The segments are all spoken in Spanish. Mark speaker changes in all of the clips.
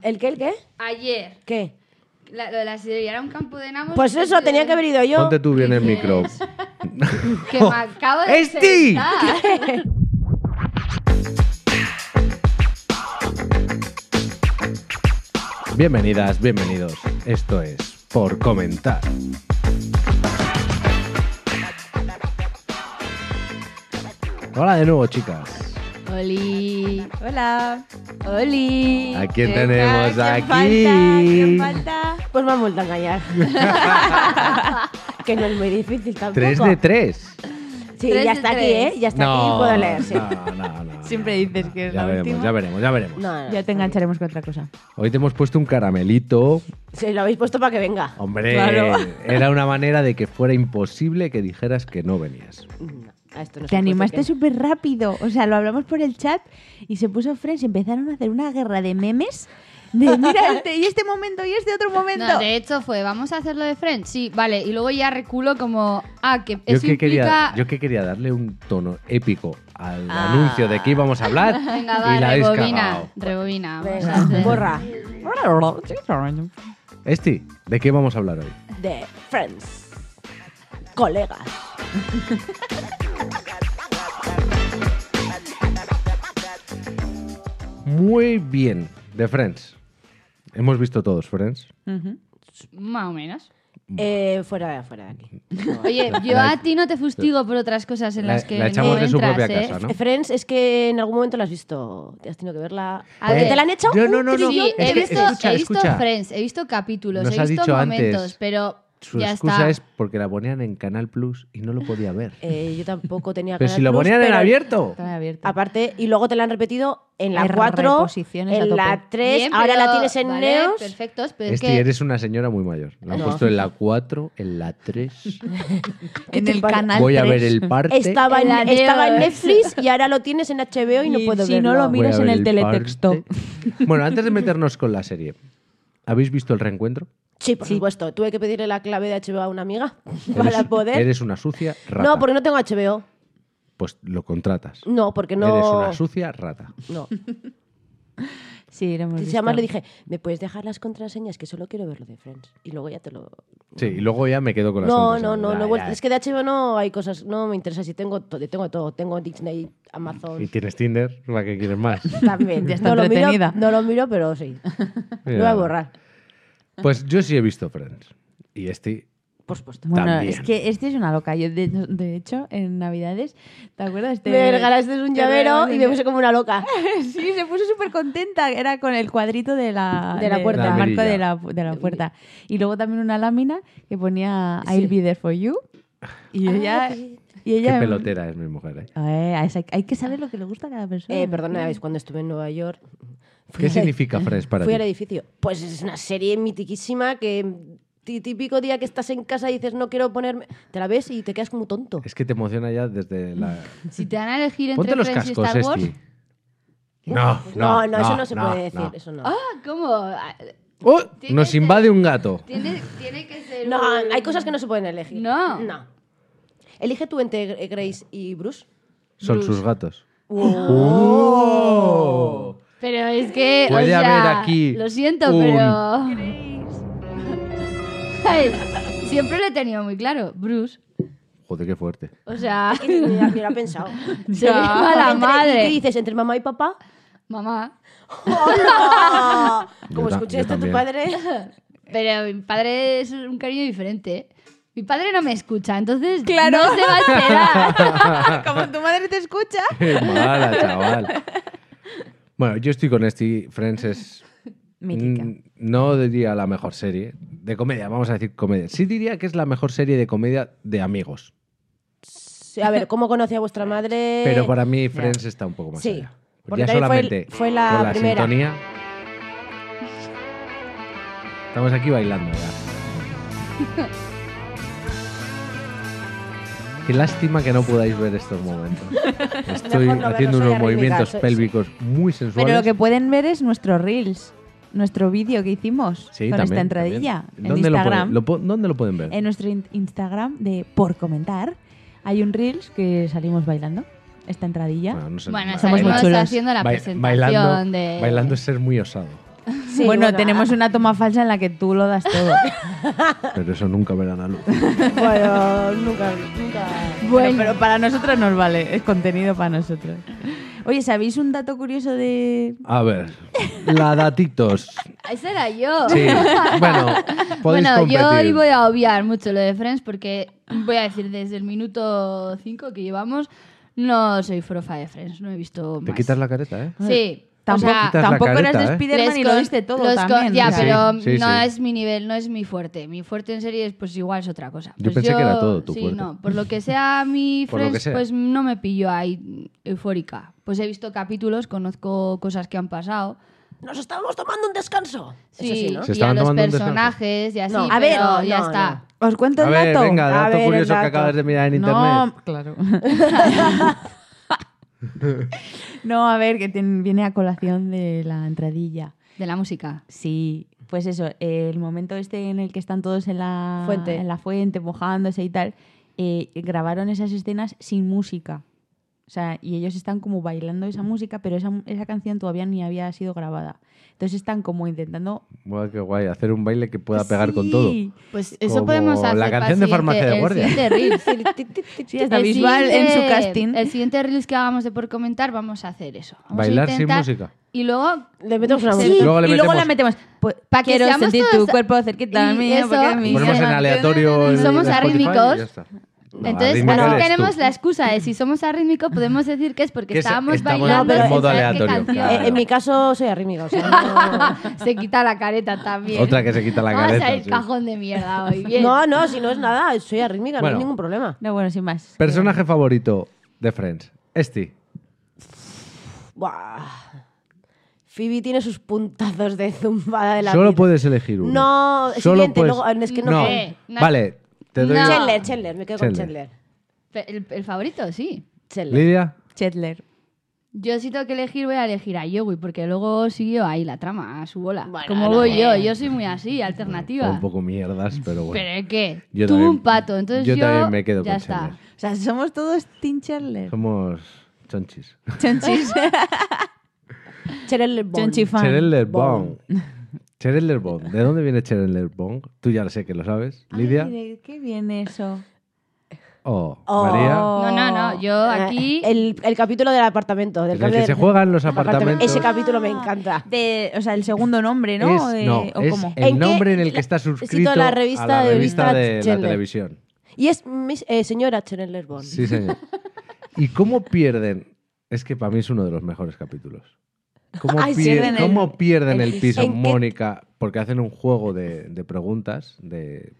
Speaker 1: ¿El qué, el qué?
Speaker 2: Ayer,
Speaker 1: ¿Qué?
Speaker 2: la- lo de la sidrería era un campo de nabos.
Speaker 1: Pues eso,
Speaker 2: donde-
Speaker 1: tenía que haber ido yo.
Speaker 3: Ponte tú bien el
Speaker 2: ¿Qué
Speaker 3: micro.
Speaker 2: Que me acabo de
Speaker 3: ¡Esti!
Speaker 2: sentar.
Speaker 3: Bienvenidas, bienvenidos. Esto es Por Comentar. Hola de nuevo, chicas.
Speaker 2: Oli.
Speaker 4: Hola.
Speaker 2: Oli.
Speaker 3: ¿A quién
Speaker 4: Venga,
Speaker 3: tenemos
Speaker 4: ¿quién
Speaker 3: aquí?
Speaker 4: Falta, ¿Quién
Speaker 1: Pues me han vuelto a engañar. que no es muy difícil tampoco.
Speaker 3: 3 de 3.
Speaker 1: Sí,
Speaker 2: Tres
Speaker 1: ya
Speaker 2: de
Speaker 1: está aquí,
Speaker 2: tres.
Speaker 1: ¿eh? Ya está aquí, puedo leer, sí.
Speaker 3: No, no, no,
Speaker 4: Siempre dices que es
Speaker 3: ya
Speaker 4: la
Speaker 3: veremos,
Speaker 4: última.
Speaker 3: Ya veremos, ya veremos.
Speaker 1: No,
Speaker 4: falta?
Speaker 1: no.
Speaker 4: Ya te engancharemos con otra cosa.
Speaker 3: Hoy te hemos puesto un caramelito.
Speaker 1: Se lo habéis puesto para que venga.
Speaker 3: Hombre,
Speaker 4: Claro.
Speaker 3: era una manera de que fuera imposible que dijeras que no venías.
Speaker 1: No, Mm, a esto no se
Speaker 4: Te
Speaker 1: puede
Speaker 4: animaste
Speaker 1: que-
Speaker 4: súper rápido. O sea, lo hablamos por el chat y se puso Friends y empezaron a hacer una guerra de memes. De mira, este, y este momento, y este otro momento.
Speaker 2: No, de hecho fue, vamos a hacerlo de Friends. Sí, vale. Y luego ya reculo como, ah, que
Speaker 3: Yo
Speaker 2: eso
Speaker 3: que, quería,
Speaker 2: implica...
Speaker 3: yo que quería darle un tono épico al
Speaker 4: Ah.
Speaker 3: anuncio de que íbamos a hablar
Speaker 2: Venga,
Speaker 3: y la Ah,
Speaker 2: va,
Speaker 3: habéis
Speaker 2: rebobina.
Speaker 3: cagado.
Speaker 2: Rebobina. vamos a
Speaker 1: Venga,
Speaker 2: hacer-
Speaker 1: borra.
Speaker 3: Esti, ¿de qué vamos a hablar hoy?
Speaker 1: De Friends. Colegas.
Speaker 3: Muy bien, de Friends. Hemos visto todos Friends.
Speaker 4: Ujú.
Speaker 2: Más o menos.
Speaker 3: Mm.
Speaker 1: Eh, fuera, fuera de aquí.
Speaker 2: Oye, yo
Speaker 3: La-
Speaker 2: a ti no te fustigo por otras cosas en
Speaker 3: la-
Speaker 2: las que
Speaker 3: la echamos
Speaker 2: no
Speaker 3: de su
Speaker 2: entras,
Speaker 3: propia
Speaker 2: ¿eh?
Speaker 3: casa, ¿no?
Speaker 1: Friends es que en algún momento la has visto. Te has tenido que verla.
Speaker 2: A
Speaker 1: Porque
Speaker 2: ver.
Speaker 1: ¿Te la han hecho?
Speaker 3: Yo no, no, no.
Speaker 2: Sí, eh,
Speaker 3: Es
Speaker 2: he
Speaker 3: que-
Speaker 2: visto,
Speaker 3: escucha,
Speaker 2: he visto
Speaker 3: escucha.
Speaker 2: Friends, he visto capítulos,
Speaker 3: Nos
Speaker 2: he
Speaker 3: has
Speaker 2: visto
Speaker 3: dicho
Speaker 2: momentos,
Speaker 3: antes,
Speaker 2: pero
Speaker 3: Su
Speaker 2: ya está.
Speaker 3: excusa es porque la ponían en Canal Plus y no lo podía ver.
Speaker 1: Eh, yo tampoco tenía
Speaker 3: pero
Speaker 1: Canal
Speaker 3: si lo
Speaker 1: Plus,
Speaker 3: ponían en
Speaker 1: pero-
Speaker 3: abierto.
Speaker 4: Está abierto.
Speaker 1: Aparte, y luego te la han repetido en la
Speaker 4: Hay
Speaker 1: 4,
Speaker 4: reposiciones a
Speaker 1: en
Speaker 4: tope.
Speaker 1: la 3,
Speaker 2: Bien,
Speaker 1: ahora
Speaker 2: pero-
Speaker 1: la tienes en
Speaker 2: vale,
Speaker 1: Neos.
Speaker 2: Perfectos, pero es
Speaker 3: Esti,
Speaker 2: que
Speaker 3: eres una señora muy mayor. La han
Speaker 1: No.
Speaker 3: puesto en la 4, en la 3.
Speaker 4: en
Speaker 1: te
Speaker 4: el
Speaker 1: pare-
Speaker 4: canal
Speaker 3: Voy a
Speaker 4: 3.
Speaker 3: ver el parte.
Speaker 1: Estaba en,
Speaker 2: En la
Speaker 1: estaba en
Speaker 2: Neos.
Speaker 1: Netflix y ahora lo tienes en HBO y, no
Speaker 4: Y
Speaker 1: puedo
Speaker 4: si
Speaker 1: verlo.
Speaker 4: no lo
Speaker 3: Voy a
Speaker 4: miras en
Speaker 3: ver
Speaker 4: el teletexto.
Speaker 3: parte. Bueno, antes de meternos con la serie, ¿habéis visto el reencuentro?
Speaker 1: Sí, por
Speaker 4: Sí.
Speaker 1: supuesto. Tuve que pedirle la clave de HBO a una amiga
Speaker 3: Eres-
Speaker 1: para poder.
Speaker 3: Eres una sucia rata.
Speaker 1: No, porque no tengo HBO.
Speaker 3: Pues lo contratas.
Speaker 1: No, porque
Speaker 3: Eres
Speaker 1: no.
Speaker 3: una sucia rata.
Speaker 1: No.
Speaker 4: Sí, lo hemos
Speaker 1: Y
Speaker 4: visto.
Speaker 1: además le dije, ¿me puedes dejar las contraseñas? Que solo quiero ver lo de Friends. Y luego ya te lo.
Speaker 3: Sí, y luego ya me quedo con la
Speaker 1: No, no, no, no. he vuelto- Es que de HBO no hay cosas. No me interesa. Si tengo, to- tengo todo. Tengo Disney, Amazon.
Speaker 3: Y tienes Tinder, ¿para qué quieres más?
Speaker 1: También.
Speaker 4: Ya está
Speaker 1: no, lo miro,
Speaker 4: entretenida.
Speaker 1: no lo miro, pero sí. Lo voy
Speaker 3: Mira.
Speaker 1: a borrar.
Speaker 3: Pues yo sí he visto Friends. Y este
Speaker 1: Por supuesto.
Speaker 4: Bueno,
Speaker 3: También.
Speaker 4: es que este es una loca. Yo, de, de hecho, en Navidades, ¿te acuerdas? Este Te-
Speaker 1: Me regalaste un
Speaker 4: te
Speaker 1: llavero
Speaker 4: regalé
Speaker 1: y
Speaker 4: un
Speaker 1: me puse como una loca.
Speaker 4: Sí, se puso súper contenta. Era con el cuadrito de la,
Speaker 1: De la puerta.
Speaker 3: La
Speaker 4: del marco de
Speaker 3: mirilla.
Speaker 4: la, de la puerta. Y luego también una lámina que ponía I'll be there for you. Y
Speaker 1: Ah,
Speaker 4: ella. Y
Speaker 3: Qué
Speaker 4: ella
Speaker 3: pelotera es mi mujer, ¿eh?
Speaker 4: Eh, a esa- hay que saber lo que le gusta a cada persona.
Speaker 1: Eh, perdona, es cuando estuve en Nueva York. fui
Speaker 3: ¿Qué
Speaker 1: al-
Speaker 3: significa Friends para
Speaker 1: Fui al
Speaker 3: ti?
Speaker 1: edificio. Pues es una serie mitiquísima que ti- típico día que estás en casa y dices no quiero ponerme. Te la ves y te quedas como tonto.
Speaker 3: Es que te emociona ya desde la...
Speaker 2: si te van a elegir entre
Speaker 3: Ponte los
Speaker 2: Friends
Speaker 3: cascos,
Speaker 2: y Star Wars,
Speaker 3: Esti. No, no,
Speaker 1: no, eso no se puede decir.
Speaker 3: no.
Speaker 1: Eso no.
Speaker 2: ah, ¿cómo? Ah,
Speaker 3: ¡Oh!
Speaker 2: Tiene
Speaker 3: Nos
Speaker 2: que-
Speaker 3: invade un gato.
Speaker 2: Tiene, tiene que ser
Speaker 1: No,
Speaker 2: un-
Speaker 1: hay cosas que no se pueden elegir.
Speaker 2: No.
Speaker 1: No. Elige tú entre Grace y Bruce.
Speaker 3: Son
Speaker 2: Bruce.
Speaker 3: sus gatos. Uh. ¡Oh!
Speaker 2: Pero es que, o
Speaker 3: Puede
Speaker 2: sea,
Speaker 3: haber aquí
Speaker 2: lo siento,
Speaker 3: un-
Speaker 2: pero... Ay, Siempre lo he tenido muy claro, Bruce.
Speaker 3: Joder, qué fuerte.
Speaker 2: O sea,
Speaker 1: Ni ni lo he pensado.
Speaker 2: se ve a la
Speaker 1: Entre- ¿y ¿Qué
Speaker 2: madre.
Speaker 1: dices? ¿Entre mamá y papá?
Speaker 2: Mamá.
Speaker 1: ¡Hola! Como
Speaker 3: ta- yo
Speaker 1: escuché esto a
Speaker 3: también.
Speaker 1: tu padre.
Speaker 2: Pero mi padre es un cariño diferente. Mi padre no me escucha, entonces
Speaker 4: Claro.
Speaker 2: no se va a enterar.
Speaker 4: Como tu madre te escucha.
Speaker 3: ¡Qué mala, chaval! Bueno, yo estoy con este Friends es...
Speaker 4: Mítica.
Speaker 3: mm, No diría la mejor serie de comedia, vamos a decir comedia. Sí diría que es la mejor serie de comedia de amigos.
Speaker 1: Sí, A ver, ¿cómo conocí a vuestra madre?
Speaker 3: Pero para mí Friends está un poco más
Speaker 1: Eh, sí,
Speaker 3: allá.
Speaker 1: porque también
Speaker 3: Ya
Speaker 1: fue el-
Speaker 3: solamente
Speaker 1: fue la
Speaker 3: con la
Speaker 1: primera.
Speaker 3: sintonía. Estamos aquí bailando ya. Qué lástima que no podáis ver estos momentos. Estoy
Speaker 1: Mejor no verlos,
Speaker 3: haciendo
Speaker 1: soy
Speaker 3: unos
Speaker 1: arrítmica,
Speaker 3: movimientos
Speaker 1: soy-
Speaker 3: pélvicos muy sensuales.
Speaker 4: Pero lo que pueden ver es nuestro Reels, nuestro vídeo que hicimos
Speaker 3: Sí,
Speaker 4: con
Speaker 3: también,
Speaker 4: esta entradilla
Speaker 3: también.
Speaker 4: en
Speaker 3: ¿Dónde lo
Speaker 4: Instagram.
Speaker 3: pueden- lo po- ¿Dónde lo pueden ver?
Speaker 4: En nuestro in- Instagram de Por Comentar hay un Reels que salimos bailando. Esta entradilla.
Speaker 3: Bueno, no sé.
Speaker 2: Bueno,
Speaker 3: Ba-
Speaker 4: Somos muy
Speaker 2: salimos
Speaker 4: chulos.
Speaker 2: haciendo la
Speaker 3: bail-
Speaker 2: presentación
Speaker 3: bailando,
Speaker 2: de...
Speaker 3: bailando es ser muy osado.
Speaker 1: Sí,
Speaker 4: bueno,
Speaker 1: bueno,
Speaker 4: tenemos una toma falsa en la que tú lo das todo.
Speaker 3: Pero eso nunca verán a luz.
Speaker 1: Bueno, nunca, nunca.
Speaker 4: bueno,
Speaker 2: Bueno.
Speaker 4: pero para nosotros nos vale, es contenido para nosotros. Oye, ¿sabéis un dato curioso de
Speaker 3: A ver, la datitos.
Speaker 2: Esa era yo.
Speaker 3: Sí, bueno, podéis
Speaker 2: bueno,
Speaker 3: competir.
Speaker 2: yo hoy voy a obviar mucho lo de Friends porque voy a decir desde el minuto 5 que llevamos, no soy forofa de Friends, no he visto
Speaker 3: Te
Speaker 2: más.
Speaker 3: quitas la careta, ¿eh?
Speaker 2: Sí. o
Speaker 4: Tampoco,
Speaker 2: sea,
Speaker 3: Quitas la
Speaker 4: tampoco
Speaker 3: careta,
Speaker 4: eras de
Speaker 3: ¿eh?
Speaker 4: Spiderman
Speaker 2: les
Speaker 4: y lo
Speaker 2: con-
Speaker 4: diste todo
Speaker 2: los con-
Speaker 4: también.
Speaker 2: Ya,
Speaker 4: o sea.
Speaker 2: pero
Speaker 3: Sí,
Speaker 2: no
Speaker 3: sí.
Speaker 2: es mi nivel, no es mi fuerte. Mi fuerte en series, pues igual es otra cosa.
Speaker 3: Yo
Speaker 2: Pues
Speaker 3: pensé que era todo tu
Speaker 2: Sí,
Speaker 3: fuerte.
Speaker 2: no. Por lo que sea mi
Speaker 3: Por lo que
Speaker 2: Friends,
Speaker 3: sea.
Speaker 2: pues no me pillo ahí eufórica. Pues he visto capítulos, conozco cosas que han pasado.
Speaker 1: Nos estábamos tomando un descanso. Eso sí, ¿no?
Speaker 3: Se
Speaker 2: y a
Speaker 3: estaban
Speaker 2: los
Speaker 3: tomando un descanso.
Speaker 2: personajes y así,
Speaker 1: No.
Speaker 2: a
Speaker 1: A
Speaker 2: ver,
Speaker 1: ver, no,
Speaker 2: ya
Speaker 1: no,
Speaker 2: está.
Speaker 4: Os cuento
Speaker 3: A
Speaker 4: el
Speaker 3: ver,
Speaker 4: dato.
Speaker 3: venga,
Speaker 4: A
Speaker 3: dato
Speaker 4: ver, el
Speaker 3: curioso que
Speaker 4: dato.
Speaker 3: acabas de mirar en internet.
Speaker 4: No, claro. no, a ver, que ten- viene a colación de la entradilla.
Speaker 2: De la música.
Speaker 4: Sí, pues eso, eh, el momento este en el que están todos en la
Speaker 1: Fuente.
Speaker 4: en la fuente mojándose y tal, eh, grabaron esas escenas sin música. O sea, y ellos están como bailando esa música, pero esa, esa canción todavía ni había sido grabada. Entonces están como intentando...
Speaker 3: Buah, qué guay, hacer un baile que pueda pegar con todo.
Speaker 4: Sí.
Speaker 2: Pues eso
Speaker 3: Como
Speaker 2: podemos hacer.
Speaker 3: la
Speaker 2: para
Speaker 3: canción de
Speaker 2: el siguiente-
Speaker 3: Farmacia de
Speaker 2: el
Speaker 3: Guardia.
Speaker 2: siguiente reel.
Speaker 4: Sí, hasta
Speaker 2: El
Speaker 4: visual en su
Speaker 2: siguiente-
Speaker 4: casting.
Speaker 2: El siguiente reels que hagamos de por comentar, vamos a hacer eso. Vamos a
Speaker 3: Bailar sin
Speaker 2: intentar-
Speaker 3: música.
Speaker 2: Y luego
Speaker 1: Le metemos una
Speaker 2: Sí.
Speaker 1: música.
Speaker 3: Luego le
Speaker 4: y luego la metemos.
Speaker 3: metemos-
Speaker 4: para
Speaker 2: Pa'
Speaker 4: que
Speaker 2: que
Speaker 4: quiero
Speaker 2: seamos
Speaker 4: sentir tu
Speaker 2: todos-
Speaker 4: cuerpo cerquita al
Speaker 2: y
Speaker 4: mío,
Speaker 2: eso-
Speaker 4: porque a mí-
Speaker 3: Ponemos en aleatorio. el-
Speaker 2: Somos
Speaker 3: el Spotify
Speaker 2: arrítmicos.
Speaker 3: y ya está. No,
Speaker 2: Entonces,
Speaker 3: arrítmico
Speaker 2: así
Speaker 3: eres tú.
Speaker 2: tenemos la excusa de si somos arrítmicos, podemos decir que es porque
Speaker 3: Que se-
Speaker 2: estábamos
Speaker 3: estamos
Speaker 2: bailando.
Speaker 1: en
Speaker 2: sin
Speaker 3: modo
Speaker 2: saber qué
Speaker 3: aleatorio,
Speaker 2: canción.
Speaker 3: claro.
Speaker 1: Eh, en mi caso soy arrítmica, o sea, no-
Speaker 2: Se quita la careta también.
Speaker 3: Otra que se quita la
Speaker 2: Vamos a
Speaker 3: careta,
Speaker 2: ir
Speaker 3: sí.
Speaker 2: cajón de mierda hoy. Bien.
Speaker 1: No, no, si no es nada, soy arrítmica,
Speaker 3: Bueno.
Speaker 1: no hay ningún problema.
Speaker 4: No, bueno, sin más.
Speaker 3: Personaje favorito de Friends. Esti.
Speaker 1: Buah. Phoebe tiene sus puntazos de zumbada de la
Speaker 3: Solo
Speaker 1: vida.
Speaker 3: puedes elegir uno.
Speaker 1: No,
Speaker 3: Solo
Speaker 1: siguiente,
Speaker 3: puedes-
Speaker 1: luego- es que no-
Speaker 2: Eh, no-
Speaker 3: Vale, te doy.
Speaker 2: No.
Speaker 1: Chandler, Chandler, me quedo con
Speaker 3: Chandler.
Speaker 1: Chandler.
Speaker 2: Pe- El, el favorito, sí.
Speaker 1: Chandler.
Speaker 3: Lidia.
Speaker 4: Chetler.
Speaker 2: Yo si tengo que elegir, voy a elegir a Yogui, porque luego siguió ahí la trama, a su bola.
Speaker 1: Bueno,
Speaker 2: Como
Speaker 1: no.
Speaker 2: voy yo, yo soy muy así, alternativa.
Speaker 3: Un poco mierdas, pero bueno.
Speaker 2: ¿Pero qué?
Speaker 3: Yo
Speaker 2: Tú
Speaker 3: también-
Speaker 2: un pato, entonces
Speaker 3: yo
Speaker 2: yo...
Speaker 3: también me quedo
Speaker 2: ya
Speaker 3: con
Speaker 2: está.
Speaker 3: Chandler.
Speaker 4: O sea, somos todos Team Chetler.
Speaker 3: Somos chonchis.
Speaker 4: Chonchis.
Speaker 1: Chandler Bond.
Speaker 4: Chonchi fan.
Speaker 3: Chereller Bong. Chereller Bong. ¿De dónde viene Chereller Bong? Tú ya lo sé que lo sabes.
Speaker 4: Ay,
Speaker 3: Lidia.
Speaker 4: Ah, ¿de qué viene eso?
Speaker 3: O
Speaker 1: Oh.
Speaker 3: María.
Speaker 2: No, no, no, yo aquí...
Speaker 1: Eh, El, el capítulo del apartamento. Del
Speaker 3: En el
Speaker 1: cambio
Speaker 3: que
Speaker 1: de-
Speaker 3: se juegan los apartamentos.
Speaker 1: Ese capítulo me encanta.
Speaker 4: De, o sea, el segundo nombre, ¿no?
Speaker 3: Es,
Speaker 4: Eh,
Speaker 3: no,
Speaker 4: ¿O
Speaker 3: es
Speaker 4: cómo?
Speaker 3: el
Speaker 1: ¿En qué
Speaker 3: nombre en el
Speaker 1: la-
Speaker 3: que está
Speaker 1: cito la
Speaker 3: suscrito
Speaker 1: revista
Speaker 3: a la
Speaker 1: de
Speaker 3: revista
Speaker 1: Vista
Speaker 3: de la
Speaker 1: Chandler?
Speaker 3: televisión.
Speaker 1: Y es mis- eh, señora Chandler Bond.
Speaker 3: Sí, señor. ¿Y cómo pierden? Es que para mí es uno de los mejores capítulos. ¿Cómo,
Speaker 1: Ay,
Speaker 3: pier-
Speaker 1: pierden
Speaker 4: el-
Speaker 3: cómo pierden
Speaker 4: el
Speaker 3: el, piso,
Speaker 1: piso. ¿En qué-
Speaker 3: Mónica? Porque hacen un juego de, de preguntas de,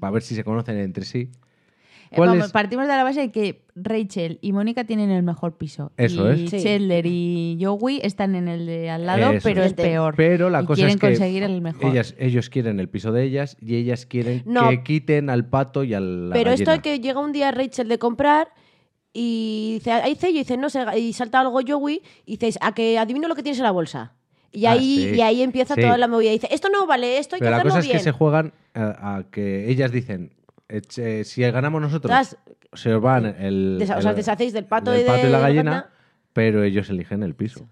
Speaker 3: para ver si se conocen entre sí.
Speaker 4: Eh,
Speaker 3: ¿Cuál
Speaker 4: vamos,
Speaker 3: es?
Speaker 4: Partimos de la base de que Rachel y Mónica tienen el mejor piso.
Speaker 3: Eso
Speaker 4: y
Speaker 3: es.
Speaker 1: Sí.
Speaker 4: Chandler y Joey están en el de al lado,
Speaker 3: Eso
Speaker 4: pero es
Speaker 3: es.
Speaker 4: peor.
Speaker 3: Pero la
Speaker 4: Y
Speaker 3: cosa
Speaker 4: quieren
Speaker 3: es que
Speaker 4: conseguir el mejor.
Speaker 3: Ellas, ellos quieren el piso de ellas y ellas quieren
Speaker 1: No.
Speaker 3: que quiten al pato y al
Speaker 1: Pero esto es que llega un día Rachel de comprar y dice, ahí dice, y dice, no sé, y salta algo Joey y dice, a que adivino lo que tienes en la bolsa. Y
Speaker 3: Ah,
Speaker 1: ahí,
Speaker 3: sí.
Speaker 1: y ahí empieza
Speaker 3: Sí.
Speaker 1: toda la movida. Y dice, esto no vale, esto hay
Speaker 3: Pero
Speaker 1: que
Speaker 3: la
Speaker 1: hacerlo
Speaker 3: cosa es
Speaker 1: bien.
Speaker 3: que se juegan a, a que ellas dicen, eh, che, si ganamos nosotros,
Speaker 1: Tras-
Speaker 3: se os van el...
Speaker 1: Desa- o sea,
Speaker 3: el-
Speaker 1: deshacéis del pato
Speaker 3: del
Speaker 1: y
Speaker 3: pato
Speaker 1: de-
Speaker 3: la
Speaker 1: de la
Speaker 3: gallina,
Speaker 1: gallina.
Speaker 3: pero ellos eligen el piso.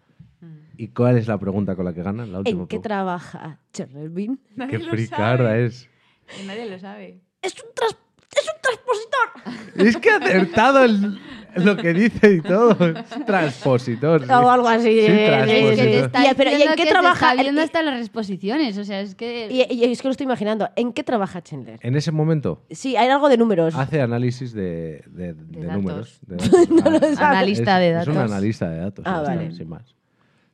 Speaker 3: ¿Y cuál es la pregunta con la que ganan? La última
Speaker 1: ¿En qué
Speaker 3: pregunta.
Speaker 1: trabaja Chandler Bing?
Speaker 3: Qué fricarda es.
Speaker 4: Nadie lo sabe.
Speaker 1: ¡Es un, tras- es un transpositor!
Speaker 3: Es que ha acertado el- lo que dice y todo. Es transpositor. sí.
Speaker 1: O algo así.
Speaker 3: Sí,
Speaker 1: eh,
Speaker 3: transpositor.
Speaker 1: eh,
Speaker 2: Es que te
Speaker 1: eh.
Speaker 2: está
Speaker 1: Y- pero, ¿Y
Speaker 2: diciendo
Speaker 1: en qué
Speaker 2: que se
Speaker 1: trabaja?
Speaker 2: está viendo
Speaker 1: Y-
Speaker 2: hasta las exposiciones, o sea, es que...
Speaker 1: y- y- y es que lo estoy imaginando. ¿En qué trabaja Chandler?
Speaker 3: En ese momento
Speaker 1: Sí, hay algo de números.
Speaker 3: hace análisis de, de- de
Speaker 4: datos.
Speaker 3: números. de datos. Ah,
Speaker 1: lo sabe.
Speaker 4: Analista de
Speaker 3: Es un
Speaker 4: datos.
Speaker 3: analista de datos,
Speaker 1: Ah,
Speaker 3: ya está,
Speaker 1: vale.
Speaker 3: sin más.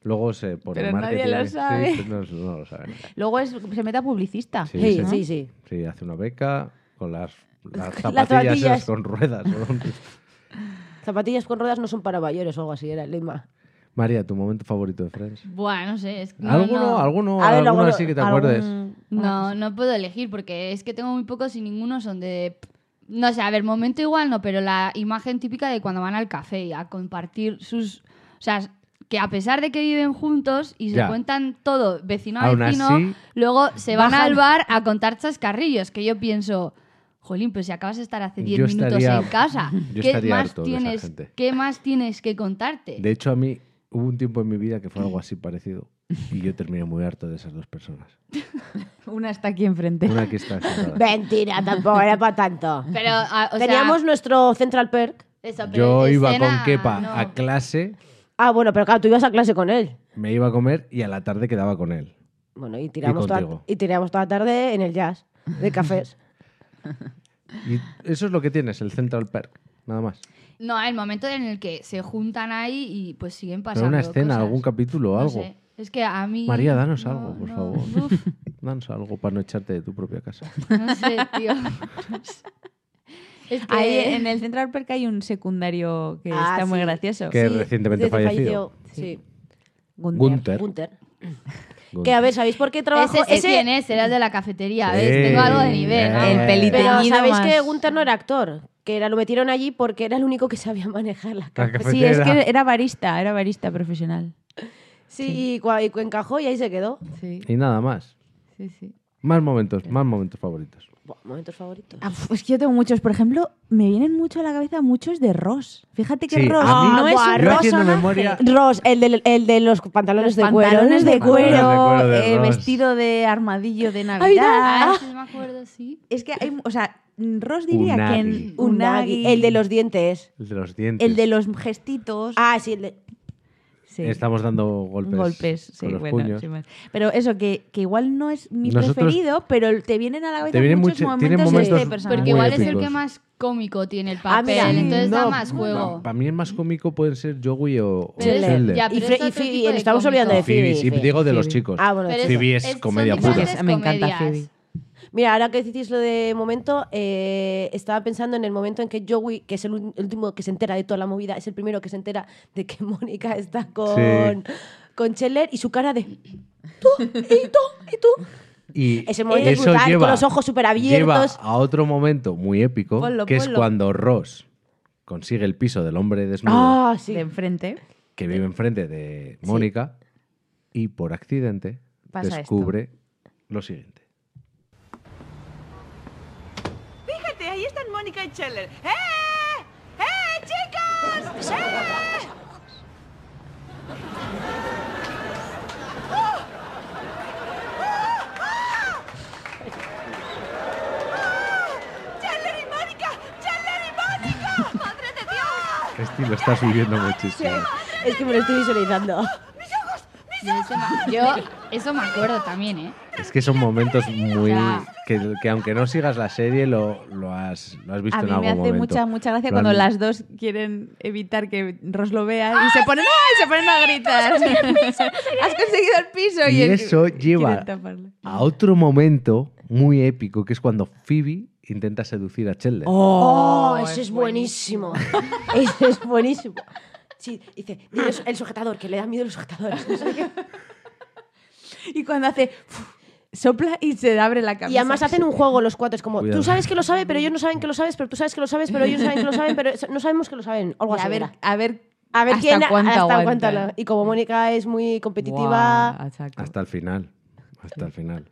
Speaker 3: Luego se por el
Speaker 4: Pero nadie
Speaker 3: marketing,
Speaker 4: lo
Speaker 3: sí,
Speaker 4: sabe.
Speaker 3: pues no, no lo saben.
Speaker 4: Luego es- se mete a publicista.
Speaker 3: Sí,
Speaker 1: Sí,
Speaker 3: sí.
Speaker 1: sí, sí.
Speaker 3: Sí, hace una beca con las, las zapatillas,
Speaker 1: zapatillas.
Speaker 3: esas con ruedas. ¿no?
Speaker 1: Zapatillas con ruedas no son para mayores o algo así, era el lema.
Speaker 3: María, tu momento favorito de Friends.
Speaker 2: Bueno, no sé, es que... no,
Speaker 3: ¿Alguno,
Speaker 2: no.
Speaker 3: alguno,
Speaker 1: A ver,
Speaker 3: alguno
Speaker 1: alguno-
Speaker 3: así que te
Speaker 4: Algún-
Speaker 3: acuerdes?
Speaker 2: No, no puedo elegir porque es que tengo muy pocos y ninguno son de... No sé, a ver, momento igual no, pero la imagen típica de cuando van al café y a compartir sus... O sea, que a pesar de que viven juntos y se
Speaker 3: Ya.
Speaker 2: cuentan todo vecino a
Speaker 3: Aún
Speaker 2: vecino,
Speaker 3: así-
Speaker 2: luego se van
Speaker 4: Bajan.
Speaker 2: al bar a contar chascarrillos, que yo pienso... Jolín, pues si acabas de estar hace 10
Speaker 3: Yo
Speaker 2: minutos
Speaker 3: estaría-
Speaker 2: en casa,
Speaker 3: yo
Speaker 2: ¿qué
Speaker 3: estaría
Speaker 2: más,
Speaker 3: harto de esa
Speaker 2: tienes,
Speaker 3: gente.
Speaker 2: ¿qué más tienes que contarte?
Speaker 3: De hecho, a mí hubo un tiempo en mi vida que fue algo así parecido. Y yo terminé muy harto de esas dos personas.
Speaker 4: Una está aquí enfrente.
Speaker 3: Una que está sentada.
Speaker 1: Mentira, tampoco era para tanto.
Speaker 2: Pero, a- o sea,
Speaker 1: Teníamos nuestro Central Perk.
Speaker 2: eso, pero
Speaker 3: Yo iba
Speaker 2: escena,
Speaker 3: con Kepa
Speaker 2: no.
Speaker 3: a clase,
Speaker 1: Ah, bueno, pero claro, tú ibas a clase con él.
Speaker 3: me iba a comer y a la tarde quedaba con él.
Speaker 1: Bueno, y tiramos, toda,
Speaker 3: contigo.
Speaker 1: y tiramos toda la tarde en el jazz, de cafés.
Speaker 3: Y eso es lo que tienes, el Central Perk, nada más.
Speaker 2: No, el momento en el que se juntan ahí y pues siguen
Speaker 3: Pero
Speaker 2: pasando.
Speaker 3: una escena,
Speaker 2: cosas.
Speaker 3: algún capítulo o
Speaker 2: No
Speaker 3: algo.
Speaker 2: sé, Es que a mí.
Speaker 3: María, danos
Speaker 2: no,
Speaker 3: algo, por
Speaker 2: no,
Speaker 3: favor.
Speaker 2: uf,
Speaker 3: Danos algo para no echarte de tu propia casa.
Speaker 2: no sé, tío. No sé. Es que-
Speaker 4: Ahí en el Central Perk hay un secundario que
Speaker 1: Ah,
Speaker 4: está muy
Speaker 1: sí.
Speaker 4: gracioso.
Speaker 3: Que recientemente
Speaker 1: desde
Speaker 3: fallecido.
Speaker 1: falleció, Sí,
Speaker 4: Gunther.
Speaker 3: Gunther.
Speaker 1: Gunter.
Speaker 3: Gunther.
Speaker 1: Que a ver, ¿sabéis por qué trabajo?
Speaker 2: Ese, sé quién es, era el de la cafetería, ¿ves?
Speaker 3: Sí.
Speaker 2: Tengo algo de nivel.
Speaker 3: Eh.
Speaker 2: vamos.
Speaker 4: El pelito.
Speaker 1: Pero
Speaker 4: Teñido
Speaker 1: sabéis
Speaker 4: más.
Speaker 1: que Gunther no era actor, que era, lo metieron allí porque era el único que sabía manejar la
Speaker 3: La
Speaker 1: café.
Speaker 4: Sí, es
Speaker 3: cafetera.
Speaker 4: que era barista, era barista profesional.
Speaker 1: Sí, Y, cua- y encajó y ahí se quedó.
Speaker 4: Sí,
Speaker 3: Y nada más.
Speaker 4: sí, sí.
Speaker 3: Más momentos, más momentos favoritos.
Speaker 1: Buah, momentos favoritos.
Speaker 4: Ah, uf, es que yo tengo muchos. Por ejemplo, me vienen mucho a la cabeza muchos de Ross. Fíjate que
Speaker 3: Sí,
Speaker 4: Ross
Speaker 3: a mí-
Speaker 4: no es
Speaker 1: buah,
Speaker 4: un
Speaker 3: yo haciendo
Speaker 4: personaje.
Speaker 3: memoria-
Speaker 1: Ross, el de, el de los pantalones de cuero.
Speaker 4: Pantalones de
Speaker 3: Pantalones de
Speaker 4: cuero,
Speaker 3: cuero de
Speaker 4: eh,
Speaker 3: Ross.
Speaker 4: vestido de armadillo de Navidad.
Speaker 2: Ah, sí, me acuerdo, sí.
Speaker 4: Es que hay, o sea, Ross diría que
Speaker 3: Unagi.
Speaker 4: en
Speaker 1: Unagi, El de los dientes.
Speaker 3: El de los dientes.
Speaker 4: el de los gestitos.
Speaker 1: Ah, sí, el de...
Speaker 4: Sí.
Speaker 3: Estamos dando golpes.
Speaker 4: sí,
Speaker 3: con los
Speaker 4: bueno,
Speaker 3: puños.
Speaker 4: sin más. Pero eso, que, que igual no es mi
Speaker 3: Nosotros-
Speaker 4: preferido, pero te vienen a la cabeza
Speaker 3: Te vienen
Speaker 4: muchos
Speaker 3: mucho- tienen
Speaker 4: momentos, de
Speaker 3: momentos
Speaker 4: este personaje.
Speaker 2: Porque
Speaker 3: muy
Speaker 2: igual es el
Speaker 3: épicos.
Speaker 2: que más cómico tiene el
Speaker 1: Ah,
Speaker 2: papel,
Speaker 1: mira.
Speaker 2: entonces da
Speaker 3: No,
Speaker 2: más juego.
Speaker 3: Para mí el más cómico pueden ser Joey o, o
Speaker 2: Pero es-
Speaker 3: Chandler.
Speaker 2: ya,
Speaker 1: Y
Speaker 2: pero
Speaker 1: Fre-
Speaker 2: es
Speaker 1: y
Speaker 2: otro
Speaker 1: Phoebe,
Speaker 2: tipo de
Speaker 1: estamos olvidando de
Speaker 2: cómico.
Speaker 3: Phoebe,
Speaker 1: Phoebe,
Speaker 3: sí,
Speaker 1: Phoebe.
Speaker 3: digo de los
Speaker 4: Phoebe.
Speaker 3: chicos.
Speaker 1: Ah, bueno,
Speaker 2: Pero
Speaker 1: sí.
Speaker 3: Phoebe es
Speaker 2: son
Speaker 3: comedia pura.
Speaker 2: diferentes
Speaker 4: Sí, me encanta
Speaker 2: comedias.
Speaker 4: Phoebe.
Speaker 1: Mira, ahora que decís lo de momento, eh, estaba pensando en el momento en que Joey, que es el ul- el último que se entera de toda la movida, es el primero que se entera de que Mónica está con,
Speaker 3: Sí.
Speaker 1: con Scheller y su cara de tú, y tú, y tú.
Speaker 3: Y
Speaker 1: Ese momento
Speaker 3: eso
Speaker 1: brutal,
Speaker 3: lleva,
Speaker 1: con los ojos
Speaker 3: lleva
Speaker 1: superabiertos.
Speaker 3: a otro momento muy épico,
Speaker 4: Ponlo,
Speaker 3: que es
Speaker 4: ponlo.
Speaker 3: cuando Ross consigue el piso del hombre desnudo
Speaker 1: Ah, sí.
Speaker 4: De enfrente.
Speaker 3: que vive enfrente de Mónica y por accidente
Speaker 4: Pasa
Speaker 3: descubre lo siguiente.
Speaker 5: Fíjate, ahí están Mónica y Scheller. ¡Eh! ¡Eh, chicos! ¡Eh! ¡Scheller y Mónica! ¡Scheller y Mónica! ¡Ah! ¡Madre de Dios!
Speaker 3: Este lo está subiendo muchísimo.
Speaker 1: Es que me lo estoy visualizando.
Speaker 2: Yo ese me- Yo eso me acuerdo también, ¿eh?
Speaker 3: Es que son momentos muy...
Speaker 2: Ya.
Speaker 3: Que, que aunque no sigas la serie, lo, lo, has, lo has visto
Speaker 4: A
Speaker 3: en
Speaker 4: mí
Speaker 3: algún
Speaker 4: me hace
Speaker 3: momento.
Speaker 4: mucha, mucha gracia
Speaker 3: Lo
Speaker 4: cuando
Speaker 3: han-
Speaker 4: las dos quieren evitar que Ross lo vea
Speaker 1: ¡Ah,
Speaker 4: y se ponen, ¡ay! se ponen a gritar. Has conseguido el piso,
Speaker 3: Y
Speaker 4: el-
Speaker 3: eso lleva
Speaker 4: quieren taparlo.
Speaker 3: a otro momento muy épico, que es cuando Phoebe intenta seducir a Chandler.
Speaker 1: Oh, ese es buenísimo. ese es buenísimo. Sí, dice, "Dile el sujetador, que le da miedo los sujetadores. no sé qué.
Speaker 4: Y cuando hace, sopla y se abre la cabeza.
Speaker 1: Y además hacen un juego los cuatro, es como,
Speaker 3: Cuidado.
Speaker 1: tú sabes que lo sabe, pero ellos no saben que lo sabes, pero tú sabes que lo sabes, pero ellos saben que lo saben, pero no sabemos que lo saben. Algo
Speaker 4: Y
Speaker 1: así
Speaker 4: a ver,
Speaker 1: era.
Speaker 4: a ver,
Speaker 1: A ver
Speaker 4: hasta
Speaker 1: quién
Speaker 4: cuánto
Speaker 1: hasta
Speaker 4: aguantan.
Speaker 1: cuánto lo- Y como Mónica es muy competitiva.
Speaker 4: Guau, a saco.
Speaker 3: Hasta el final. Hasta el final.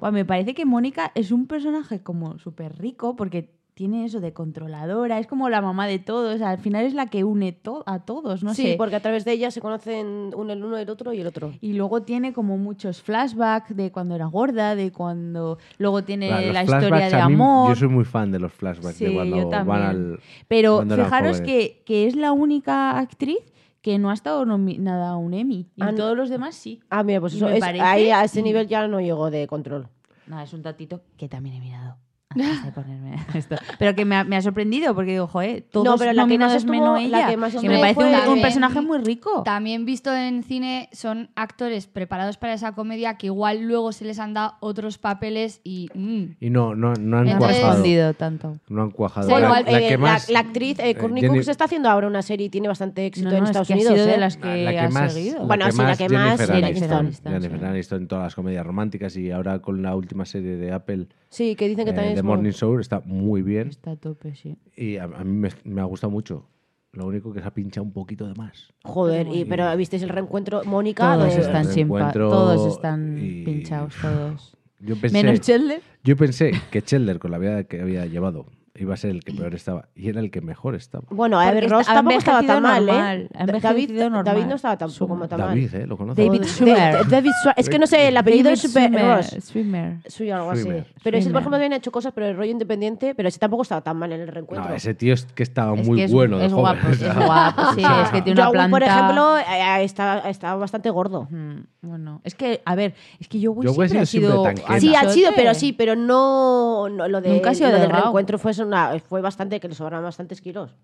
Speaker 4: Guau, me parece que Mónica es un personaje como súper rico porque tiene eso de controladora, es como la mamá de todos, al final es la que une to- a todos, no
Speaker 1: sí,
Speaker 4: sé.
Speaker 1: porque a través de ella se conocen uno el uno, el otro y el otro.
Speaker 4: Y luego tiene como muchos flashbacks de cuando era gorda, de cuando... Luego tiene
Speaker 3: Claro, los
Speaker 4: la historia
Speaker 3: flashbacks
Speaker 4: de
Speaker 3: a mí-
Speaker 4: amor.
Speaker 3: Yo soy muy fan de los flashbacks de
Speaker 4: Sí,
Speaker 3: cuando
Speaker 4: yo
Speaker 3: van
Speaker 4: también.
Speaker 3: al.
Speaker 4: Pero
Speaker 3: cuando eran
Speaker 4: fijaros
Speaker 3: jóvenes.
Speaker 4: que, que es la única actriz que no ha estado nominada a un Emmy. Y
Speaker 1: Ah, no.
Speaker 4: todos los demás sí.
Speaker 1: Ah, mira, pues
Speaker 4: Y
Speaker 1: eso
Speaker 4: me
Speaker 1: es-
Speaker 4: parece-
Speaker 1: ahí a ese nivel ya no llegó de control.
Speaker 4: Nada, es un tatito que también he mirado. Antes de ponerme esto. Pero que me ha, me ha sorprendido porque digo, joder, todos
Speaker 1: No, pero la que más
Speaker 4: nominados
Speaker 1: estuvo-
Speaker 4: menos
Speaker 1: la
Speaker 4: ella.
Speaker 1: que más
Speaker 4: me
Speaker 2: estuvo
Speaker 4: parece
Speaker 2: fue
Speaker 4: un- un,
Speaker 2: también-
Speaker 4: personaje muy rico.
Speaker 2: También visto en cine, son actores preparados para esa comedia que igual luego se les han dado otros papeles y. mm.
Speaker 3: Y no, no, no han
Speaker 2: Entonces-
Speaker 3: cuajado.
Speaker 4: Escondido tanto.
Speaker 3: No han cuajado.
Speaker 2: Bueno,
Speaker 3: la,
Speaker 1: Igual,
Speaker 3: la
Speaker 1: eh,
Speaker 3: que más.
Speaker 1: la actriz eh, Courtney
Speaker 3: Jenny-
Speaker 1: Cox está haciendo ahora una serie y tiene bastante éxito
Speaker 4: No, no,
Speaker 1: en
Speaker 4: es
Speaker 1: Estados
Speaker 4: que ha
Speaker 1: Unidos.
Speaker 4: sido de
Speaker 1: ¿eh?
Speaker 4: las que,
Speaker 3: la que
Speaker 4: ha
Speaker 3: más,
Speaker 4: seguido.
Speaker 3: la
Speaker 1: Bueno,
Speaker 3: que
Speaker 1: sí, la
Speaker 3: más
Speaker 1: que más,
Speaker 3: Jennifer
Speaker 1: Jennifer
Speaker 3: Aniston.
Speaker 4: Aniston,
Speaker 3: Jennifer
Speaker 4: sí.
Speaker 3: Aniston en todas las comedias románticas y ahora con la última serie de Apple,
Speaker 1: Sí, que dicen que
Speaker 3: eh,
Speaker 1: también
Speaker 3: The
Speaker 1: es muy-
Speaker 3: Morning Show, está muy bien.
Speaker 4: Está a tope, sí.
Speaker 3: Y a, a mí me, me ha gustado mucho. Lo único que se ha pinchado un poquito de más.
Speaker 1: Joder, y, pero visteis el reencuentro Mónica. pues,
Speaker 4: Todos
Speaker 1: de-
Speaker 4: están sin pa-
Speaker 3: reencuentro
Speaker 4: Todos están
Speaker 3: y-
Speaker 4: pinchados, todos.
Speaker 3: Yo pensé,
Speaker 4: Menos Chandler.
Speaker 3: yo pensé que Chandler, con la vida que había llevado, iba a ser el que peor estaba y era el que mejor estaba.
Speaker 1: Bueno, a ver,
Speaker 4: Porque
Speaker 1: Ross
Speaker 4: ha
Speaker 1: tampoco estaba tan
Speaker 4: envejecido
Speaker 1: mal,
Speaker 4: normal,
Speaker 1: ¿eh?
Speaker 4: ha
Speaker 1: Da- David,
Speaker 4: envejecido normal.
Speaker 1: David no estaba tampoco
Speaker 4: Suma.
Speaker 1: tan mal.
Speaker 3: David, ¿eh? ¿Lo conoces?
Speaker 4: David
Speaker 1: De-
Speaker 4: Schwimmer.
Speaker 1: de- David Schwimmer. Es que no sé, el apellido es súper
Speaker 4: Swimmer,
Speaker 1: Ross.
Speaker 4: Swimmer.
Speaker 1: Suyo algo así.
Speaker 3: Schwimmer.
Speaker 1: Pero ese, por
Speaker 4: Schwimmer.
Speaker 1: ejemplo, también ha hecho cosas, pero el rollo independiente, pero ese tampoco estaba tan mal en el reencuentro.
Speaker 3: No, ese tío es que estaba
Speaker 4: Es
Speaker 3: muy
Speaker 4: que es-
Speaker 3: bueno de
Speaker 4: es
Speaker 3: joven.
Speaker 4: guapo,
Speaker 3: o
Speaker 4: es
Speaker 3: sea,
Speaker 4: guapo,
Speaker 3: o
Speaker 4: sí,
Speaker 3: sea,
Speaker 4: es que tiene-
Speaker 1: Yo,
Speaker 4: una
Speaker 1: Will, por
Speaker 4: planta-
Speaker 1: ejemplo, eh, eh, estaba, estaba bastante gordo.
Speaker 4: Mm, Bueno, es que, a ver, es que yo
Speaker 3: Joey
Speaker 4: siempre,
Speaker 3: ha sido
Speaker 4: ha sido.
Speaker 3: siempre tanquera.
Speaker 1: Sí, ha
Speaker 4: anchote.
Speaker 1: sido, pero sí, pero no, no, lo, de,
Speaker 4: Nunca ha sido
Speaker 1: lo del
Speaker 4: delgado.
Speaker 1: reencuentro fue, una, fue bastante, que le sobraron bastantes kilos.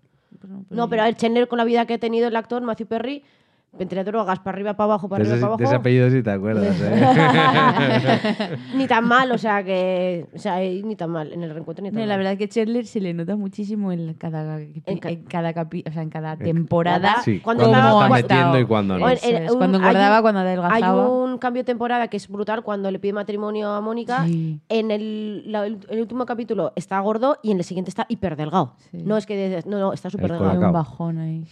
Speaker 4: Bueno, pues
Speaker 1: No, pero a ver, Chandler con la vida que ha tenido el actor, Matthew Perry, entre drogas, para arriba, para abajo, para
Speaker 3: de,
Speaker 1: arriba,
Speaker 3: ese,
Speaker 1: para
Speaker 3: de ese
Speaker 1: abajo.
Speaker 3: apellido sí te acuerdas, ¿eh?
Speaker 1: ni tan mal, o sea que. O sea, y ni tan mal en el reencuentro ni tan
Speaker 4: No,
Speaker 1: mal.
Speaker 4: la verdad que Chandler se le nota muchísimo en cada,
Speaker 1: En ca-
Speaker 4: en cada capi- o sea, en cada
Speaker 3: ca-
Speaker 4: temporada.
Speaker 1: Sí, cuando
Speaker 3: cuando se
Speaker 1: estaba-
Speaker 3: está
Speaker 1: cuando-
Speaker 3: metiendo y cuando no.
Speaker 1: Bueno,
Speaker 4: Eso
Speaker 1: en-
Speaker 4: es,
Speaker 1: un-
Speaker 4: cuando
Speaker 1: hay
Speaker 4: engordaba,
Speaker 1: un-
Speaker 4: cuando
Speaker 1: Hay
Speaker 4: adelgazaba.
Speaker 1: un cambio de temporada que es brutal cuando le pide matrimonio a Mónica.
Speaker 4: Sí.
Speaker 1: En el, la- el último capítulo está gordo y en el siguiente está hiperdelgado.
Speaker 4: Sí.
Speaker 1: No, es que dices, no, no, está súper
Speaker 4: Hay
Speaker 1: delgado.
Speaker 3: colacao.
Speaker 4: un bajón ahí.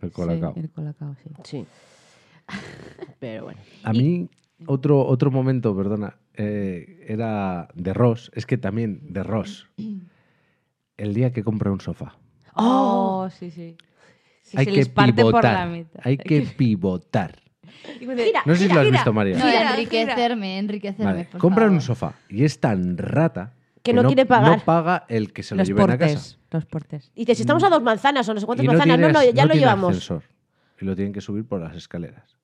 Speaker 3: El colacao.
Speaker 4: Sí, el colacao, sí.
Speaker 1: Sí. Pero bueno.
Speaker 3: A mí, otro, otro momento, perdona, eh, era de Ross, es que también de Ross. El día que compré un sofá.
Speaker 4: Oh, sí, sí. Sí,
Speaker 3: hay
Speaker 4: se
Speaker 3: que
Speaker 4: les parte
Speaker 3: pivotar.
Speaker 4: por la mitad.
Speaker 3: Hay que pivotar.
Speaker 1: Gira,
Speaker 3: No sé si
Speaker 1: gira,
Speaker 3: lo has
Speaker 1: gira.
Speaker 3: visto, María.
Speaker 2: No,
Speaker 5: Gira,
Speaker 2: enriquecerme, enriquecerme.
Speaker 3: Vale,
Speaker 2: por
Speaker 3: compran
Speaker 2: favor.
Speaker 3: un sofá y es tan rata
Speaker 1: Que no quiere pagar.
Speaker 3: No paga el que se lo
Speaker 4: Los
Speaker 3: lleven a casa.
Speaker 4: portes. Los portes.
Speaker 1: Y dices, estamos a dos manzanas o no sé cuántas
Speaker 3: Y
Speaker 1: manzanas.
Speaker 3: tiene
Speaker 1: No, no,
Speaker 3: as-
Speaker 1: ya lo
Speaker 3: tiene
Speaker 1: llevamos.
Speaker 3: ascensor. y lo tienen que subir por las escaleras.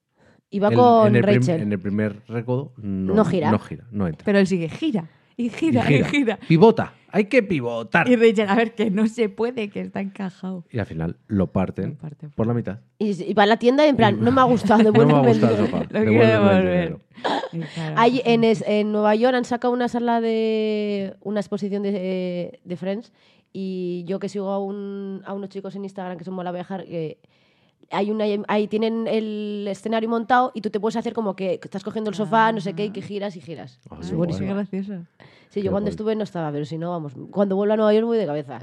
Speaker 1: Y va
Speaker 3: El-
Speaker 1: con
Speaker 3: en, el prim-
Speaker 1: Rachel.
Speaker 3: en el primer recodo no,
Speaker 1: No gira.
Speaker 3: No gira, no entra.
Speaker 4: Pero él sigue, gira. Y
Speaker 3: Y
Speaker 4: gira, y gira.
Speaker 3: Pivota. Hay que pivotar.
Speaker 4: Y Rachel, a ver, que no se puede, que está encajado.
Speaker 3: Y al final lo parten
Speaker 4: Lo parten.
Speaker 3: por la mitad.
Speaker 1: Y, y va a la tienda y en plan, no me ha gustado,
Speaker 3: No me ha
Speaker 1: devuélveme el
Speaker 3: gustado el
Speaker 1: dinero.
Speaker 3: sofá.
Speaker 4: Lo quiero
Speaker 3: devuélveme el
Speaker 4: devolver.
Speaker 3: dinero.
Speaker 4: Y claro,
Speaker 1: Hay- en, es- en Nueva York han sacado una sala de una exposición de, de Friends y yo que sigo a, un- a unos chicos en Instagram que son mola viajar que hay una ahí tienen el escenario montado y tú te puedes hacer como que estás cogiendo el sofá no sé qué y que giras y giras
Speaker 3: Ah,
Speaker 4: ay,
Speaker 3: sí,
Speaker 4: qué
Speaker 3: bueno.
Speaker 4: gracioso.
Speaker 1: sí yo
Speaker 3: Qué
Speaker 1: cuando
Speaker 3: guay.
Speaker 1: estuve no estaba pero si no vamos cuando vuelva a Nueva York voy de cabeza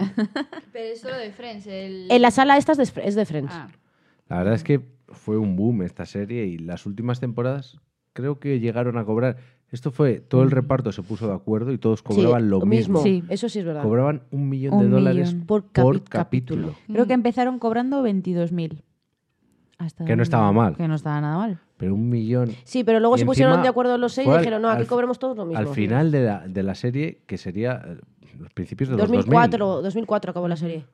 Speaker 2: Pero es solo de Friends. El...
Speaker 1: en la sala esta es de, Fr- es de Friends
Speaker 2: Ah.
Speaker 3: La verdad es que fue un boom esta serie y las últimas temporadas creo que llegaron a cobrar. Esto fue, todo el reparto se puso de acuerdo y todos
Speaker 1: Sí,
Speaker 3: cobraban lo mismo.
Speaker 4: Sí.
Speaker 1: eso sí es verdad
Speaker 3: Cobraban un millón de
Speaker 4: Un
Speaker 3: dólares
Speaker 4: millón.
Speaker 1: Por
Speaker 3: por,
Speaker 1: capi-
Speaker 3: capítulo.
Speaker 1: Mm.
Speaker 4: Creo que empezaron cobrando 22.000. Hasta
Speaker 3: Que no estaba mal.
Speaker 4: Que no estaba nada mal.
Speaker 3: Pero un millón.
Speaker 1: sí pero luego
Speaker 3: Y
Speaker 1: se
Speaker 3: encima
Speaker 1: pusieron de acuerdo los seis y
Speaker 3: fue al-
Speaker 1: dijeron no aquí
Speaker 3: al-
Speaker 1: cobremos todos lo mismo
Speaker 3: Al final de la, de la serie, que sería eh, los principios de los
Speaker 1: 2004
Speaker 3: 2000,
Speaker 1: 2004 acabó la serie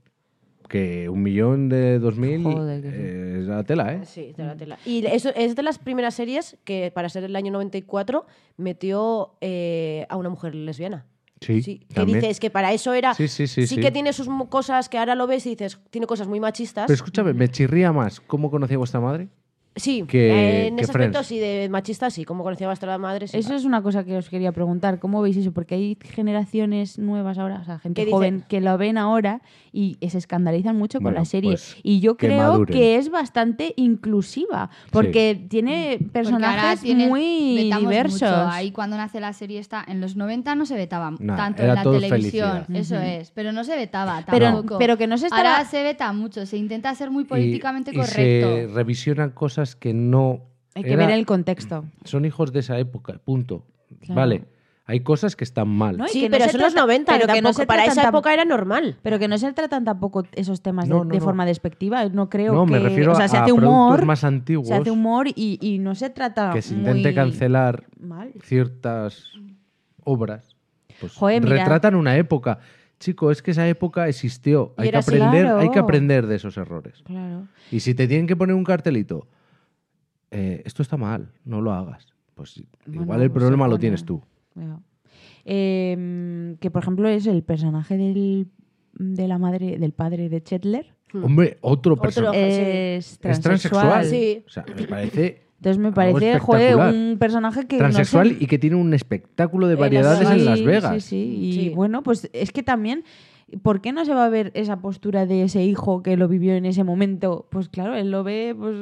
Speaker 3: que un millón de 2000
Speaker 4: Joder, que sí.
Speaker 3: eh, es la tela, ¿eh?
Speaker 1: Sí, tela, tela. Y eso, es de las primeras series que, para ser el año 94, metió eh, a una mujer lesbiana.
Speaker 3: Sí,
Speaker 1: que
Speaker 3: también.
Speaker 1: dices que para eso era.
Speaker 3: Sí, sí, sí, sí.
Speaker 1: que tiene sus mu- cosas que ahora lo ves y dices, tiene cosas muy machistas.
Speaker 3: Pero escúchame, me chirría más cómo conocía vuestra madre
Speaker 1: sí,
Speaker 3: que-
Speaker 1: eh, en
Speaker 3: que
Speaker 1: ese aspecto
Speaker 3: Friends.
Speaker 1: sí, de machistas sí, como conocía hasta la madre. sí.
Speaker 4: Eso es una cosa que os quería preguntar. ¿Cómo veis eso? Porque hay generaciones nuevas ahora, o sea,
Speaker 1: ¿Qué
Speaker 4: gente
Speaker 1: dicen?
Speaker 4: joven que lo ven ahora y se escandalizan mucho
Speaker 3: Bueno,
Speaker 4: con la serie.
Speaker 3: pues,
Speaker 4: y yo
Speaker 3: que
Speaker 4: creo
Speaker 3: maduren.
Speaker 4: que es bastante inclusiva, porque
Speaker 2: Porque
Speaker 4: tiene
Speaker 2: ahora
Speaker 4: personajes
Speaker 2: tienen-
Speaker 4: muy
Speaker 2: vetamos
Speaker 4: diversos.
Speaker 2: mucho. Ahí cuando nace la serie está en los 90 no se vetaba
Speaker 3: Nah,
Speaker 2: tanto
Speaker 3: era
Speaker 2: en la
Speaker 3: todo
Speaker 2: televisión,
Speaker 3: felicidad.
Speaker 2: eso es, pero no se vetaba
Speaker 4: Pero-
Speaker 2: tampoco.
Speaker 4: pero que no se estaba-
Speaker 2: Ahora se veta mucho, se intenta ser muy
Speaker 3: Y-
Speaker 2: políticamente
Speaker 3: y, se
Speaker 2: correcto.
Speaker 3: revisionan cosas que no...
Speaker 4: Hay que
Speaker 3: era-
Speaker 4: ver el contexto.
Speaker 3: Son hijos de esa época, punto.
Speaker 4: Claro.
Speaker 3: Vale, hay cosas que están mal.
Speaker 4: No, y
Speaker 1: Sí,
Speaker 4: que no
Speaker 1: pero
Speaker 4: se
Speaker 1: son los
Speaker 4: trata-
Speaker 1: 90,
Speaker 4: pero que no
Speaker 1: tampoco-
Speaker 4: se
Speaker 1: para
Speaker 4: tratan
Speaker 1: esa
Speaker 4: tam-
Speaker 1: época era normal.
Speaker 4: Pero que no se tratan tampoco esos temas de,
Speaker 3: No, no,
Speaker 4: de
Speaker 3: no.
Speaker 4: forma despectiva. No creo
Speaker 3: No,
Speaker 4: que.
Speaker 3: me refiero
Speaker 4: o sea, se
Speaker 3: a
Speaker 4: hace humor.
Speaker 3: productos más antiguos
Speaker 4: Se hace humor y, y no se trata.
Speaker 3: que se intente
Speaker 4: muy
Speaker 3: cancelar
Speaker 4: Mal.
Speaker 3: ciertas obras. Pues,
Speaker 4: Joder, mira.
Speaker 3: retratan una época. Chico, es que esa época existió.
Speaker 1: Y
Speaker 3: Hay que,
Speaker 1: era así.
Speaker 3: aprender,
Speaker 4: Claro.
Speaker 3: hay que aprender de esos errores.
Speaker 4: Claro.
Speaker 3: Y si te tienen que poner un cartelito, eh, esto está mal, no lo hagas. Pues
Speaker 4: Bueno,
Speaker 3: igual el
Speaker 4: pues
Speaker 3: problema
Speaker 4: se
Speaker 3: lo
Speaker 4: pone-
Speaker 3: tienes tú.
Speaker 4: Ya. Eh, que por ejemplo es el personaje del, de la madre, del padre de Chetler.
Speaker 1: Hmm.
Speaker 3: Hombre, otro
Speaker 1: Otro-
Speaker 3: personaje.
Speaker 4: Es
Speaker 3: Es
Speaker 4: transexual.
Speaker 3: transexual.
Speaker 1: Sí.
Speaker 3: O sea, me parece
Speaker 4: Entonces me
Speaker 3: Algo
Speaker 4: parece, joder,
Speaker 3: espectacular.
Speaker 4: un personaje que. no sé, Eh,
Speaker 3: transexual y que tiene un espectáculo de
Speaker 1: En Las
Speaker 3: variedades en
Speaker 1: Vegas.
Speaker 3: Las Vegas.
Speaker 4: Sí, sí. Y
Speaker 1: Sí.
Speaker 4: bueno, pues es que también, ¿por qué no se va a ver esa postura de ese hijo que lo vivió en ese momento? Pues claro, él lo ve, pues.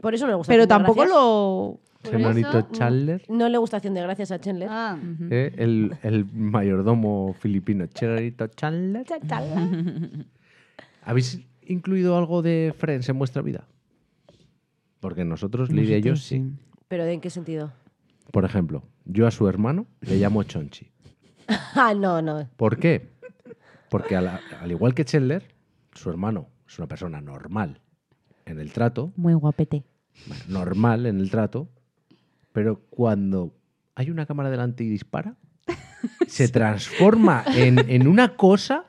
Speaker 1: Por eso no le gusta.
Speaker 4: Pero
Speaker 1: Haciendo
Speaker 4: tampoco
Speaker 1: Gracias.
Speaker 4: lo.
Speaker 2: Por
Speaker 3: Señorito
Speaker 2: eso- mm.
Speaker 3: Chandler,
Speaker 1: No le gusta haciendo gracias a Chandler.
Speaker 2: Ah,
Speaker 3: eh, el, el mayordomo filipino. Señorito Chandler. ¿Habéis incluido algo de Friends en vuestra vida? Porque nosotros, Lidia y yo,
Speaker 4: Nosotros
Speaker 3: sí.
Speaker 1: ¿Pero de en qué sentido?
Speaker 3: Por ejemplo, yo a su hermano le llamo Chonchi.
Speaker 1: Ah, no, no.
Speaker 3: ¿Por qué? Porque a la- al igual que Chandler, su hermano es una persona normal en el trato,
Speaker 4: Muy guapete.
Speaker 3: bueno, normal en el trato, pero cuando hay una cámara delante y dispara, se transforma en, en una cosa.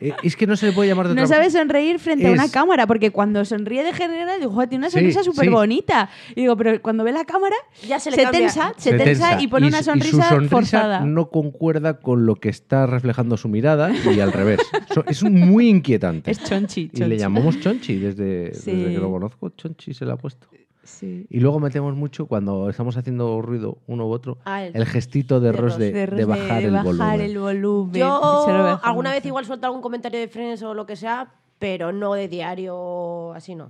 Speaker 3: eh, es que no se le puede llamar de
Speaker 4: No
Speaker 3: otra
Speaker 4: sabe sonreír frente a una
Speaker 3: Es-
Speaker 4: cámara, porque cuando sonríe de general, digo, "Joder, tiene una
Speaker 3: Sí,
Speaker 4: sonrisa
Speaker 3: sí.
Speaker 4: súper bonita. Y digo, pero cuando ve la cámara,
Speaker 1: Ya se le
Speaker 4: se
Speaker 1: cambia.
Speaker 4: tensa, se tensa y pone una
Speaker 3: s- y su
Speaker 4: sonrisa
Speaker 3: sonrisa
Speaker 4: forzada.
Speaker 3: no concuerda con lo que está reflejando su mirada y al revés. So- es un- muy inquietante.
Speaker 4: Es chonchi,
Speaker 3: Y le
Speaker 4: chonchi.
Speaker 3: llamamos Chonchi desde,
Speaker 4: Sí.
Speaker 3: desde que lo conozco. Chonchi se le ha puesto.
Speaker 4: Sí.
Speaker 3: Y luego metemos mucho cuando estamos haciendo ruido uno u otro
Speaker 1: Ah, el-
Speaker 3: el gestito de,
Speaker 1: de
Speaker 3: Ross
Speaker 1: Ross,
Speaker 3: de, de bajar, el, volumen.
Speaker 4: volumen. Se lo voy a
Speaker 1: Yo
Speaker 4: dejar
Speaker 1: alguna
Speaker 4: mucho.
Speaker 1: vez igual suelto algún comentario de Friends o lo que sea, pero no de diario, así no.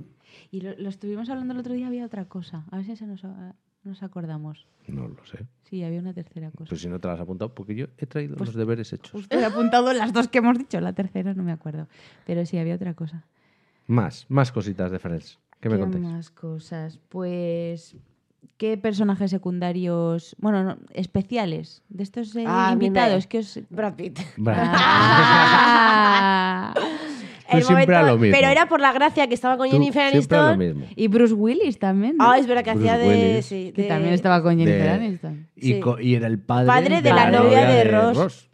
Speaker 4: Y lo, lo estuvimos hablando el otro día, había otra cosa. A ver si se nos, ah, nos acordamos.
Speaker 3: No lo sé.
Speaker 4: Sí, había una tercera cosa.
Speaker 3: Pues si no te las has apuntado, porque yo he traído
Speaker 1: Pues
Speaker 3: los deberes hechos.
Speaker 4: Justo he apuntado las dos que hemos dicho, la tercera no me acuerdo. Pero sí, había otra cosa.
Speaker 3: Más, más cositas de Friends. ¿Qué me contéis?
Speaker 4: más cosas? Pues... ¿Qué personajes secundarios, bueno, no, especiales, de estos eh,
Speaker 1: Ah, a mí me-
Speaker 4: invitados que os...
Speaker 1: Brad Pitt.
Speaker 3: Bra-
Speaker 4: Ah.
Speaker 3: Tú
Speaker 1: El
Speaker 3: siempre a lo mismo.
Speaker 1: Pero era por la gracia que estaba con
Speaker 3: Tú
Speaker 1: Jennifer
Speaker 3: siempre a lo
Speaker 1: Aniston.
Speaker 3: mismo.
Speaker 4: y Bruce Willis también. ¿no?
Speaker 1: Ah, es verdad que
Speaker 3: Bruce
Speaker 1: hacía de,
Speaker 3: Willis.
Speaker 1: sí,
Speaker 4: que
Speaker 1: de-
Speaker 4: también estaba con Jennifer
Speaker 3: de-
Speaker 4: Aniston.
Speaker 3: Y,
Speaker 1: Sí.
Speaker 3: co- y era el padre,
Speaker 1: Padre de la novia de Ross.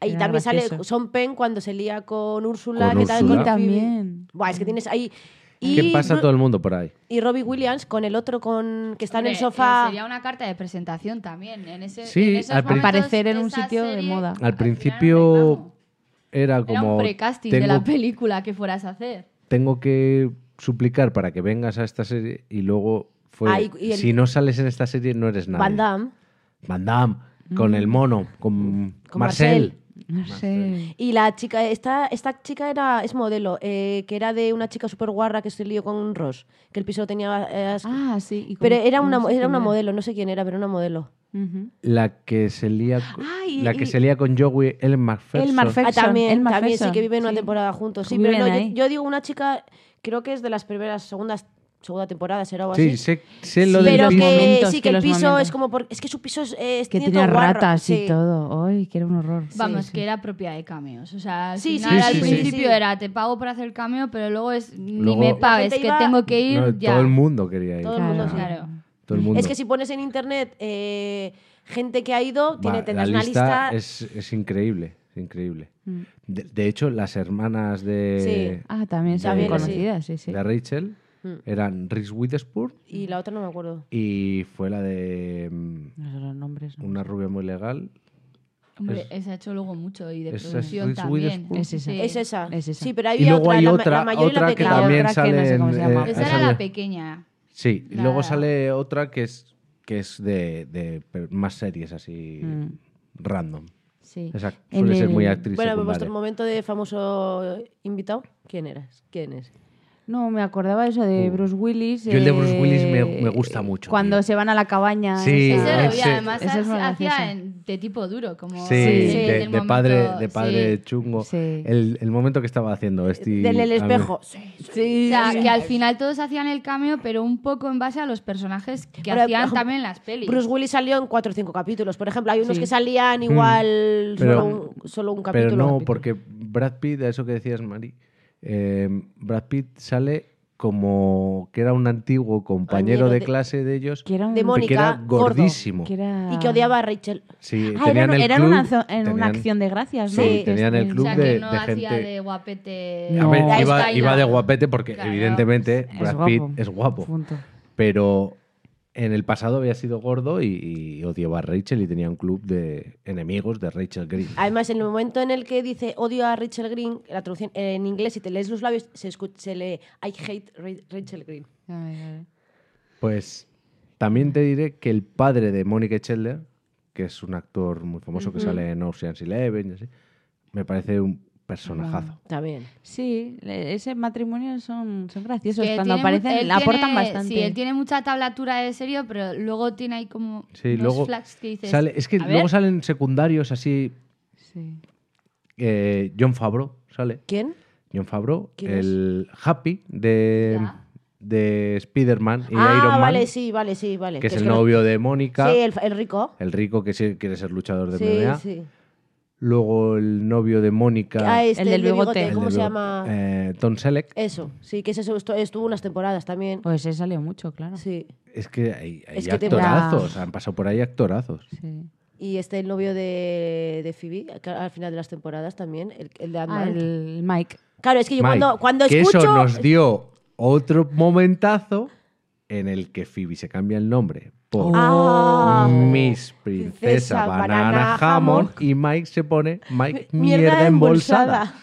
Speaker 1: Ah, Y
Speaker 4: Era
Speaker 1: también sale
Speaker 4: gracioso.
Speaker 1: Sean Penn cuando se lía con Úrsula.
Speaker 3: Con
Speaker 1: que tal,
Speaker 3: Úrsula.
Speaker 1: con
Speaker 4: Sí,
Speaker 1: Phoebe.
Speaker 4: también.
Speaker 1: Buah, es que tienes ahí. Y,
Speaker 3: ¿Qué pasa a
Speaker 1: Bru-
Speaker 3: todo el mundo por ahí?
Speaker 1: y Robbie Williams con el otro con que está en el
Speaker 2: Hombre,
Speaker 1: sofá.
Speaker 2: eh, Sería una carta de presentación también. En ese,
Speaker 3: Sí,
Speaker 2: en esos
Speaker 3: al prin-
Speaker 4: Aparecer en un
Speaker 2: esa
Speaker 4: sitio de
Speaker 2: serie,
Speaker 4: moda.
Speaker 3: Al
Speaker 4: Al
Speaker 2: final,
Speaker 3: principio
Speaker 2: vamos,
Speaker 3: era
Speaker 2: Era un
Speaker 3: como.
Speaker 2: precasting
Speaker 3: tengo,
Speaker 2: de la película que fueras a hacer.
Speaker 3: tengo que suplicar para que vengas a esta serie y luego fue.
Speaker 1: Ah, y- y el-
Speaker 3: si no sales en esta serie, no eres nadie.
Speaker 1: Van Damme. Mm.
Speaker 3: Van Damme, con el mono, con,
Speaker 1: Con
Speaker 3: Marcel.
Speaker 4: No sé.
Speaker 1: Y la chica, esta, esta chica era, es modelo, eh, que era de una chica súper guarra que se lió con un Ross, que el piso tenía... eh, as-
Speaker 4: Ah, sí. y
Speaker 1: pero
Speaker 4: como-
Speaker 1: era una,
Speaker 4: no sé
Speaker 1: era
Speaker 4: quién
Speaker 1: una modelo, no sé quién era, pero una modelo.
Speaker 4: Ujú.
Speaker 3: La que se lía, co-
Speaker 4: Ah, y-
Speaker 3: la que
Speaker 4: y-
Speaker 3: se lía con Joey, Ellen McPherson.
Speaker 4: Ellen McPherson.
Speaker 1: Ah,
Speaker 4: Ferguson,
Speaker 1: también,
Speaker 4: Elma
Speaker 1: también sí
Speaker 4: Ferguson,
Speaker 1: que viven una
Speaker 4: sí.
Speaker 1: temporada juntos. Sí,
Speaker 4: Viven
Speaker 1: pero no, yo,
Speaker 4: ahí.
Speaker 1: yo digo una chica, creo que es de las primeras, segundas, segunda temporada, será o así.
Speaker 3: Sí, sé, sé lo
Speaker 4: Sí,
Speaker 3: del
Speaker 1: pero
Speaker 4: los
Speaker 1: que
Speaker 3: piso.
Speaker 4: momentos,
Speaker 1: sí que,
Speaker 4: que
Speaker 1: el
Speaker 4: los
Speaker 1: piso
Speaker 4: momentos.
Speaker 1: es como por- es que su piso es, eh,
Speaker 4: Que
Speaker 1: tiene
Speaker 4: tenía
Speaker 1: todo guarro,
Speaker 4: ratas
Speaker 1: sí.
Speaker 4: y todo. Ay, que era un horror.
Speaker 2: Vamos,
Speaker 4: Sí,
Speaker 2: que
Speaker 4: sí.
Speaker 2: era propia de cameos. O sea, al
Speaker 1: Sí, sí,
Speaker 2: final,
Speaker 3: sí,
Speaker 2: al
Speaker 3: sí, sí.
Speaker 2: principio
Speaker 1: sí.
Speaker 2: era te pago por hacer cameo, pero luego es ni
Speaker 3: Luego-
Speaker 2: me
Speaker 1: La
Speaker 2: pagues,
Speaker 1: gente
Speaker 2: que
Speaker 1: iba-
Speaker 2: tengo que ir
Speaker 3: No,
Speaker 2: ya.
Speaker 3: Todo el mundo quería ir.
Speaker 1: Todo el mundo,
Speaker 3: Ah,
Speaker 1: sí.
Speaker 2: Claro.
Speaker 3: todo el mundo.
Speaker 1: Es que si pones en internet eh, gente que ha ido, tiene,
Speaker 3: Va,
Speaker 1: tendrás
Speaker 3: la
Speaker 1: una
Speaker 3: lista
Speaker 1: lista...
Speaker 3: es, es increíble, es increíble.
Speaker 4: Mm.
Speaker 3: De, de hecho, las hermanas de,
Speaker 1: Sí.
Speaker 4: Ah, también son
Speaker 3: También,
Speaker 4: conocidas, sí, sí.
Speaker 3: de Rachel
Speaker 1: Mm.
Speaker 3: eran Reese Witherspoon
Speaker 1: Y la otra no me acuerdo.
Speaker 3: y fue la de mm,
Speaker 4: No sé los nombres. no.
Speaker 3: una rubia muy legal.
Speaker 2: Hombre,
Speaker 3: Es-
Speaker 2: esa ha hecho luego mucho y de
Speaker 3: esa es
Speaker 2: producción
Speaker 3: Reese
Speaker 2: también.
Speaker 3: Witherspoon.
Speaker 4: Es esa.
Speaker 2: Sí.
Speaker 1: Es esa.
Speaker 4: Es esa.
Speaker 1: Sí, pero
Speaker 3: y
Speaker 1: había
Speaker 3: luego
Speaker 1: otra,
Speaker 3: hay
Speaker 1: la, ma-
Speaker 3: otra,
Speaker 1: la mayor y
Speaker 3: otra
Speaker 1: la
Speaker 3: que
Speaker 1: pequeña.
Speaker 3: también
Speaker 4: Otra que
Speaker 3: sale
Speaker 4: no sé cómo
Speaker 3: en,
Speaker 4: se
Speaker 3: eh,
Speaker 4: llamaba.
Speaker 3: ha
Speaker 2: Esa era
Speaker 3: salido-
Speaker 2: la pequeña.
Speaker 3: Sí, y
Speaker 2: La-
Speaker 3: luego sale otra que es que es de, de per- más series así
Speaker 4: Mm.
Speaker 3: random.
Speaker 4: Sí.
Speaker 3: Esa
Speaker 4: En
Speaker 3: suele ser
Speaker 4: el-
Speaker 3: muy actriz
Speaker 1: Bueno, pues
Speaker 3: secundaria.
Speaker 1: vuestro momento de famoso invitado, ¿quién eras? ¿Quién es?
Speaker 4: No, me acordaba eso de
Speaker 3: Uh.
Speaker 4: Bruce Willis.
Speaker 3: Yo el de Bruce
Speaker 4: eh,
Speaker 3: Willis me- me gusta mucho,
Speaker 4: Cuando
Speaker 3: tío.
Speaker 4: se van a la cabaña.
Speaker 3: Sí,
Speaker 2: Ese
Speaker 4: esa.
Speaker 2: lo
Speaker 3: ese-
Speaker 2: vi, además
Speaker 4: Ese es muy
Speaker 2: ha-
Speaker 4: gracioso.
Speaker 2: hacía en- de tipo duro, como
Speaker 3: Sí,
Speaker 2: del-
Speaker 4: Sí.
Speaker 3: de,
Speaker 2: del
Speaker 3: de padre,
Speaker 2: momento,
Speaker 3: de padre chungo.
Speaker 4: Sí.
Speaker 3: El, el momento que estaba haciendo este.
Speaker 1: Del el espejo.
Speaker 2: sí. O sea, que al final todos hacían el cameo, pero un poco en base a los personajes que
Speaker 1: Pero,
Speaker 2: hacían
Speaker 1: por ejemplo,
Speaker 2: también en las pelis.
Speaker 1: Bruce Willis salió en cuatro o cinco capítulos. Por ejemplo, hay unos
Speaker 4: Sí.
Speaker 1: que salían igual
Speaker 3: Mm. Pero-
Speaker 1: solo, un, solo un capítulo.
Speaker 3: Pero no, porque Brad Pitt, a eso que decías, Mari, eh, Brad Pitt sale como que era un antiguo compañero
Speaker 1: Compañero
Speaker 3: de
Speaker 1: de-
Speaker 3: clase de ellos,
Speaker 4: Que era un-
Speaker 1: De Mónica,
Speaker 3: que era
Speaker 1: gordo.
Speaker 3: gordísimo.
Speaker 4: que era-
Speaker 1: Y que odiaba a Rachel.
Speaker 3: Sí,
Speaker 4: Ah,
Speaker 3: tenían
Speaker 4: eran,
Speaker 3: el
Speaker 4: eran
Speaker 3: club,
Speaker 4: una, zo- en una
Speaker 3: tenían-
Speaker 4: acción de gracias, ¿no? Este,
Speaker 1: Sí,
Speaker 4: Que es
Speaker 3: tenían el
Speaker 4: del-
Speaker 2: o
Speaker 3: club
Speaker 2: sea,
Speaker 3: de-
Speaker 2: que no
Speaker 3: de
Speaker 2: hacía
Speaker 3: gente-
Speaker 2: de guapete.
Speaker 4: No.
Speaker 3: A ver,
Speaker 1: Ahí
Speaker 3: iba,
Speaker 1: está,
Speaker 3: iba de
Speaker 2: Skylar.
Speaker 3: guapete porque
Speaker 2: Claro.
Speaker 3: evidentemente
Speaker 4: Es
Speaker 3: Brad
Speaker 4: guapo.
Speaker 3: Pitt es guapo,
Speaker 4: Punto.
Speaker 3: pero en el pasado había sido gordo y, y odiaba a Rachel y tenía un club de enemigos de Rachel Green.
Speaker 1: Además, en el momento en el que dice odio a Rachel Green, la traducción en inglés, si te lees los labios, se, escu- se lee I hate Ra- Rachel Green.
Speaker 3: Pues también te diré que el padre de Mónica Chandler, que es un actor muy famoso que sale en Ocean's Eleven y así, me parece un personajazo.
Speaker 1: También.
Speaker 4: Sí, le- ese matrimonio son, son graciosos.
Speaker 2: Que tiene
Speaker 4: Cuando
Speaker 2: mu-
Speaker 4: aparecen,
Speaker 2: él
Speaker 4: le aportan
Speaker 2: tiene-
Speaker 4: bastante.
Speaker 2: Sí, él tiene mucha tablatura de serio, pero luego tiene ahí como
Speaker 3: Sí,
Speaker 2: unos
Speaker 3: luego
Speaker 2: flags que dices.
Speaker 3: Sale, es que
Speaker 2: "A
Speaker 3: luego
Speaker 2: ver".
Speaker 3: salen secundarios así.
Speaker 4: Sí.
Speaker 3: eh, John Favreau sale.
Speaker 1: ¿Quién?
Speaker 3: John Favreau,
Speaker 1: ¿Quién es?
Speaker 3: el Happy de,
Speaker 2: Ya.
Speaker 3: de Spider-Man y
Speaker 1: ah,
Speaker 3: Iron Man,
Speaker 1: vale, sí, vale, sí, vale.
Speaker 3: que es el
Speaker 1: no-
Speaker 3: novio de Mónica,
Speaker 1: Sí, el, el rico.
Speaker 3: el rico que se- quiere ser luchador de
Speaker 1: Sí,
Speaker 3: MMA.
Speaker 1: sí.
Speaker 3: Luego el novio de Mónica,
Speaker 1: Ah, este,
Speaker 4: El del
Speaker 1: de
Speaker 4: bigote.
Speaker 3: el
Speaker 1: ¿Cómo
Speaker 3: de
Speaker 1: se
Speaker 3: Lu-
Speaker 1: llama?
Speaker 3: eh, Tom Selleck.
Speaker 1: Eso, sí, que ese estu- estuvo, unas temporadas también.
Speaker 4: Pues se salió mucho, claro.
Speaker 1: Sí.
Speaker 3: Es que hay, hay
Speaker 1: Es que te-
Speaker 3: actorazos, han pasado por ahí actorazos.
Speaker 4: Sí.
Speaker 1: Y este, el novio de, de Phoebe, que al final de las temporadas también, el, el de
Speaker 4: Ah,
Speaker 1: Ant-Man.
Speaker 4: el Mike.
Speaker 1: Claro, es que yo
Speaker 3: Mike,
Speaker 1: cuando, cuando
Speaker 3: que
Speaker 1: escucho...
Speaker 3: eso nos dio otro momentazo en el que Phoebe se cambia el nombre por
Speaker 1: Ah.
Speaker 3: Miss Princesa
Speaker 1: Princesa
Speaker 3: Banana,
Speaker 1: Banana
Speaker 3: Hammond
Speaker 1: Hammond.
Speaker 3: y Mike se pone Mike Mierda Embolsada.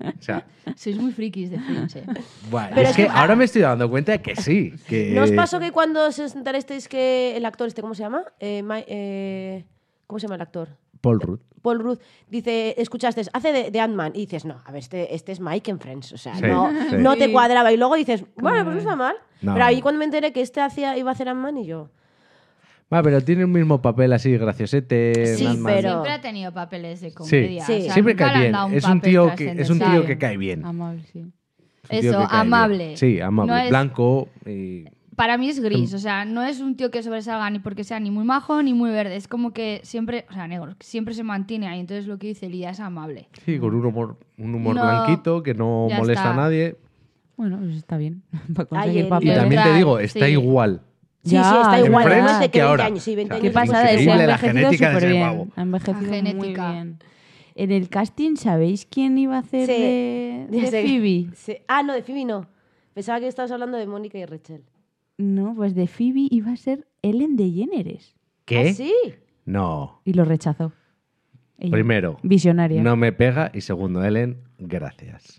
Speaker 3: O sea,
Speaker 2: Sois muy frikis de Friends, eh.
Speaker 3: bueno,
Speaker 1: Pero
Speaker 3: es
Speaker 1: es
Speaker 3: que
Speaker 1: que-
Speaker 3: ahora me estoy dando cuenta de que sí. Que...
Speaker 1: ¿No os pasó que cuando se os enterasteis que el actor este, ¿cómo se llama? Eh, Ma- eh, ¿Cómo se llama el actor?
Speaker 3: Paul Rudd.
Speaker 1: Paul Rudd dice, escuchaste, hace de, de Ant-Man y dices, no, a ver, este, este es Mike en Friends, o sea,
Speaker 3: Sí,
Speaker 1: no,
Speaker 3: sí.
Speaker 1: no te
Speaker 2: Sí.
Speaker 1: cuadraba. Y luego dices, bueno,
Speaker 4: Mm.
Speaker 1: pues no está mal.
Speaker 3: No.
Speaker 1: Pero ahí cuando me enteré que este hacía, iba a hacer Ant-Man y yo,
Speaker 3: Va, pero tiene el mismo papel así, graciosete.
Speaker 1: Sí,
Speaker 3: Batman.
Speaker 1: pero-
Speaker 2: Siempre ha tenido papeles de
Speaker 3: Sí,
Speaker 2: comedia.
Speaker 1: Sí.
Speaker 2: o sea,
Speaker 3: siempre
Speaker 2: nunca le
Speaker 3: cae
Speaker 2: han
Speaker 3: bien.
Speaker 2: dado
Speaker 3: es, un
Speaker 2: papel
Speaker 3: tío que, es un tío
Speaker 2: trascendente.
Speaker 3: que cae bien.
Speaker 4: Amable, sí.
Speaker 3: Es un tío
Speaker 2: Eso,
Speaker 3: que cae bien.
Speaker 2: amable.
Speaker 3: Sí, amable.
Speaker 2: No es-
Speaker 3: Blanco. y-
Speaker 2: Para mí es
Speaker 3: Mm.
Speaker 2: gris, o sea, no es un tío que sobresalga ni porque sea ni muy majo ni muy verde. Es como que siempre, o sea, negro, siempre se mantiene ahí. Entonces lo que dice Lidia es amable.
Speaker 3: Sí, con un humor, un humor
Speaker 2: No,
Speaker 3: blanquito que no
Speaker 2: ya
Speaker 3: molesta a
Speaker 2: está.
Speaker 3: nadie.
Speaker 4: Bueno, pues está bien. Para
Speaker 1: Ay,
Speaker 4: conseguir
Speaker 1: el- Pero
Speaker 3: Y
Speaker 4: papel.
Speaker 3: también te
Speaker 2: tal,
Speaker 3: digo, está
Speaker 2: sí.
Speaker 3: igual.
Speaker 1: sí, sí, está
Speaker 4: En
Speaker 1: igual,
Speaker 4: Friends
Speaker 1: además de
Speaker 3: que
Speaker 1: que 20
Speaker 3: ahora.
Speaker 1: años, sí, 20
Speaker 3: O sea,
Speaker 1: años.
Speaker 4: Qué
Speaker 3: Es
Speaker 4: pasada, se
Speaker 3: increíble
Speaker 4: ha
Speaker 3: la
Speaker 4: envejecido
Speaker 3: genética de
Speaker 4: súper
Speaker 3: ese
Speaker 4: bien.
Speaker 3: pavo.
Speaker 4: Ha envejecido
Speaker 2: La genética.
Speaker 4: muy bien. En el casting, ¿sabéis quién iba a hacer
Speaker 1: Sí.
Speaker 4: de, de
Speaker 1: Desde-
Speaker 4: Phoebe?
Speaker 1: Sí. Ah, no, de Phoebe no. Pensaba que estabas hablando de Mónica y Rachel.
Speaker 4: No, pues de Phoebe iba a ser Ellen DeGeneres.
Speaker 1: ¿Ah, sí?
Speaker 3: No.
Speaker 4: Y lo rechazó. Ella.
Speaker 3: Primero,
Speaker 4: Visionaria.
Speaker 3: no me pega. Y segundo, Ellen, gracias.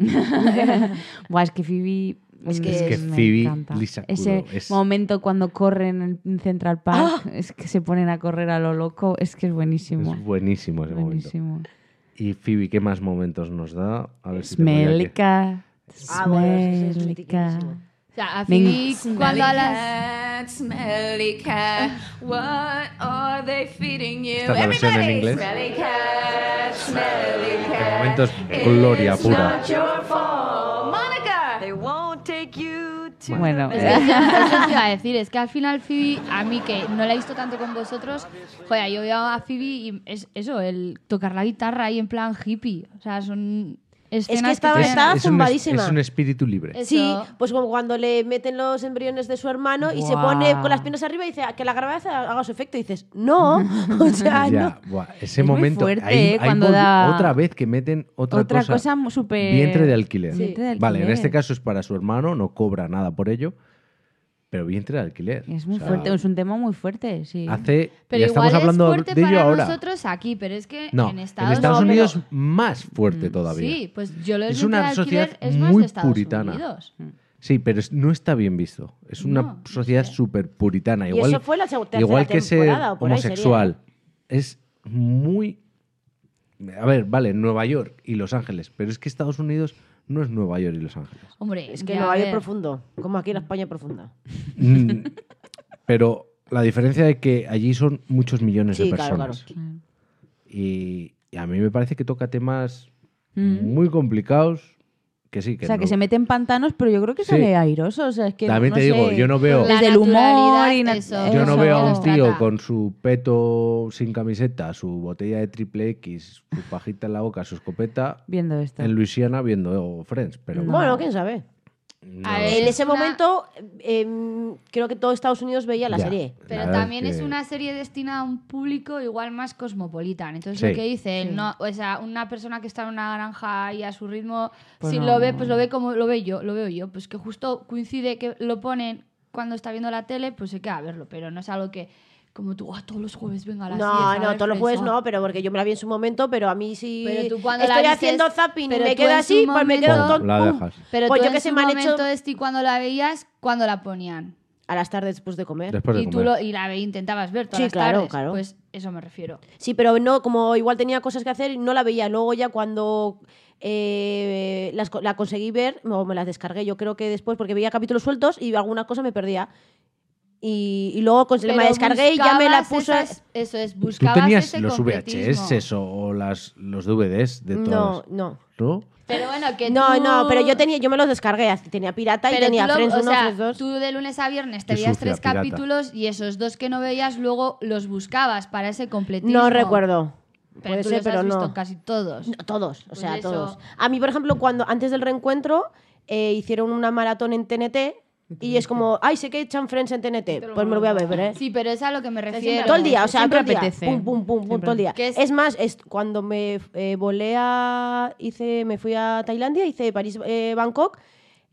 Speaker 4: Buah, es que Phoebe...
Speaker 1: Es que-
Speaker 4: mm,
Speaker 1: Es
Speaker 3: que
Speaker 4: me
Speaker 3: Phoebe
Speaker 4: encanta.
Speaker 3: Lisa Kudrow
Speaker 4: Ese
Speaker 3: es-
Speaker 4: momento cuando corren en Central Park,
Speaker 1: Ah.
Speaker 4: es que se ponen a correr a lo loco, es que es buenísimo.
Speaker 3: Es buenísimo ese momento.
Speaker 4: buenísimo.
Speaker 3: Y Phoebe, ¿qué más momentos nos da? A ver si te ponía aquí.
Speaker 4: Smellica.
Speaker 1: Ah, bueno, eso sí es
Speaker 4: Smellica.
Speaker 1: mitiquísimo.
Speaker 2: O sea, a
Speaker 4: Me
Speaker 2: Phoebe, cuando hablas...
Speaker 5: cat, smelly cat, what are they feeding you?
Speaker 3: Esta es la versión en inglés.
Speaker 5: Smelly cat, smelly cat.
Speaker 3: El momento es gloria pura.
Speaker 5: your fault, Monica. They won't take you to
Speaker 4: Bueno,
Speaker 2: Eso te iba a decir, es que al final Phoebe, a mí que no la he visto tanto con vosotros, joder, yo veo a Phoebe y es eso, el tocar la guitarra ahí en plan hippie. O sea, son escenas
Speaker 1: estaba-
Speaker 2: tienen-
Speaker 1: estaba-
Speaker 3: es, un, es
Speaker 1: zumbadísima.
Speaker 3: un espíritu libre.
Speaker 2: Eso.
Speaker 1: Sí, pues como cuando le meten los embriones de su hermano y se
Speaker 4: Guau.
Speaker 1: pone con las piernas arriba y dice "A que la grabaza haga su efecto. Y dices, no, o sea, Ah, no.
Speaker 3: Ya, buah, ese
Speaker 4: Es muy
Speaker 3: momento.
Speaker 4: fuerte,
Speaker 3: ahí,
Speaker 4: eh,
Speaker 3: ahí
Speaker 4: cuando
Speaker 3: volvi-
Speaker 4: da-
Speaker 3: Otra vez que meten otra,
Speaker 4: otra cosa mu- súper...
Speaker 3: Vientre de alquiler.
Speaker 1: Sí.
Speaker 4: Vientre de
Speaker 3: Vale, en
Speaker 4: alquiler.
Speaker 3: este caso es para su hermano, no cobra nada por ello, pero vientre de alquiler.
Speaker 4: Es muy
Speaker 3: O sea,
Speaker 4: fuerte, es un tema muy fuerte, sí.
Speaker 3: Hace,
Speaker 2: Pero
Speaker 3: ya
Speaker 2: igual
Speaker 3: estamos hablando
Speaker 2: es fuerte
Speaker 3: de ello
Speaker 2: para
Speaker 3: ahora.
Speaker 2: nosotros aquí, pero es que
Speaker 3: no,
Speaker 2: en Estados, No,
Speaker 3: Unidos más fuerte
Speaker 2: pero-
Speaker 3: todavía.
Speaker 2: Sí, pues yo lo
Speaker 3: Es
Speaker 2: de
Speaker 3: una
Speaker 2: alquiler
Speaker 3: sociedad
Speaker 2: es más
Speaker 3: muy
Speaker 2: de Estados
Speaker 3: puritana.
Speaker 2: Unidos.
Speaker 3: Sí, pero es- no está bien visto. Es una
Speaker 2: No, no
Speaker 3: sociedad
Speaker 2: sé.
Speaker 3: súper puritana.
Speaker 1: Y
Speaker 3: Igual,
Speaker 1: eso fue la seg- tercera
Speaker 3: igual que ser
Speaker 1: temporada, o por ahí sería,
Speaker 3: homosexual. Es muy... A ver, vale, Nueva York y Los Ángeles, pero es que Estados Unidos no es Nueva York y Los Ángeles.
Speaker 2: Hombre,
Speaker 1: Es que
Speaker 2: ya
Speaker 1: no hay
Speaker 2: ver.
Speaker 1: profundo, como aquí en la España profunda.
Speaker 3: Mm, pero la diferencia de que allí son muchos millones
Speaker 1: Sí,
Speaker 3: de
Speaker 1: claro, claro.
Speaker 3: personas. Y, y a mí me parece que toca temas
Speaker 4: Mm.
Speaker 3: muy complicados que sí, que
Speaker 4: o sea,
Speaker 3: no.
Speaker 4: que se mete en pantanos, pero yo creo que
Speaker 3: Sí.
Speaker 4: sale airoso. O sea, es que
Speaker 3: También
Speaker 4: no
Speaker 3: te
Speaker 4: sé.
Speaker 3: digo, yo no veo,
Speaker 2: La
Speaker 4: Desde el humor
Speaker 2: naturalidad,
Speaker 4: y na-
Speaker 2: eso.
Speaker 3: yo no
Speaker 4: eso
Speaker 3: veo a
Speaker 4: no.
Speaker 3: un tío
Speaker 2: Trata.
Speaker 3: con su peto sin camiseta, su botella de triple X, su pajita en la boca, su escopeta
Speaker 4: Viendo esto.
Speaker 3: en Luisiana viendo Friends, pero
Speaker 4: No.
Speaker 1: Bueno, quién sabe.
Speaker 3: no
Speaker 2: A
Speaker 3: lo
Speaker 2: ver,
Speaker 3: sé.
Speaker 1: En ese
Speaker 2: una-
Speaker 1: momento, em, creo que todo Estados Unidos veía la
Speaker 3: Ya.
Speaker 1: serie.
Speaker 2: Pero
Speaker 3: La verdad
Speaker 2: también es
Speaker 3: que-
Speaker 2: una serie destinada a un público igual más cosmopolitano. Entonces,
Speaker 3: Sí.
Speaker 2: lo que dice él, no, o sea, una persona que está en una granja y a su ritmo,
Speaker 4: Pues
Speaker 2: si
Speaker 4: no.
Speaker 2: lo ve, pues lo ve como lo veo yo, lo veo yo. Pues que justo coincide que lo ponen cuando está viendo la tele, pues se queda a verlo. Pero no es algo que, como tú, "Ah, todos los jueves venga a las 10
Speaker 1: No,
Speaker 2: a
Speaker 1: no,
Speaker 2: ver
Speaker 1: todos los jueves
Speaker 2: Friends".
Speaker 1: no, pero porque yo me la vi en su momento, pero a mí sí.
Speaker 2: Pero tú cuando la
Speaker 1: Estoy
Speaker 2: viste-
Speaker 1: haciendo zapping y
Speaker 2: pero
Speaker 1: me
Speaker 2: tú
Speaker 1: quedo
Speaker 2: en
Speaker 1: así,
Speaker 2: su
Speaker 1: pues me
Speaker 2: momento-
Speaker 1: quedo
Speaker 3: Pum,
Speaker 1: ton-
Speaker 3: la
Speaker 1: pum.
Speaker 3: dejas.
Speaker 2: Pero
Speaker 1: Pues
Speaker 2: tú
Speaker 1: yo
Speaker 2: en
Speaker 1: que sé,
Speaker 2: su
Speaker 1: me han hecho
Speaker 2: momento este, cuando la veías, cuando la ponían.
Speaker 1: a las tardes después de comer.
Speaker 3: Después Pues de
Speaker 2: y tú
Speaker 3: comer.
Speaker 2: lo, y la ve- intentabas ver todas
Speaker 1: Sí,
Speaker 2: las
Speaker 1: claro,
Speaker 2: tardes.
Speaker 1: claro.
Speaker 2: Pues eso me refiero.
Speaker 1: Sí, pero no, como igual tenía cosas que hacer y no la veía. Luego ya cuando eh, las co- la conseguí ver, o me las descargué, yo creo que después, porque veía capítulos sueltos y alguna cosa me perdía. Y, y luego cons- me la
Speaker 2: Pero
Speaker 1: descargué y ya me la
Speaker 2: buscabas
Speaker 1: puse.
Speaker 2: esas- eso es,
Speaker 3: ¿Tú
Speaker 2: buscabas
Speaker 3: tenías
Speaker 2: ese
Speaker 3: los
Speaker 2: completismo.
Speaker 3: VHS o, o las, los DVDs de
Speaker 1: No,
Speaker 3: todos?
Speaker 1: no.
Speaker 3: ¿No?
Speaker 2: Pero bueno, que
Speaker 1: No,
Speaker 2: tú-
Speaker 1: no, pero yo tenía, yo me los descargué, tenía pirata y
Speaker 2: pero
Speaker 1: tenía
Speaker 2: tú lo-
Speaker 1: Friends
Speaker 2: o
Speaker 1: 1,
Speaker 2: sea,
Speaker 1: Friends 2.
Speaker 2: tú de lunes a viernes te
Speaker 3: Qué
Speaker 2: veías
Speaker 3: sucia,
Speaker 2: tres
Speaker 3: pirata.
Speaker 2: capítulos y esos dos que no veías luego los buscabas para ese completismo.
Speaker 1: No recuerdo.
Speaker 2: Pero
Speaker 1: Puede
Speaker 2: tú
Speaker 1: ser,
Speaker 2: los
Speaker 1: pero
Speaker 2: has visto
Speaker 1: no.
Speaker 2: casi todos.
Speaker 1: No, todos, o
Speaker 2: Pues
Speaker 1: sea,
Speaker 2: eso.
Speaker 1: todos. A mí, por ejemplo, cuando antes del reencuentro eh, hicieron una maratón en TNT y es como, ay, sé que echan Friends en TNT, pues me lo voy a beber, ¿eh?
Speaker 2: Sí, pero es a lo que me refiero.
Speaker 1: Todo el día, o sea,
Speaker 6: Siempre
Speaker 1: todo el día.
Speaker 6: apetece.
Speaker 1: Pum, pum, pum, pum,
Speaker 6: Siempre.
Speaker 1: todo el día.
Speaker 2: Que es-
Speaker 1: Es... más, es cuando me eh, volé a. Hice, me fui a Tailandia, hice París-Bangkok.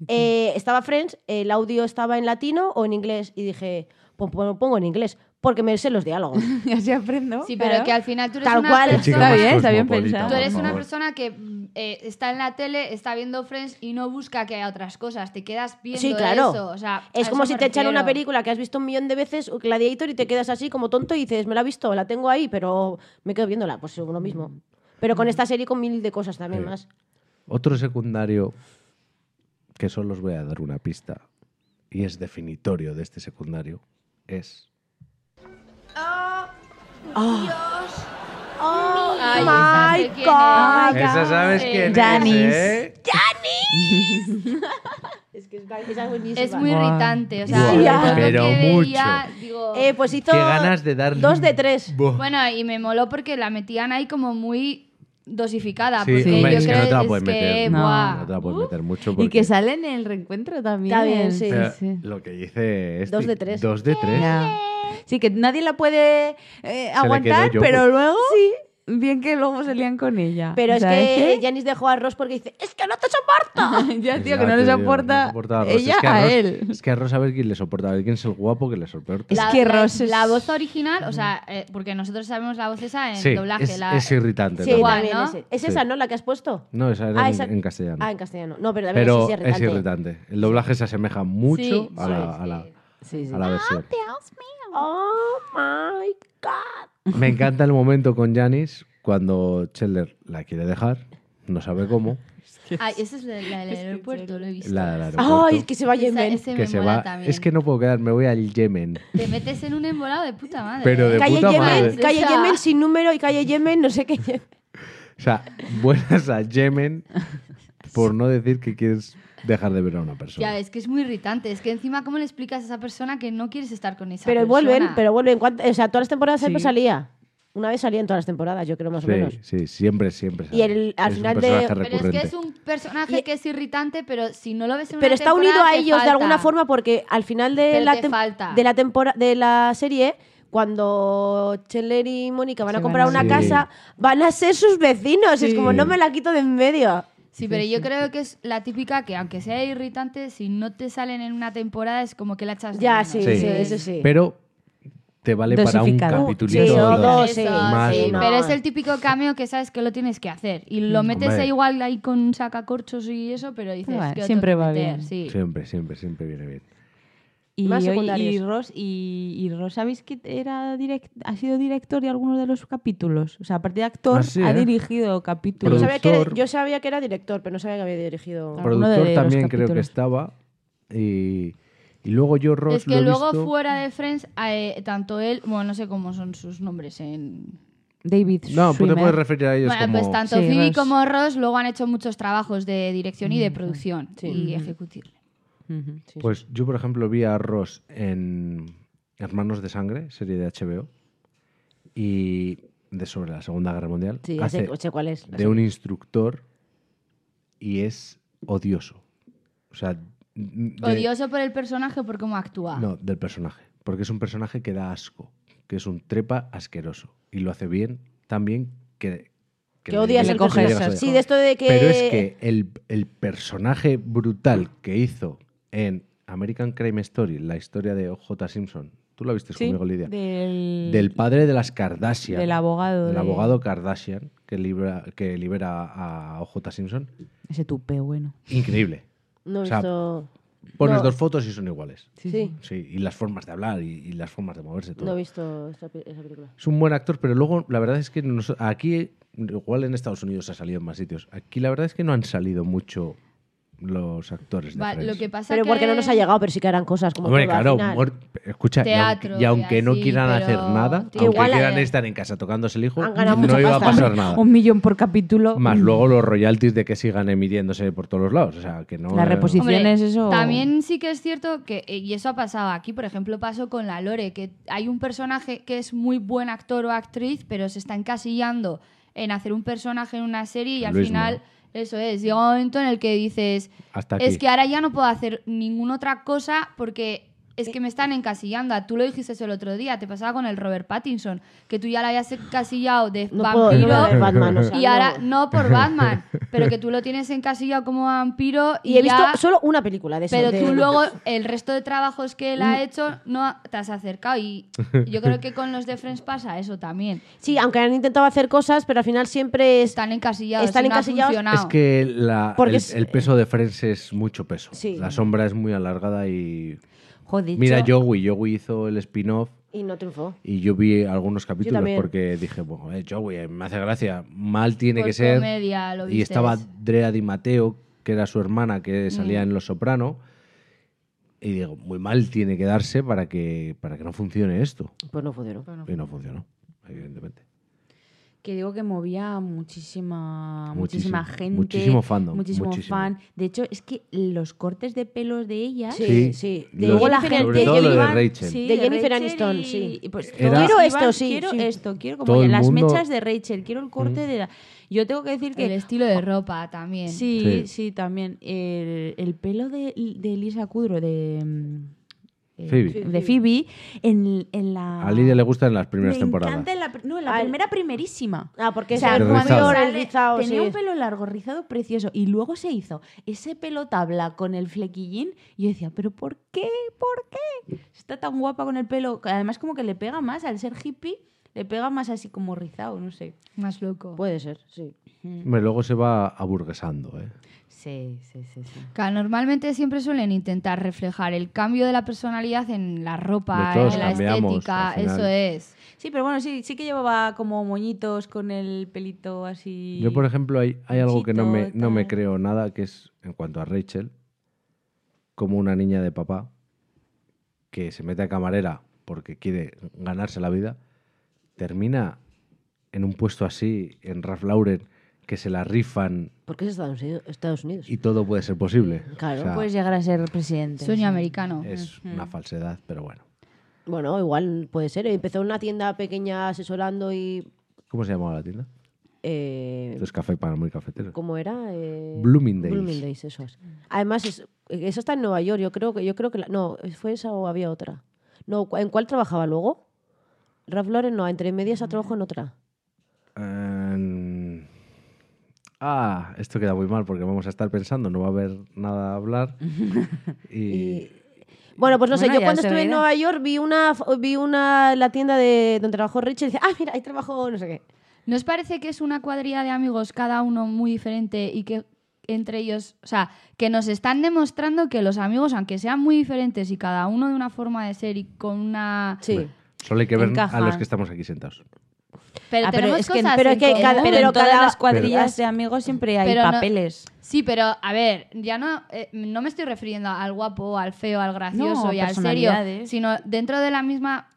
Speaker 1: eh, estaba Friends, el audio estaba en latino o en inglés. Y dije, pues lo pongo en inglés, porque me sé los diálogos.
Speaker 4: Y así aprendo.
Speaker 2: Sí, pero
Speaker 4: claro.
Speaker 2: que al final tú eres
Speaker 1: Tal
Speaker 2: una
Speaker 1: cual.
Speaker 3: El chico
Speaker 2: persona...
Speaker 4: Está
Speaker 3: más
Speaker 4: bien, está bien
Speaker 3: cosmopolita,
Speaker 4: pensado.
Speaker 2: Tú eres
Speaker 3: por
Speaker 2: una
Speaker 3: favor.
Speaker 2: persona que mm, eh, está en la tele, está viendo Friends y no busca que haya otras cosas. Te quedas viendo
Speaker 1: Sí, claro.
Speaker 2: eso. o sea,
Speaker 1: Es
Speaker 2: a
Speaker 1: como
Speaker 2: eso
Speaker 1: si
Speaker 2: me
Speaker 1: te echan una
Speaker 2: refiero.
Speaker 1: película que has visto un millón de veces, Gladiator, y te quedas así como tonto y dices, me la he visto, la tengo ahí, pero me quedo viéndola, pues uno mismo. Pero
Speaker 2: Mm.
Speaker 1: con esta serie con mil de cosas también
Speaker 3: Sí.
Speaker 1: más.
Speaker 3: Otro secundario que solo os voy a dar una pista y es definitorio de este secundario es
Speaker 2: Ay,
Speaker 1: Oh my
Speaker 2: esa sé quién es.
Speaker 1: God.
Speaker 3: Esa sabes
Speaker 2: Sí.
Speaker 3: quién es,
Speaker 4: Janice.
Speaker 3: ¿eh?
Speaker 1: Es que es buenísima.
Speaker 2: Es muy
Speaker 6: Guau.
Speaker 2: irritante, o
Speaker 3: Guau,
Speaker 2: sea, yo lo
Speaker 3: pero
Speaker 2: que veía,
Speaker 3: mucho.
Speaker 2: digo,
Speaker 1: Eh, pues hizo
Speaker 3: Qué ganas de darle
Speaker 1: dos
Speaker 3: un-
Speaker 1: de tres.
Speaker 3: Buah.
Speaker 2: bueno, y me moló porque la metían ahí como muy dosificada,
Speaker 3: Sí,
Speaker 2: porque
Speaker 3: hombre,
Speaker 2: pues yo
Speaker 3: es que
Speaker 2: creo
Speaker 3: no te la
Speaker 2: es
Speaker 3: puedes
Speaker 2: que,
Speaker 3: meter.
Speaker 4: No.
Speaker 2: buah.
Speaker 3: No te la puedes meter mucho
Speaker 6: Y que
Speaker 3: porque-
Speaker 6: sale en el reencuentro también.
Speaker 1: También, sí.
Speaker 3: Pero
Speaker 6: sí.
Speaker 3: Lo que dice este,
Speaker 1: Dos de tres.
Speaker 3: Dos de tres.
Speaker 6: Ya. Sí, que nadie la puede eh, aguantar,
Speaker 3: yo,
Speaker 6: pero
Speaker 3: pues.
Speaker 6: luego. Bien que luego se lían con ella.
Speaker 1: Pero es
Speaker 6: ¿Sabes
Speaker 1: que
Speaker 6: qué?
Speaker 1: Janis dejó a Ross porque dice, es que no te soporto.
Speaker 6: ya, tío,
Speaker 3: Ya
Speaker 6: que no
Speaker 3: te
Speaker 6: le
Speaker 3: digo,
Speaker 6: soporta
Speaker 3: no soporta a Ross.
Speaker 6: ella
Speaker 3: Es que a
Speaker 6: a,
Speaker 3: Ross-
Speaker 6: él.
Speaker 3: Es que a Ross a ver quién le soporta, a ver quién es el guapo que le soporta.
Speaker 6: Es
Speaker 2: La-
Speaker 6: que
Speaker 2: la,
Speaker 6: Ross es-
Speaker 2: la voz original, o sea, eh, porque nosotros sabemos la voz esa en
Speaker 3: sí,
Speaker 2: doblaje,
Speaker 3: es,
Speaker 2: la-
Speaker 3: es irritante.
Speaker 1: sí,
Speaker 3: también.
Speaker 2: Igual,
Speaker 1: también
Speaker 2: ¿no?
Speaker 1: ese. Es
Speaker 3: Sí.
Speaker 1: esa, ¿no? La que has puesto.
Speaker 3: No, esa era
Speaker 1: Ah,
Speaker 3: en,
Speaker 1: esa-
Speaker 3: en castellano.
Speaker 1: Ah, en castellano. No, pero también
Speaker 3: Pero
Speaker 1: sí, sí,
Speaker 3: es irritante. El doblaje se asemeja mucho
Speaker 2: Sí,
Speaker 3: a,
Speaker 2: sí,
Speaker 3: la, a
Speaker 2: sí.
Speaker 3: la-
Speaker 6: Sí, sí.
Speaker 3: a la versión.
Speaker 1: Oh my god.
Speaker 3: Me encanta el momento con Janis cuando Chandler la quiere dejar, no sabe cómo,
Speaker 2: Ay, esa es la, la del aeropuerto, lo he visto.
Speaker 3: la del aeropuerto,
Speaker 1: Ay, que Ah, se va a
Speaker 2: Esa-
Speaker 1: Yemen.
Speaker 2: ese me
Speaker 3: que se
Speaker 2: mola
Speaker 3: va.
Speaker 2: también.
Speaker 3: Es que no puedo quedar, me voy al Yemen.
Speaker 2: Te metes en un embolado de puta madre.
Speaker 3: Pero de
Speaker 2: ¿eh?
Speaker 1: Calle
Speaker 3: puta
Speaker 1: Yemen,
Speaker 3: madre.
Speaker 1: calle
Speaker 2: O sea-
Speaker 1: Yemen sin número y calle Yemen, no sé qué. Yemen.
Speaker 3: O sea, vuelas a Yemen por no decir que quieres dejar de ver a una persona.
Speaker 2: Ya, es que es muy irritante. Es que encima, ¿cómo le explicas a esa persona que no quieres estar con esa
Speaker 1: Pero
Speaker 2: persona?
Speaker 1: vuelven, pero vuelven. ¿Cuánt- O sea, todas las temporadas siempre
Speaker 6: Sí.
Speaker 1: salía. Una vez salía en todas las temporadas, yo creo más o menos.
Speaker 3: Sí, sí, siempre, siempre.
Speaker 1: Y el- al
Speaker 3: es
Speaker 1: final de-
Speaker 3: un personaje
Speaker 2: Pero es
Speaker 3: recurrente.
Speaker 2: que es un personaje
Speaker 1: Y-
Speaker 2: que es irritante, pero si no lo ves en
Speaker 1: Pero
Speaker 2: una
Speaker 1: está
Speaker 2: temporada,
Speaker 1: unido a
Speaker 2: te
Speaker 1: ellos de
Speaker 2: falta.
Speaker 1: alguna forma porque al final de
Speaker 2: Pero
Speaker 1: la,
Speaker 2: te
Speaker 1: tem-
Speaker 2: falta.
Speaker 1: de la tempora- de la serie cuando Chandler y Mónica van
Speaker 6: Se
Speaker 1: a
Speaker 6: van
Speaker 1: comprar
Speaker 6: a
Speaker 1: una
Speaker 3: Sí.
Speaker 1: casa, van a ser sus vecinos. Es
Speaker 6: Sí.
Speaker 1: como no me la quito de en medio.
Speaker 2: Sí, pero yo creo que es la típica que, aunque sea irritante, si no te salen en una temporada, es como que la echas de
Speaker 1: Ya,
Speaker 2: menos.
Speaker 1: sí,
Speaker 3: Sí.
Speaker 1: sí, eso sí.
Speaker 3: Pero te vale para un
Speaker 6: Dosificado. Uh,
Speaker 3: capítulo
Speaker 1: sí, o dos, Oh, sí.
Speaker 2: Eso,
Speaker 3: Más
Speaker 2: sí,
Speaker 3: uno.
Speaker 2: pero es el típico cameo que sabes que lo tienes que hacer. Y lo metes
Speaker 3: Mm. Hombre.
Speaker 2: igual ahí con sacacorchos y eso, pero dices
Speaker 6: Bueno,
Speaker 2: que lo
Speaker 6: siempre
Speaker 2: tengo que
Speaker 6: va
Speaker 2: meter,
Speaker 6: bien.
Speaker 2: sí.
Speaker 3: Siempre, siempre, siempre viene bien.
Speaker 4: Y,
Speaker 1: Más
Speaker 4: oye,
Speaker 1: secundarios.
Speaker 4: y Ross, y, y Ross, ¿sabéis que era direct- ha sido director de algunos de los capítulos? O sea, aparte de actor,
Speaker 3: Ah, sí,
Speaker 4: ha
Speaker 3: ¿eh?
Speaker 4: dirigido
Speaker 1: Yo
Speaker 4: capítulos.
Speaker 1: sabía, que era,
Speaker 3: productor.
Speaker 1: yo sabía que era director, pero no sabía que había dirigido.
Speaker 4: Claro. Alguno de
Speaker 3: Productor
Speaker 4: los
Speaker 3: también creo que
Speaker 4: capítulos.
Speaker 3: estaba. Y, y luego yo, Ross,
Speaker 2: Es
Speaker 3: lo
Speaker 2: que
Speaker 3: he
Speaker 2: luego
Speaker 3: visto-
Speaker 2: fuera de Friends, eh, tanto él, bueno, no sé cómo son sus nombres en...
Speaker 4: David
Speaker 3: No, pues te
Speaker 4: Schwimmer.
Speaker 3: puedes referir a ellos
Speaker 2: Bueno,
Speaker 3: como...
Speaker 2: pues tanto
Speaker 4: Sí,
Speaker 2: Phoebe
Speaker 4: Ross.
Speaker 2: como Ross luego han hecho muchos trabajos de dirección y de producción
Speaker 1: Sí.
Speaker 2: y ejecutiva.
Speaker 4: Ujú.
Speaker 3: Pues yo, por ejemplo, vi a Ross en Hermanos de Sangre, serie de HBO, y de sobre la Segunda Guerra Mundial.
Speaker 1: Sí, ya
Speaker 3: hace
Speaker 1: sé, sé cuál es.
Speaker 3: de un instructor y es odioso. O sea, de-
Speaker 2: Odioso por el personaje por cómo
Speaker 4: Ah.
Speaker 2: actúa.
Speaker 3: No, del personaje. Porque es un personaje que da asco, que es un trepa asqueroso. Y lo hace bien, tan bien que...
Speaker 1: Que odias
Speaker 3: llegas-
Speaker 1: el
Speaker 3: que
Speaker 1: coge
Speaker 3: llegas a odiar.
Speaker 1: Sí, de esto de que.
Speaker 3: Pero es que el, el personaje brutal que hizo en American Crime Story, la historia de O.J. Simpson, tú la viste
Speaker 4: Sí,
Speaker 3: conmigo, Lidia,
Speaker 4: del,
Speaker 3: del padre de las Kardashian.
Speaker 4: del abogado.
Speaker 3: Del
Speaker 4: de-
Speaker 3: abogado Kardashian que libera, que libera a O.J. Simpson.
Speaker 4: Ese tupe, bueno.
Speaker 3: Increíble.
Speaker 1: No he
Speaker 3: o sea,
Speaker 1: visto.
Speaker 3: Pones
Speaker 1: No.
Speaker 3: dos fotos y son iguales.
Speaker 1: Sí,
Speaker 3: Sí, y las formas de hablar y, y las formas de moverse. Todo.
Speaker 1: no he visto esa, pe- esa película.
Speaker 3: Es un buen actor, pero luego la verdad es que nos- aquí, igual en Estados Unidos ha salido en más sitios, aquí la verdad es que no han salido mucho los actores de
Speaker 2: Va-
Speaker 3: Friends.
Speaker 2: lo que pasa
Speaker 1: Pero
Speaker 2: que
Speaker 1: porque no nos ha llegado, pero sí que harán cosas como.
Speaker 3: Hombre,
Speaker 1: todo, al
Speaker 3: claro,
Speaker 1: final.
Speaker 3: muer- escucha, y aunque-
Speaker 2: Teatro
Speaker 3: y aunque,
Speaker 2: y
Speaker 3: no
Speaker 2: así,
Speaker 3: quieran
Speaker 2: pero,
Speaker 3: hacer nada,
Speaker 2: tío,
Speaker 3: aunque
Speaker 1: igual,
Speaker 3: quieran
Speaker 1: eh,
Speaker 3: estar en casa tocándose el hijo,
Speaker 1: han ganado
Speaker 3: no
Speaker 1: mucha
Speaker 3: iba a
Speaker 1: pasta.
Speaker 3: pasar nada.
Speaker 4: Ah. Un millón por capítulo.
Speaker 3: Más
Speaker 4: Mm.
Speaker 3: luego los royalties de que sigan emitiéndose por todos los lados, o sea, que no...
Speaker 4: La reposición.
Speaker 2: Hombre,
Speaker 4: Opciones, eso-
Speaker 2: También sí que es cierto que, eh, y eso ha pasado aquí, por ejemplo, pasó con la Lore, que hay un personaje que es muy buen actor o actriz, pero se está encasillando en hacer un personaje en una serie y al
Speaker 3: Luis
Speaker 2: final,
Speaker 3: Moro.
Speaker 2: eso es, llega un momento en el que dices,
Speaker 3: Hasta aquí.
Speaker 2: es que ahora ya no puedo hacer ninguna otra cosa porque es que me están encasillando. Tú lo dijiste eso el otro día, te pasaba con el Robert Pattinson, que tú ya lo habías encasillado de
Speaker 1: No puedo, no
Speaker 2: vampiro.
Speaker 1: voy a ver Batman, o sea,
Speaker 2: y ahora,
Speaker 1: no.
Speaker 2: no por Batman, pero que tú lo tienes encasillado como vampiro y,
Speaker 1: Y he
Speaker 2: ya-
Speaker 1: visto solo una película de eso.
Speaker 2: pero
Speaker 1: de-
Speaker 2: tú luego, el resto de trabajos que él
Speaker 1: Mm.
Speaker 2: ha hecho, no te has acercado. Y yo creo que con los de Friends pasa eso también.
Speaker 1: Sí, aunque han intentado hacer cosas, pero al final siempre es...
Speaker 2: Están encasillados.
Speaker 1: Están
Speaker 2: y no ha
Speaker 1: encasillados.
Speaker 2: funcionado.
Speaker 3: Es que la-
Speaker 1: Porque
Speaker 3: el,
Speaker 1: es-
Speaker 3: el peso de Friends es mucho peso.
Speaker 1: Sí.
Speaker 3: La sombra es muy alargada y...
Speaker 4: Joder,
Speaker 3: Mira, Joey. Joey hizo el spin-off
Speaker 1: Y no triunfó.
Speaker 3: y yo vi algunos capítulos
Speaker 1: también.
Speaker 3: porque dije, bueno, eh, Joey, eh, me hace gracia. Mal tiene
Speaker 2: Por
Speaker 3: que ser.
Speaker 2: Pues comedia, lo
Speaker 3: y
Speaker 2: vistes.
Speaker 3: estaba Drea Di Mateo, que era su hermana, que salía en Los Soprano. Y digo, muy mal tiene que darse para que, para que no funcione esto.
Speaker 1: Pues no funcionó.
Speaker 3: Y no funcionó, evidentemente.
Speaker 4: que digo que movía a muchísima,
Speaker 3: Muchísimo,
Speaker 4: muchísima gente.
Speaker 3: muchísimo fandom,
Speaker 4: Muchísimo,
Speaker 3: muchísimo.
Speaker 4: fan. De hecho, es que los cortes de pelos de ella.
Speaker 1: Sí, sí. De
Speaker 3: Luego-
Speaker 4: Luego la
Speaker 1: Jennifer-
Speaker 4: gente
Speaker 3: sobre todo
Speaker 1: de
Speaker 3: lo de
Speaker 1: Jennifer-
Speaker 3: Rachel.
Speaker 4: Sí,
Speaker 1: De Jennifer
Speaker 4: Rachel
Speaker 1: Aniston,
Speaker 4: y-
Speaker 1: sí.
Speaker 4: y pues
Speaker 3: Era-
Speaker 4: todos
Speaker 1: Quiero
Speaker 4: iban,
Speaker 1: esto, sí,
Speaker 4: Quiero
Speaker 1: sí.
Speaker 4: esto, quiero como
Speaker 3: Todo el
Speaker 4: las
Speaker 3: mundo-
Speaker 4: mechas de Rachel, quiero el corte de la... Yo tengo que decir
Speaker 2: El
Speaker 4: que...
Speaker 2: estilo de ropa también.
Speaker 4: Sí,
Speaker 3: Sí.
Speaker 4: sí, también. El, el pelo de, de Elisa Cudro, de... mm, eh,
Speaker 3: Phoebe.
Speaker 4: De Phoebe, en, en la...
Speaker 3: A Lidia le gustan las
Speaker 4: Me
Speaker 3: primeras temporadas.
Speaker 4: encanta en la, pr- no, en la
Speaker 1: Al-
Speaker 4: primera primerísima.
Speaker 1: Ah, porque
Speaker 4: O
Speaker 1: es
Speaker 4: sea,
Speaker 1: el
Speaker 3: cuando
Speaker 1: rubio,
Speaker 4: sale-
Speaker 1: el rizado,
Speaker 4: tenía
Speaker 1: sí.
Speaker 4: un pelo largo, rizado, precioso. Y luego se hizo ese pelo tabla con el flequillín. Y yo decía, ¿pero por qué? ¿Por qué? Está tan guapa con el pelo. Además, como que le pega más al ser hippie, le pega más así como rizado, no sé.
Speaker 2: Más loco.
Speaker 1: Puede ser, sí.
Speaker 3: Hombre, Luego se va aburguesando, ¿eh?
Speaker 4: Sí, sí, sí. sí.
Speaker 2: Claro, normalmente siempre suelen intentar reflejar el cambio de la personalidad en la ropa,
Speaker 3: De todos
Speaker 2: en la
Speaker 3: cambiamos,
Speaker 2: estética,
Speaker 3: al final.
Speaker 2: eso es.
Speaker 4: pero bueno, sí, sí que llevaba como moñitos con el pelito así.
Speaker 3: Yo, por ejemplo, hay, hay algo que no me,
Speaker 4: Chito,
Speaker 3: no me
Speaker 4: tal.
Speaker 3: creo nada, que es en cuanto a Rachel, como una niña de papá que se mete a camarera porque quiere ganarse la vida, termina en un puesto así, en Ralph Lauren, que se la rifan
Speaker 1: Porque es Estados Unidos. Estados Unidos.
Speaker 3: y todo puede ser posible.
Speaker 1: Claro.
Speaker 3: O sea,
Speaker 4: Puedes pues, llegar a ser presidente.
Speaker 2: Sueño americano.
Speaker 3: es una falsedad, pero bueno.
Speaker 1: Bueno, igual puede ser. Empezó en una tienda pequeña asesorando y...
Speaker 3: ¿Cómo se llamaba la tienda?
Speaker 1: eh,
Speaker 3: Los café para muy cafeteros.
Speaker 1: ¿Cómo era? Eh,
Speaker 3: Bloomingdale's.
Speaker 1: Bloomingdale's, eso es. Además, es- eso está en Nueva York. Yo creo que... Yo creo que la- no, ¿fue esa o había otra? No, ¿cu- ¿en cuál trabajaba luego? Ralph Lauren no, entre medias ha trabajado en otra.
Speaker 3: Em, Ah, esto queda muy mal porque vamos a estar pensando, no va a haber nada a hablar. y,
Speaker 1: Bueno, pues no sé,
Speaker 4: Bueno,
Speaker 1: yo
Speaker 4: ya
Speaker 1: cuando
Speaker 4: se
Speaker 1: estuve en
Speaker 4: verá.
Speaker 1: Nueva York vi una, vi una, la tienda de donde trabajó Rachel y dice, ah, mira, ahí trabajó no sé qué.
Speaker 2: ¿Nos parece que es una cuadrilla de amigos, cada uno muy diferente y que entre ellos, o sea, que nos están demostrando que los amigos, aunque sean muy diferentes y cada uno de una forma de ser y con una...
Speaker 1: Sí.
Speaker 3: solo hay que ver a
Speaker 4: Encajan.
Speaker 3: los que estamos aquí sentados.
Speaker 2: Pero
Speaker 4: Ah, pero
Speaker 2: tenemos
Speaker 4: es que-
Speaker 2: cosas
Speaker 1: pero es
Speaker 2: en
Speaker 1: que
Speaker 2: común.
Speaker 1: cada-
Speaker 4: Pero,
Speaker 1: Pero
Speaker 4: en todas
Speaker 1: cada-
Speaker 4: las cuadrillas de amigos siempre hay
Speaker 2: Pero no-
Speaker 4: papeles.
Speaker 2: Sí, pero a ver, ya no, eh, no me estoy refiriendo al guapo, al feo, al gracioso
Speaker 4: No,
Speaker 2: y al serio,
Speaker 4: personalidades.
Speaker 2: sino dentro de la misma...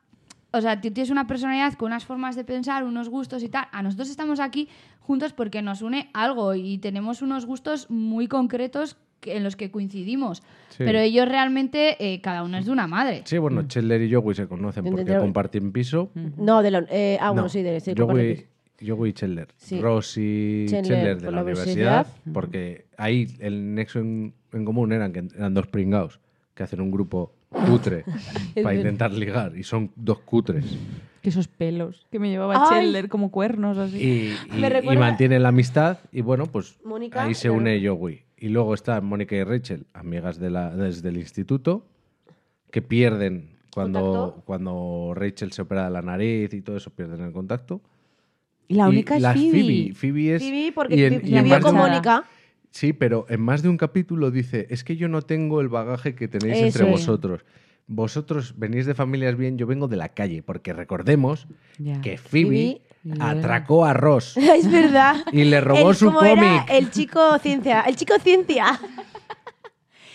Speaker 2: O sea, tú tienes una personalidad con unas formas de pensar, unos gustos y tal. A nosotros estamos aquí juntos porque nos une algo y tenemos unos gustos muy concretos que- en los que coincidimos.
Speaker 3: Sí.
Speaker 2: Pero ellos realmente, eh, cada uno es de una madre.
Speaker 3: Sí,
Speaker 1: Mm.
Speaker 3: bueno, Chandler y Joey se conocen porque
Speaker 1: Entendieron.
Speaker 3: comparten piso.
Speaker 1: No, de la... eh, ah, bueno,
Speaker 3: No,
Speaker 1: sí, de sí, comparten
Speaker 3: Joey,
Speaker 1: piso.
Speaker 3: Joey y Chandler.
Speaker 1: Sí.
Speaker 3: Ross y
Speaker 1: Chandler
Speaker 3: Chandler, de
Speaker 1: por
Speaker 3: la
Speaker 1: la
Speaker 3: universidad,
Speaker 1: universidad.
Speaker 3: porque ahí el nexo en, en común eran que eran dos pringaos que hacen un grupo cutre para intentar ligar y son dos cutres.
Speaker 4: Que esos pelos que me llevaba Chandler como cuernos así.
Speaker 3: y, y-
Speaker 1: Me
Speaker 3: y
Speaker 1: recuerda-
Speaker 3: mantienen la amistad y bueno, pues
Speaker 1: Mónica,
Speaker 3: ahí se
Speaker 1: claro.
Speaker 3: une Joey. Y luego están Mónica y Rachel, amigas de la, desde el instituto, que pierden cuando,
Speaker 1: Contacto.
Speaker 3: cuando Rachel se opera de la nariz y todo eso, pierden el contacto.
Speaker 4: Y la
Speaker 3: Y
Speaker 4: única es
Speaker 3: las
Speaker 4: Phoebe.
Speaker 3: Phoebe es...
Speaker 1: Viví porque
Speaker 3: y en-
Speaker 1: vi-
Speaker 3: y en más
Speaker 4: vivió
Speaker 1: vivió
Speaker 3: de un-
Speaker 1: con
Speaker 4: como-
Speaker 1: Mónica.
Speaker 3: Sí, pero en más de un capítulo dice, es que yo no tengo el bagaje que tenéis
Speaker 1: Eso
Speaker 3: entre
Speaker 1: es.
Speaker 3: vosotros. Vosotros venís de familias bien, yo vengo de la calle, porque recordemos
Speaker 4: Ya.
Speaker 3: que Phoebe,
Speaker 4: Phoebe-
Speaker 3: atracó a Ross.
Speaker 1: es verdad.
Speaker 3: Y le robó
Speaker 1: El-
Speaker 3: su
Speaker 1: ¿cómo era? eh,
Speaker 3: cómic.
Speaker 1: El chico ciencia. El chico ciencia.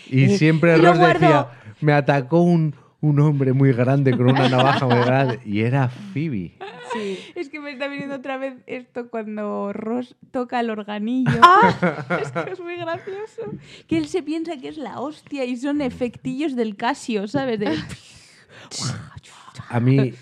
Speaker 3: Y siempre
Speaker 1: y lo
Speaker 3: Ross decía,
Speaker 1: guardo.
Speaker 3: me atacó un, un hombre muy grande con una navaja muy grande. Y era Phoebe.
Speaker 4: Es que me está viniendo otra vez esto cuando Ross toca el organillo. Es que es muy gracioso. Que él se piensa que es la hostia y son efectillos del Casio, ¿sabes? De-
Speaker 3: A mí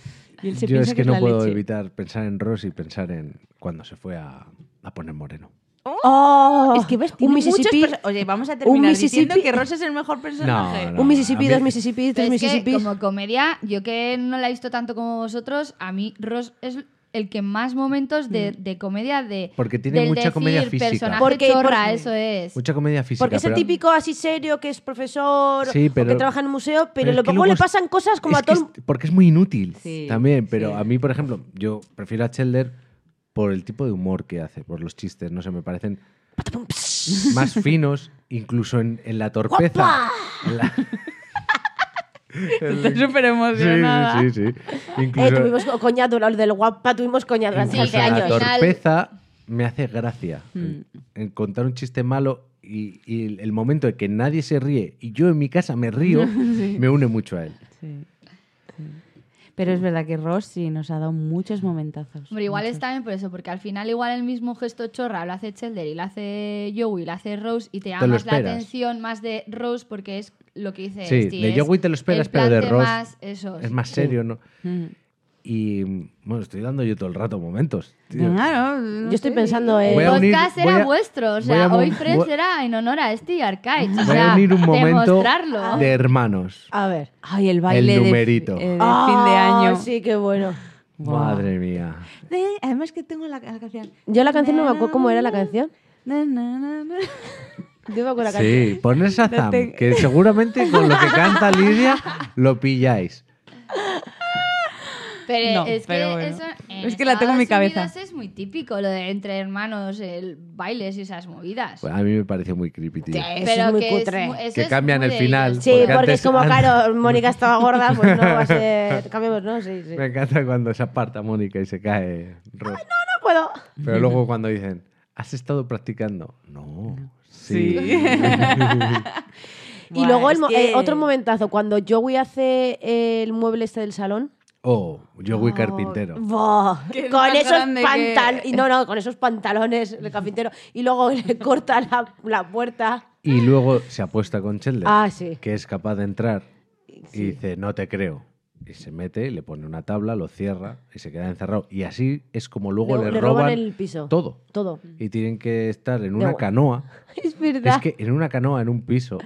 Speaker 4: Y él se
Speaker 3: Yo
Speaker 4: piensa
Speaker 3: es que,
Speaker 4: es
Speaker 3: no
Speaker 4: la
Speaker 3: puedo
Speaker 4: leche.
Speaker 3: evitar pensar en Ross y pensar en cuando se fue a, a poner moreno.
Speaker 4: ¡Oh!
Speaker 1: Es que ves,
Speaker 4: un
Speaker 1: tiene muchos
Speaker 4: Mississippi.
Speaker 1: perso-
Speaker 4: Oye, vamos a
Speaker 1: terminar
Speaker 4: diciendo
Speaker 1: diciendo
Speaker 4: que
Speaker 1: que
Speaker 4: Ross es el mejor personaje.
Speaker 3: No,
Speaker 1: Un Mississippi,
Speaker 3: a mí-
Speaker 1: dos Mississippi, tres
Speaker 2: Pero es que,
Speaker 1: Este Mississippi.
Speaker 2: como comedia, yo que no la he visto tanto como vosotros, a mí Ross es el que más momentos de, de comedia de.
Speaker 3: Mm. Porque tiene
Speaker 2: del
Speaker 3: mucha comedia
Speaker 2: decir
Speaker 3: física.
Speaker 2: Personaje
Speaker 1: Porque-
Speaker 2: chorra,
Speaker 1: porque-
Speaker 2: eso es.
Speaker 3: Mucha comedia física.
Speaker 1: Porque es el
Speaker 3: pero-
Speaker 1: típico así serio que es profesor
Speaker 3: Sí,
Speaker 1: o que
Speaker 3: pero-
Speaker 1: trabaja en un museo, pero,
Speaker 3: es
Speaker 1: lo
Speaker 3: que
Speaker 1: luego
Speaker 3: luego
Speaker 1: le
Speaker 3: es-
Speaker 1: pasan cosas como
Speaker 3: es
Speaker 1: a
Speaker 3: que
Speaker 1: todo.
Speaker 3: es- porque es muy inútil
Speaker 4: Sí,
Speaker 3: también, pero
Speaker 4: sí.
Speaker 3: a mí, por ejemplo, yo prefiero a Chandler por el tipo de humor que hace, por los chistes, no sé, me parecen más finos, incluso en, en la torpeza. En la-
Speaker 4: Estoy súper emocionada.
Speaker 3: Sí, sí, sí.
Speaker 1: Eh,
Speaker 3: Incluso,
Speaker 1: tuvimos co- coñado, lo del guapa, tuvimos coñado hace
Speaker 3: incluso
Speaker 1: 15
Speaker 3: en la
Speaker 1: años. Mm.
Speaker 2: tor-
Speaker 3: torpeza me hace gracia. En, en contar un chiste malo y, y el, el momento en que nadie se ríe y yo en mi casa me río, me une mucho a él.
Speaker 4: Sí, sí. Pero es verdad que Ross sí nos ha dado muchos momentazos.
Speaker 2: Hombre, igual
Speaker 4: muchos.
Speaker 2: es también por eso, porque al final igual el mismo gesto chorra lo hace Chandler y lo hace Joey, lo hace Rose y te
Speaker 3: Te
Speaker 2: llama
Speaker 3: lo
Speaker 2: más la
Speaker 3: esperas.
Speaker 2: atención más de Rose porque es lo que dice
Speaker 3: Sí,
Speaker 2: Esti,
Speaker 3: de
Speaker 2: es
Speaker 3: Joey te lo esperas,
Speaker 2: el
Speaker 3: pero de
Speaker 2: plante
Speaker 3: Rose
Speaker 2: más esos.
Speaker 1: Pues
Speaker 3: Es más serio, ¿no?
Speaker 4: Mm.
Speaker 3: Y mm, bueno, estoy dando yo todo el rato momentos. tío.
Speaker 4: Venga, no, no
Speaker 1: Yo estoy
Speaker 4: sé.
Speaker 1: pensando, eh,
Speaker 3: Voy a
Speaker 2: El
Speaker 3: unir-
Speaker 2: podcast
Speaker 3: voy
Speaker 2: era
Speaker 3: a-
Speaker 2: vuestro, o
Speaker 3: voy a
Speaker 2: sea,
Speaker 3: mo-
Speaker 2: hoy Friends
Speaker 3: voy-
Speaker 2: era en honor a Steve Arcade. O
Speaker 3: Voy a
Speaker 2: sea,
Speaker 3: unir un momento
Speaker 1: Ah.
Speaker 2: demostrarlo.
Speaker 3: de hermanos.
Speaker 1: A ver.
Speaker 4: Ay, el baile de-
Speaker 3: numerito.
Speaker 4: eh, de, fin de
Speaker 1: Ah,
Speaker 4: año.
Speaker 1: Sí, qué bueno.
Speaker 4: Buah.
Speaker 3: Madre mía.
Speaker 4: Eh, Además que tengo la, la canción.
Speaker 1: Yo la canción no me acuerdo cómo era la canción.
Speaker 4: Na, na, na, na.
Speaker 1: Yo me acuerdo la canción.
Speaker 3: Sí, poner Shazam,
Speaker 4: te-
Speaker 3: que seguramente con lo que canta Lidia lo pilláis.
Speaker 2: Pero
Speaker 4: No,
Speaker 2: es
Speaker 4: pero
Speaker 2: que
Speaker 4: bueno.
Speaker 2: eso en
Speaker 4: Es que la tengo en mi
Speaker 2: Estados
Speaker 4: cabeza.
Speaker 2: Unidos es muy típico lo de entre hermanos, el bailes y esas movidas.
Speaker 3: Pues a mí me pareció muy creepy, tío.
Speaker 1: Eso
Speaker 2: pero
Speaker 1: es muy
Speaker 2: que
Speaker 1: cutre.
Speaker 2: mu- eso
Speaker 3: Que
Speaker 2: es
Speaker 3: cambian
Speaker 2: muy
Speaker 3: el
Speaker 2: de
Speaker 3: final.
Speaker 2: ellos.
Speaker 1: Sí,
Speaker 3: Porque
Speaker 1: porque,
Speaker 3: antes-
Speaker 1: es como, claro, Mónica estaba gorda, pues no va a ser. Cambiemos, ¿no? Sí, sí.
Speaker 3: Me encanta cuando se aparta Mónica y se cae Ross.
Speaker 1: No puedo.
Speaker 3: Pero luego cuando dicen, ¿has estado practicando? No. Sí.
Speaker 1: y
Speaker 4: Buah,
Speaker 1: luego el
Speaker 4: es
Speaker 1: mo-
Speaker 4: que-
Speaker 1: eh, otro momentazo, cuando Joey hace el mueble este del salón.
Speaker 3: oh, yo voy carpintero.
Speaker 1: Buah,
Speaker 4: Que es
Speaker 1: con
Speaker 4: más
Speaker 1: esos
Speaker 4: grande que-
Speaker 1: pantalones. No, no, con esos pantalones, el carpintero. Y luego le corta la, la puerta.
Speaker 3: Y luego se apuesta con Chandler,
Speaker 1: Ah, sí.
Speaker 3: que es capaz de entrar y dice, no te creo. Y se mete, le pone una tabla, lo cierra y se queda encerrado. Y así es como luego
Speaker 1: Le-
Speaker 3: le,
Speaker 1: le roban
Speaker 3: roban
Speaker 1: el Mm. piso.
Speaker 3: todo.
Speaker 1: Todo.
Speaker 3: Y tienen que estar en una
Speaker 1: bueno.
Speaker 3: canoa.
Speaker 1: Es verdad.
Speaker 3: Es que en una canoa, en un piso,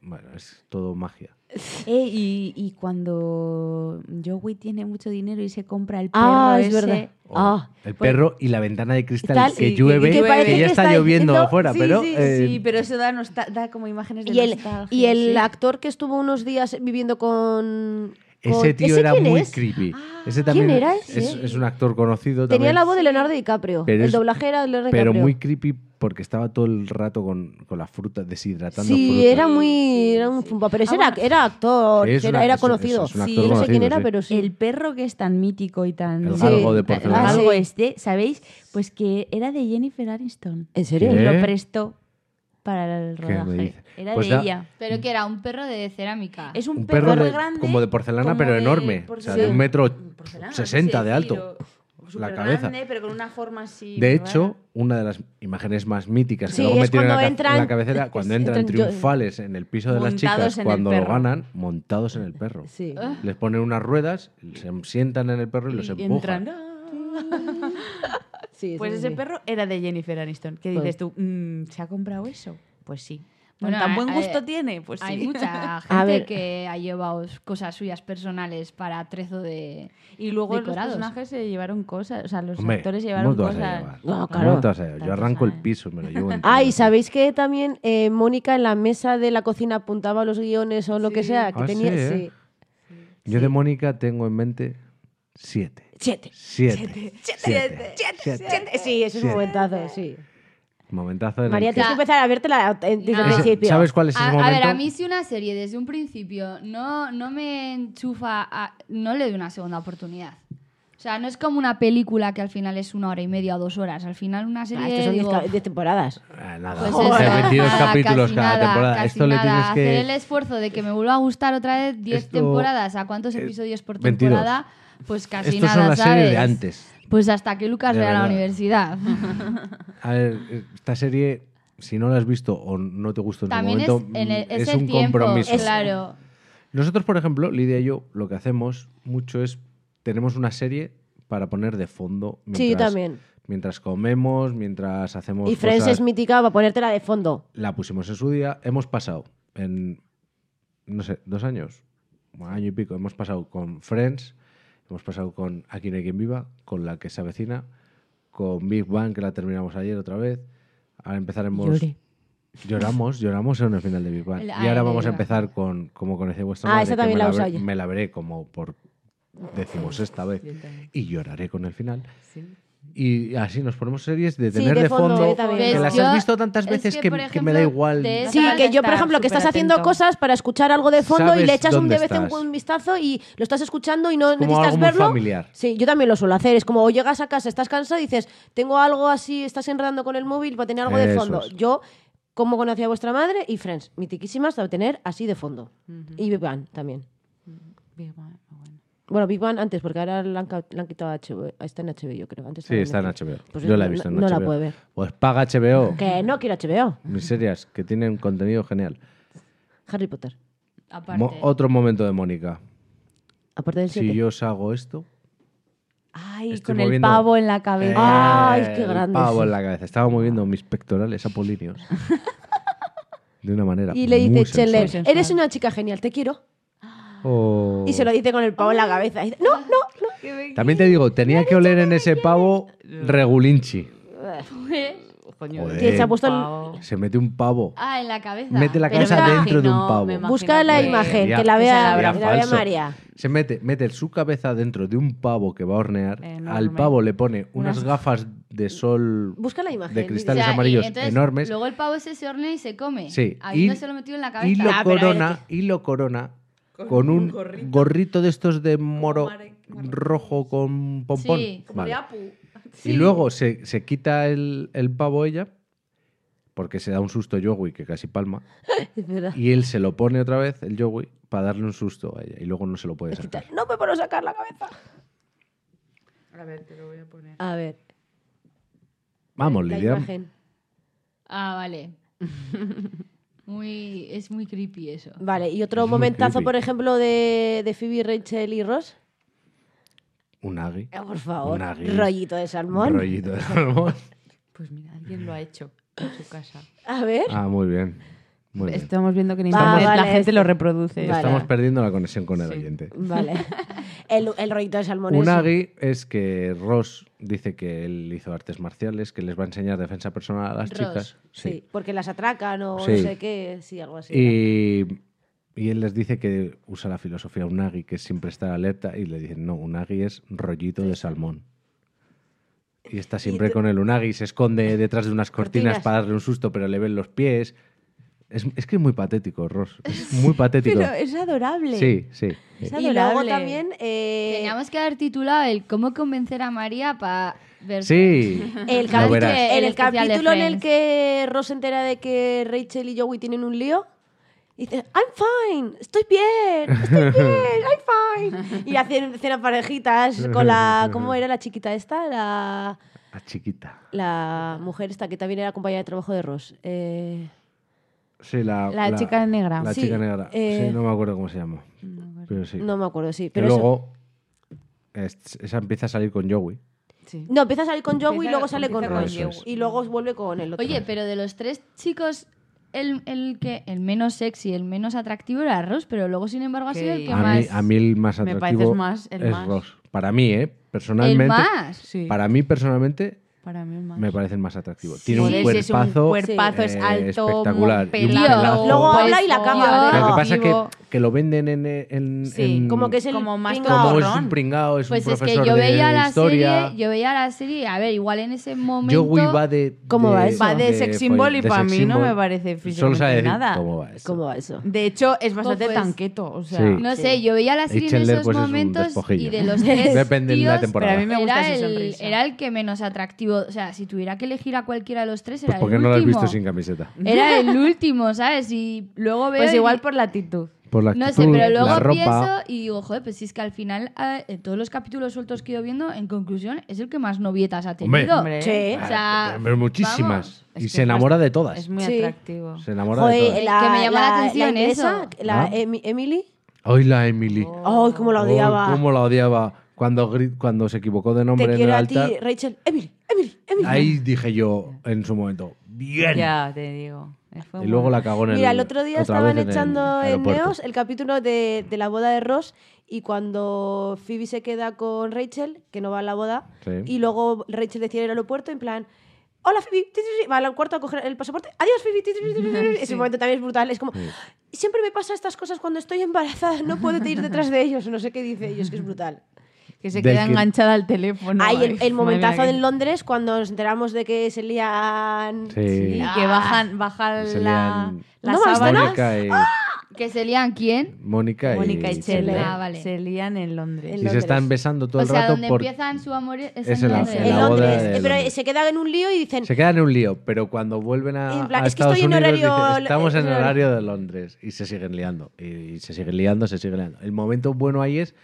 Speaker 3: bueno, es todo magia.
Speaker 4: Eh, y, y cuando Joey tiene mucho dinero y se compra el perro
Speaker 1: ah, es
Speaker 4: ese,
Speaker 1: verdad.
Speaker 3: Oh.
Speaker 1: Ah,
Speaker 3: el
Speaker 4: pues-
Speaker 3: perro y la ventana de cristal
Speaker 1: Tal,
Speaker 3: que
Speaker 1: sí,
Speaker 3: llueve,
Speaker 1: que
Speaker 3: que,
Speaker 1: parece
Speaker 3: ya
Speaker 1: que
Speaker 3: está,
Speaker 1: está
Speaker 3: lloviendo
Speaker 1: diciendo-
Speaker 3: afuera,
Speaker 4: Sí,
Speaker 3: pero...
Speaker 4: sí,
Speaker 3: eh,
Speaker 4: sí, pero eso da, nosta- da como imágenes de
Speaker 1: Y el,
Speaker 4: nostalgia,
Speaker 1: y el
Speaker 4: sí.
Speaker 1: actor que estuvo unos días viviendo con.
Speaker 3: Ese
Speaker 1: con-
Speaker 3: tío
Speaker 1: ¿Ese
Speaker 3: era
Speaker 1: quién
Speaker 3: muy
Speaker 1: es? Ah,
Speaker 3: creepy. Ese también
Speaker 1: ¿Quién era
Speaker 3: es,
Speaker 1: ese?
Speaker 3: es- es un actor conocido
Speaker 1: Tenía
Speaker 3: también.
Speaker 1: la voz de Leonardo DiCaprio.
Speaker 3: Pero
Speaker 1: el
Speaker 3: es-
Speaker 1: doblaje era de Leonardo
Speaker 3: Pero
Speaker 1: DiCaprio.
Speaker 3: muy creepy porque estaba todo el rato con, con la fruta, deshidratando
Speaker 1: Sí,
Speaker 3: fruta.
Speaker 1: era muy. Era un zumba, pero ese era, era actor,
Speaker 3: Sí, es
Speaker 1: era,
Speaker 3: una-
Speaker 1: era
Speaker 3: es-
Speaker 1: conocido.
Speaker 3: es un actor
Speaker 1: no sé
Speaker 3: conocido,
Speaker 1: quién era,
Speaker 3: sí.
Speaker 1: pero sí.
Speaker 4: El perro que es tan mítico y tan...
Speaker 3: El
Speaker 4: Sí.
Speaker 3: galgo de
Speaker 4: El
Speaker 3: porcelana.
Speaker 4: galgo
Speaker 1: Sí.
Speaker 4: este, ¿sabéis? Pues que era de Jennifer Aniston.
Speaker 1: ¿En serio?
Speaker 3: ¿Qué?
Speaker 4: Lo prestó para el
Speaker 3: ¿Qué me
Speaker 4: rodaje.
Speaker 3: dices?
Speaker 4: Era
Speaker 3: Pues
Speaker 4: de
Speaker 3: da-
Speaker 4: ella.
Speaker 2: Pero que era un perro de cerámica.
Speaker 4: Es un,
Speaker 3: Un perro de-
Speaker 4: grande.
Speaker 3: como de porcelana,
Speaker 4: como
Speaker 3: pero
Speaker 4: de
Speaker 3: enorme. O sea,
Speaker 4: porcelana.
Speaker 3: de un metro
Speaker 4: Mm, Porcelana,
Speaker 3: sesenta
Speaker 4: sí,
Speaker 3: de alto.
Speaker 4: estilo
Speaker 3: La cabeza.
Speaker 4: supergrande, pero con una forma así
Speaker 3: De
Speaker 4: rara.
Speaker 3: hecho, una de las imágenes más míticas que
Speaker 1: Sí,
Speaker 3: luego
Speaker 1: es
Speaker 3: metieron en la,
Speaker 1: cuando
Speaker 3: ca- en la
Speaker 1: entran-
Speaker 3: cabecera, cuando
Speaker 1: es-
Speaker 3: entran
Speaker 1: entran yo-
Speaker 3: triunfales en el piso de las
Speaker 4: Montados
Speaker 3: chicas,
Speaker 4: en el
Speaker 3: cuando lo
Speaker 4: perro.
Speaker 3: ganan, montados en el perro.
Speaker 1: Sí.
Speaker 3: Les ponen unas ruedas, se sientan en el perro y los
Speaker 4: Y
Speaker 3: empujan.
Speaker 4: entran.
Speaker 1: Sí,
Speaker 4: Pues
Speaker 1: sí,
Speaker 4: ese
Speaker 1: sí.
Speaker 4: perro era de Jennifer Aniston. ¿Qué
Speaker 1: Pues-
Speaker 4: dices tú? Mm, ¿Se ha comprado eso? Pues sí.
Speaker 2: Bueno,
Speaker 4: ¿Tan
Speaker 2: a-
Speaker 4: buen
Speaker 2: a-
Speaker 4: gusto tiene? Pues sí.
Speaker 2: Hay mucha
Speaker 1: A
Speaker 2: gente
Speaker 1: ver.
Speaker 2: que ha llevado cosas suyas personales para trezo de.
Speaker 4: Y luego
Speaker 2: decorados.
Speaker 4: los personajes se llevaron cosas. O sea, los
Speaker 3: Hombre,
Speaker 4: actores
Speaker 3: ¿cómo
Speaker 4: llevaron
Speaker 3: te vas a
Speaker 4: cosas.
Speaker 3: llevar?
Speaker 1: No,
Speaker 3: ¿Cómo
Speaker 1: claro.
Speaker 3: te vas a llevar? Yo
Speaker 4: Tantos
Speaker 3: arranco el
Speaker 4: años.
Speaker 3: piso, me lo llevo entero.
Speaker 1: Ah, y sabéis que también eh, Mónica en la mesa de la cocina apuntaba los guiones o lo que sea que
Speaker 3: Ah,
Speaker 1: tenía.
Speaker 3: sí,
Speaker 1: Sí,
Speaker 3: ¿eh? Yo de Mónica tengo en mente siete.
Speaker 1: Siete.
Speaker 3: Siete. Siete. Siete.
Speaker 1: Siete, Sí, ese es un
Speaker 3: Siete.
Speaker 1: momentazo, sí.
Speaker 3: Momentazo en el
Speaker 1: María,
Speaker 3: que-
Speaker 1: tienes que empezar a vértela eh, desde el
Speaker 2: No.
Speaker 3: Ese-
Speaker 1: principio.
Speaker 3: Ah, ¿Sabes cuál es ese
Speaker 2: A,
Speaker 3: momento?
Speaker 2: a ver, a mí si una serie desde un principio no, no me enchufa, a- no le doy una segunda oportunidad. O sea, no es como una película que al final es una hora y media o dos horas. Al final una serie...
Speaker 1: Ah, estos son diez
Speaker 2: digo,
Speaker 1: ca- diez temporadas.
Speaker 3: Ah, nada,
Speaker 2: Pues
Speaker 3: joder,
Speaker 2: eso,
Speaker 3: 22
Speaker 2: nada,
Speaker 3: capítulos
Speaker 2: casi
Speaker 3: cada
Speaker 2: nada,
Speaker 3: temporada.
Speaker 2: casi
Speaker 3: Esto le
Speaker 2: nada.
Speaker 3: tienes que.
Speaker 2: Hacer el esfuerzo de que me vuelva a gustar otra vez 10
Speaker 3: Esto-
Speaker 2: temporadas. ¿A cuántos episodios por
Speaker 3: 22.
Speaker 2: temporada? Pues casi
Speaker 3: Estos
Speaker 2: nada,
Speaker 3: son las
Speaker 2: ¿sabes?
Speaker 3: series de antes.
Speaker 2: Pues hasta que Lucas
Speaker 3: De
Speaker 2: vea la
Speaker 3: verdad.
Speaker 2: universidad.
Speaker 3: A ver, esta serie, si no la has visto o no te gustó en
Speaker 2: También
Speaker 3: su
Speaker 2: es,
Speaker 3: momento,
Speaker 2: en el-
Speaker 3: mm,
Speaker 2: es
Speaker 3: es
Speaker 2: el
Speaker 3: un
Speaker 2: tiempo,
Speaker 3: compromiso.
Speaker 2: claro.
Speaker 3: Nosotros, por ejemplo, Lidia y yo, lo que hacemos mucho es tenemos una serie para poner de fondo.
Speaker 1: Sí, yo también.
Speaker 3: Mientras comemos, mientras hacemos.
Speaker 1: Y Friends es
Speaker 3: cosas.
Speaker 1: mítica para ponértela de fondo.
Speaker 3: La pusimos en su día. Hemos pasado en, no sé, dos años, un año y pico. Hemos pasado con Friends, hemos pasado con Aquí no hay quien viva, con La que se avecina, con Big Bang, que la terminamos ayer otra vez. Ahora empezaremos...
Speaker 4: Lloré.
Speaker 3: Lloramos, lloramos en el final de Big Bang.
Speaker 2: El-
Speaker 3: y
Speaker 2: ah,
Speaker 3: ahora
Speaker 2: el
Speaker 3: vamos a
Speaker 2: Big Bang.
Speaker 3: empezar con Como conocí vuestra
Speaker 1: Ah,
Speaker 3: madre,
Speaker 1: esa
Speaker 3: que
Speaker 1: también
Speaker 3: me
Speaker 1: la
Speaker 3: la,
Speaker 1: uso
Speaker 3: ver-
Speaker 1: yo.
Speaker 3: me la veré como por decimos esta vez. Y lloraré con el final. Y así nos ponemos series de
Speaker 1: Sí,
Speaker 3: tener
Speaker 1: de
Speaker 3: de
Speaker 1: fondo,
Speaker 3: fondo,
Speaker 1: yo también.
Speaker 3: que
Speaker 1: Ves,
Speaker 3: las
Speaker 2: yo-
Speaker 3: has visto tantas
Speaker 2: es
Speaker 3: veces
Speaker 2: que,
Speaker 3: que,
Speaker 2: por
Speaker 3: que me da
Speaker 2: ejemplo,
Speaker 3: igual.
Speaker 2: de esa-
Speaker 1: Sí,
Speaker 2: Total,
Speaker 1: que yo, por
Speaker 4: estar
Speaker 1: ejemplo, que estás
Speaker 4: súper
Speaker 1: haciendo
Speaker 4: atento.
Speaker 1: cosas para escuchar algo de fondo y
Speaker 3: Sabes
Speaker 1: le echas un
Speaker 3: dónde
Speaker 1: de vez en
Speaker 3: estás.
Speaker 1: cuando un vistazo y lo estás escuchando y no
Speaker 3: como
Speaker 1: necesitas
Speaker 3: algo muy
Speaker 1: verlo.
Speaker 3: familiar.
Speaker 1: Sí, yo también lo suelo hacer. Es como o llegas a casa, estás cansado y dices, tengo algo así, estás enredando con el móvil para tener algo de
Speaker 3: Eso
Speaker 1: fondo.
Speaker 3: es.
Speaker 1: Yo, como conocí a vuestra madre y Friends, mitiquísimas para tener así de fondo. Y Big Bang también.
Speaker 4: Bien, bueno, bueno.
Speaker 1: Bueno, Big Bang antes, porque ahora la han, ca- la han quitado a HBO. Está en HBO, yo creo. Antes
Speaker 3: Sí, está en
Speaker 1: Netflix.
Speaker 3: HBO.
Speaker 1: Pues
Speaker 3: Yo la he visto en
Speaker 1: no, no
Speaker 3: HBO.
Speaker 1: la puedo ver.
Speaker 3: Pues paga HBO.
Speaker 1: Que no quiero HBO.
Speaker 3: Mis series que tienen contenido genial.
Speaker 1: Harry Potter.
Speaker 2: Aparte.
Speaker 3: Mo- otro momento de Mónica.
Speaker 1: Aparte del 7.
Speaker 3: Si yo os hago esto.
Speaker 4: Ay,
Speaker 3: Estoy
Speaker 4: con
Speaker 3: moviendo-
Speaker 4: el pavo en la cabeza.
Speaker 1: Ay,
Speaker 3: Eh,
Speaker 1: qué
Speaker 3: el
Speaker 1: grande,
Speaker 3: Pavo
Speaker 1: sí.
Speaker 3: en la cabeza. Estaba moviendo mis pectorales apolíneos. De una manera.
Speaker 1: Y le
Speaker 3: muy
Speaker 1: dice
Speaker 3: sensual.
Speaker 1: Chandler,
Speaker 4: sensual.
Speaker 1: eres una chica genial, te quiero.
Speaker 3: Oh.
Speaker 1: Y se lo dice con el pavo en la cabeza. Y dice, no, no, no.
Speaker 3: También te digo, tenía que oler en ese pavo regulinchi.
Speaker 4: Eh,
Speaker 3: Joder.
Speaker 1: Que se ha puesto el-
Speaker 3: Se mete un pavo.
Speaker 2: Ah, en la cabeza.
Speaker 3: Mete la
Speaker 4: Pero
Speaker 3: cabeza
Speaker 4: me
Speaker 3: dentro de un
Speaker 4: imagino- me
Speaker 3: pavo.
Speaker 4: imagino
Speaker 1: Busca la
Speaker 4: que-
Speaker 1: imagen,
Speaker 3: Sería-
Speaker 1: que la
Speaker 4: Esa
Speaker 1: vea,
Speaker 4: la
Speaker 1: la
Speaker 4: habrá
Speaker 1: vea
Speaker 3: falso.
Speaker 1: María.
Speaker 3: Se mete, mete su cabeza dentro de un pavo que va a hornear.
Speaker 4: Enorme.
Speaker 3: Al pavo le pone unas
Speaker 4: Unas-
Speaker 3: gafas de sol
Speaker 1: Busca la imagen.
Speaker 3: de
Speaker 2: O
Speaker 3: cristales
Speaker 2: sea, y
Speaker 3: amarillos
Speaker 2: entonces,
Speaker 3: enormes.
Speaker 2: Luego el pavo ese se hornea y se come.
Speaker 3: Sí,
Speaker 2: Habiendo se lo metido en la cabeza.
Speaker 3: y lo
Speaker 2: Ah, pero
Speaker 3: corona, y lo corona con, un, gorrito. de estos de moro rojo con pompón.
Speaker 2: Sí.
Speaker 3: Vale.
Speaker 2: Sí.
Speaker 3: Y luego se, se quita el, el pavo ella, porque se da un susto Yogui que casi palma,
Speaker 1: Es verdad.
Speaker 3: y él se lo pone otra vez, el Yogui, para darle un susto a ella, y luego no se lo puede sacar.
Speaker 1: No me puedo sacar la cabeza. A ver,
Speaker 3: Vamos,
Speaker 1: la
Speaker 3: Lidia.
Speaker 1: imagen.
Speaker 2: Ah, vale. muy, es muy creepy eso.
Speaker 1: Vale, y otro
Speaker 3: Es muy
Speaker 1: momentazo,
Speaker 3: creepy.
Speaker 1: por ejemplo, de, de Phoebe, Rachel y Ross.
Speaker 3: Un agui.
Speaker 1: Eh, por favor,
Speaker 3: Un águila.
Speaker 1: rollito de salmón.
Speaker 3: Rollito de salmón.
Speaker 4: Pues mira, alguien lo ha hecho en su casa.
Speaker 1: A ver.
Speaker 3: Ah, muy bien. Muy bien.
Speaker 4: Estamos viendo que en
Speaker 1: Va,
Speaker 4: internet la
Speaker 1: vale,
Speaker 4: gente
Speaker 1: este.
Speaker 4: lo reproduce.
Speaker 1: Vale.
Speaker 3: Estamos perdiendo la conexión con el oyente.
Speaker 1: Vale. El, el rollito de salmón
Speaker 3: Un
Speaker 1: es...
Speaker 3: agui es que Ross dice que él hizo artes marciales, que les va a enseñar defensa personal a las
Speaker 2: Ross,
Speaker 3: chicas.
Speaker 1: Sí. porque las atracan o
Speaker 3: Sí.
Speaker 1: no sé qué. Sí, algo así.
Speaker 3: Y, y él les dice que usa la filosofía Unagi, que es siempre estar alerta, y le dicen, no, Unagi es rollito de salmón. Y está siempre con el Unagi, se esconde detrás de unas cortinas,
Speaker 1: Cortinas.
Speaker 3: para darle un susto, pero le ven los pies. Es, es que es muy patético, Ross. Es muy patético.
Speaker 4: Pero eh, es adorable.
Speaker 3: Sí, sí.
Speaker 1: Es
Speaker 4: Y
Speaker 1: adorable.
Speaker 4: luego
Speaker 1: también... eh,
Speaker 4: también, Eh,
Speaker 2: Teníamos que haber titulado el cómo convencer a María para ver.
Speaker 3: Sí.
Speaker 1: El
Speaker 3: Lo
Speaker 1: capítulo-
Speaker 3: verás.
Speaker 1: en
Speaker 2: El
Speaker 1: el
Speaker 2: especial de
Speaker 1: capítulo en el
Speaker 2: Friends.
Speaker 1: que Ross se entera de que Rachel y Joey tienen un lío, dice, I'm fine, estoy bien, estoy bien, I'm fine. Y hacen cena parejitas con la, ¿cómo era la chiquita esta? La,
Speaker 3: A chiquita.
Speaker 1: la mujer esta que también era compañera de trabajo de Ross. Eh,
Speaker 3: Sí, la,
Speaker 4: La chica negra.
Speaker 3: La
Speaker 1: Sí,
Speaker 3: chica negra.
Speaker 1: eh,
Speaker 3: Sí, no me acuerdo cómo se llama. Pero sí.
Speaker 1: no me acuerdo, sí.
Speaker 3: Que
Speaker 1: Pero eso-
Speaker 3: luego es- esa empieza a salir con Joey.
Speaker 4: Sí.
Speaker 1: no, empieza a salir con Joey y
Speaker 6: Empieza-
Speaker 1: luego sale con
Speaker 6: empieza
Speaker 3: con
Speaker 1: Ross.
Speaker 3: Joey.
Speaker 1: Y luego vuelve con el otro.
Speaker 2: Oye, pero de los tres chicos, el, el que el menos sexy, el menos atractivo era Ross, pero luego, sin embargo, ha sido el
Speaker 4: Sí.
Speaker 2: que
Speaker 3: A
Speaker 2: más.
Speaker 3: mí, a mí el más
Speaker 4: Me
Speaker 3: atractivo
Speaker 4: pareces más el
Speaker 3: es
Speaker 4: más.
Speaker 3: Ross. Para mí, ¿eh?
Speaker 2: el
Speaker 3: Personalmente.
Speaker 2: más.
Speaker 4: Sí.
Speaker 3: Para mí, personalmente,
Speaker 4: Para mí es más.
Speaker 3: me parece el más atractivo.
Speaker 4: Sí,
Speaker 3: Tiene un
Speaker 4: sí, es un
Speaker 3: cuerpazo.
Speaker 4: cuerpazo, es
Speaker 3: eh,
Speaker 4: alto,
Speaker 3: espectacular. Y un
Speaker 4: pelado.
Speaker 3: pelazo.
Speaker 1: Luego
Speaker 2: Pues,
Speaker 1: habla y la caga.
Speaker 2: tío.
Speaker 3: Lo que
Speaker 4: no,
Speaker 3: pasa es que,
Speaker 4: vivo.
Speaker 3: que lo venden en. en-
Speaker 4: Sí,
Speaker 3: en-
Speaker 1: como que es el
Speaker 4: como más
Speaker 1: pringao.
Speaker 3: Mm. como es
Speaker 4: cabrón.
Speaker 3: un pringao, es
Speaker 2: Pues
Speaker 3: un
Speaker 2: es que
Speaker 3: profesor
Speaker 2: yo
Speaker 3: de
Speaker 2: veía la
Speaker 3: historia.
Speaker 2: serie, yo veía la serie, a ver, igual en ese momento.
Speaker 3: Joey va de.
Speaker 1: ¿Cómo
Speaker 3: de-
Speaker 1: va eso?
Speaker 4: Va de sex
Speaker 3: folle-
Speaker 4: symbol y
Speaker 3: de
Speaker 4: pa'
Speaker 3: sex
Speaker 4: mí no
Speaker 3: symbol.
Speaker 4: me parece
Speaker 3: Solo
Speaker 4: físicamente
Speaker 3: sabe decir
Speaker 4: nada.
Speaker 3: cómo va eso.
Speaker 1: ¿Cómo va eso?
Speaker 4: De hecho, es bastante
Speaker 2: Pues-
Speaker 4: tanqueto. O sea,
Speaker 3: Sí.
Speaker 2: No sé, yo veía la serie en
Speaker 3: Chandler,
Speaker 2: esos
Speaker 3: pues, es un
Speaker 2: momentos y
Speaker 3: despojillo.
Speaker 2: de los tres
Speaker 3: Depende de la
Speaker 2: tíos,
Speaker 3: temporada.
Speaker 4: Pero a mí me gusta
Speaker 2: era
Speaker 4: esa
Speaker 2: el,
Speaker 4: sonrisa.
Speaker 2: Era el que menos atractivo. O sea, si tuviera que elegir a cualquiera de los tres, era
Speaker 3: Pues porque
Speaker 2: el
Speaker 3: no lo has
Speaker 2: último.
Speaker 3: visto sin camiseta.
Speaker 2: Era el último, ¿sabes? Y luego veo.
Speaker 4: pues
Speaker 2: y-
Speaker 4: igual por la actitud.
Speaker 3: Por la
Speaker 2: No sé,
Speaker 3: actitud,
Speaker 2: pero
Speaker 3: la
Speaker 2: luego
Speaker 3: ropa.
Speaker 2: pienso y digo, joder, pues si es que al final, eh, en todos los capítulos sueltos que he ido viendo, en conclusión, es el que más novietas ha
Speaker 3: Hombre.
Speaker 2: tenido.
Speaker 4: Hombre,
Speaker 1: Sí.
Speaker 2: O sea,
Speaker 3: Pero Ah, muchísimas.
Speaker 2: vamos,
Speaker 4: Es
Speaker 3: y
Speaker 4: que
Speaker 3: se
Speaker 4: es
Speaker 3: enamora
Speaker 4: bast-
Speaker 3: de todas.
Speaker 4: Es muy
Speaker 1: Sí.
Speaker 4: atractivo.
Speaker 3: Se enamora de
Speaker 1: Joder,
Speaker 3: todas.
Speaker 1: la,
Speaker 2: Que me llamó la atención
Speaker 1: la inglesa,
Speaker 2: eso.
Speaker 1: La
Speaker 3: Ah.
Speaker 1: Emi- Emily.
Speaker 3: Ay, Oh, la Emily.
Speaker 1: Ay, cómo la
Speaker 3: Ay,
Speaker 1: odiaba.
Speaker 3: cómo la odiaba. Cuando, gri- cuando se equivocó de nombre
Speaker 1: Te
Speaker 3: en el
Speaker 1: quiero a ti,
Speaker 3: altar,
Speaker 1: Rachel. Emily, Emily, Emily.
Speaker 3: ahí dije yo en su momento, bien.
Speaker 6: Ya, te digo. Eh, fue
Speaker 3: Y luego
Speaker 6: muy-
Speaker 3: la cagó en pues el
Speaker 1: Mira, el otro día
Speaker 3: otra
Speaker 1: estaban
Speaker 3: vez en el
Speaker 1: echando en,
Speaker 3: aeropuerto.
Speaker 1: Neos el capítulo de, de la boda de Ross y cuando Phoebe se queda con Rachel, que no va a la boda,
Speaker 3: Sí.
Speaker 1: y luego Rachel decide ir al aeropuerto en plan... Hola Phoebe, ti, ti, ti", va al cuarto a coger el pasaporte. Adiós Phoebe. ti, ti, ti, ti, ti, ti". Ese momento también es brutal. Es como, siempre me pasa estas cosas cuando estoy embarazada, no puedo ir detrás de ellos, no sé qué dice ellos, que es brutal.
Speaker 4: Que se
Speaker 3: Del
Speaker 4: queda
Speaker 3: que-
Speaker 4: enganchada al teléfono.
Speaker 1: Hay
Speaker 4: Ay,
Speaker 1: el, el
Speaker 4: madre
Speaker 1: momentazo
Speaker 4: mía,
Speaker 1: en Londres cuando nos enteramos de que se lían...
Speaker 3: Sí.
Speaker 4: que- Que bajan, baja
Speaker 3: Se
Speaker 4: la,
Speaker 3: lían-
Speaker 1: Ah,
Speaker 4: la
Speaker 1: No, más
Speaker 4: sábana.
Speaker 3: Mónica y,
Speaker 2: ¿Que se lían quién?
Speaker 3: Mónica y,
Speaker 4: Mónica y
Speaker 3: Chandler.
Speaker 4: Chandler
Speaker 2: Ah, vale.
Speaker 4: se lían en Londres.
Speaker 1: En
Speaker 3: Y se
Speaker 1: Londres.
Speaker 3: están besando todo
Speaker 2: o
Speaker 3: el
Speaker 2: sea,
Speaker 3: rato
Speaker 2: donde
Speaker 3: por-
Speaker 2: empiezan su amor es,
Speaker 3: Es
Speaker 2: en
Speaker 3: en la-
Speaker 2: Londres.
Speaker 3: en
Speaker 1: En
Speaker 3: la boda
Speaker 1: Londres.
Speaker 3: de
Speaker 1: Eh, pero
Speaker 3: Londres.
Speaker 1: se quedan en un lío y dicen,
Speaker 3: Se quedan en un lío, pero cuando vuelven a,
Speaker 1: En plan,
Speaker 3: a
Speaker 1: es que
Speaker 3: Estados
Speaker 1: estoy en
Speaker 3: Unidos
Speaker 1: horario-
Speaker 3: dicen, estamos en
Speaker 1: en horario".
Speaker 3: horario de Londres y se siguen liando y, y se siguen liando, se siguen liando. El momento bueno ahí es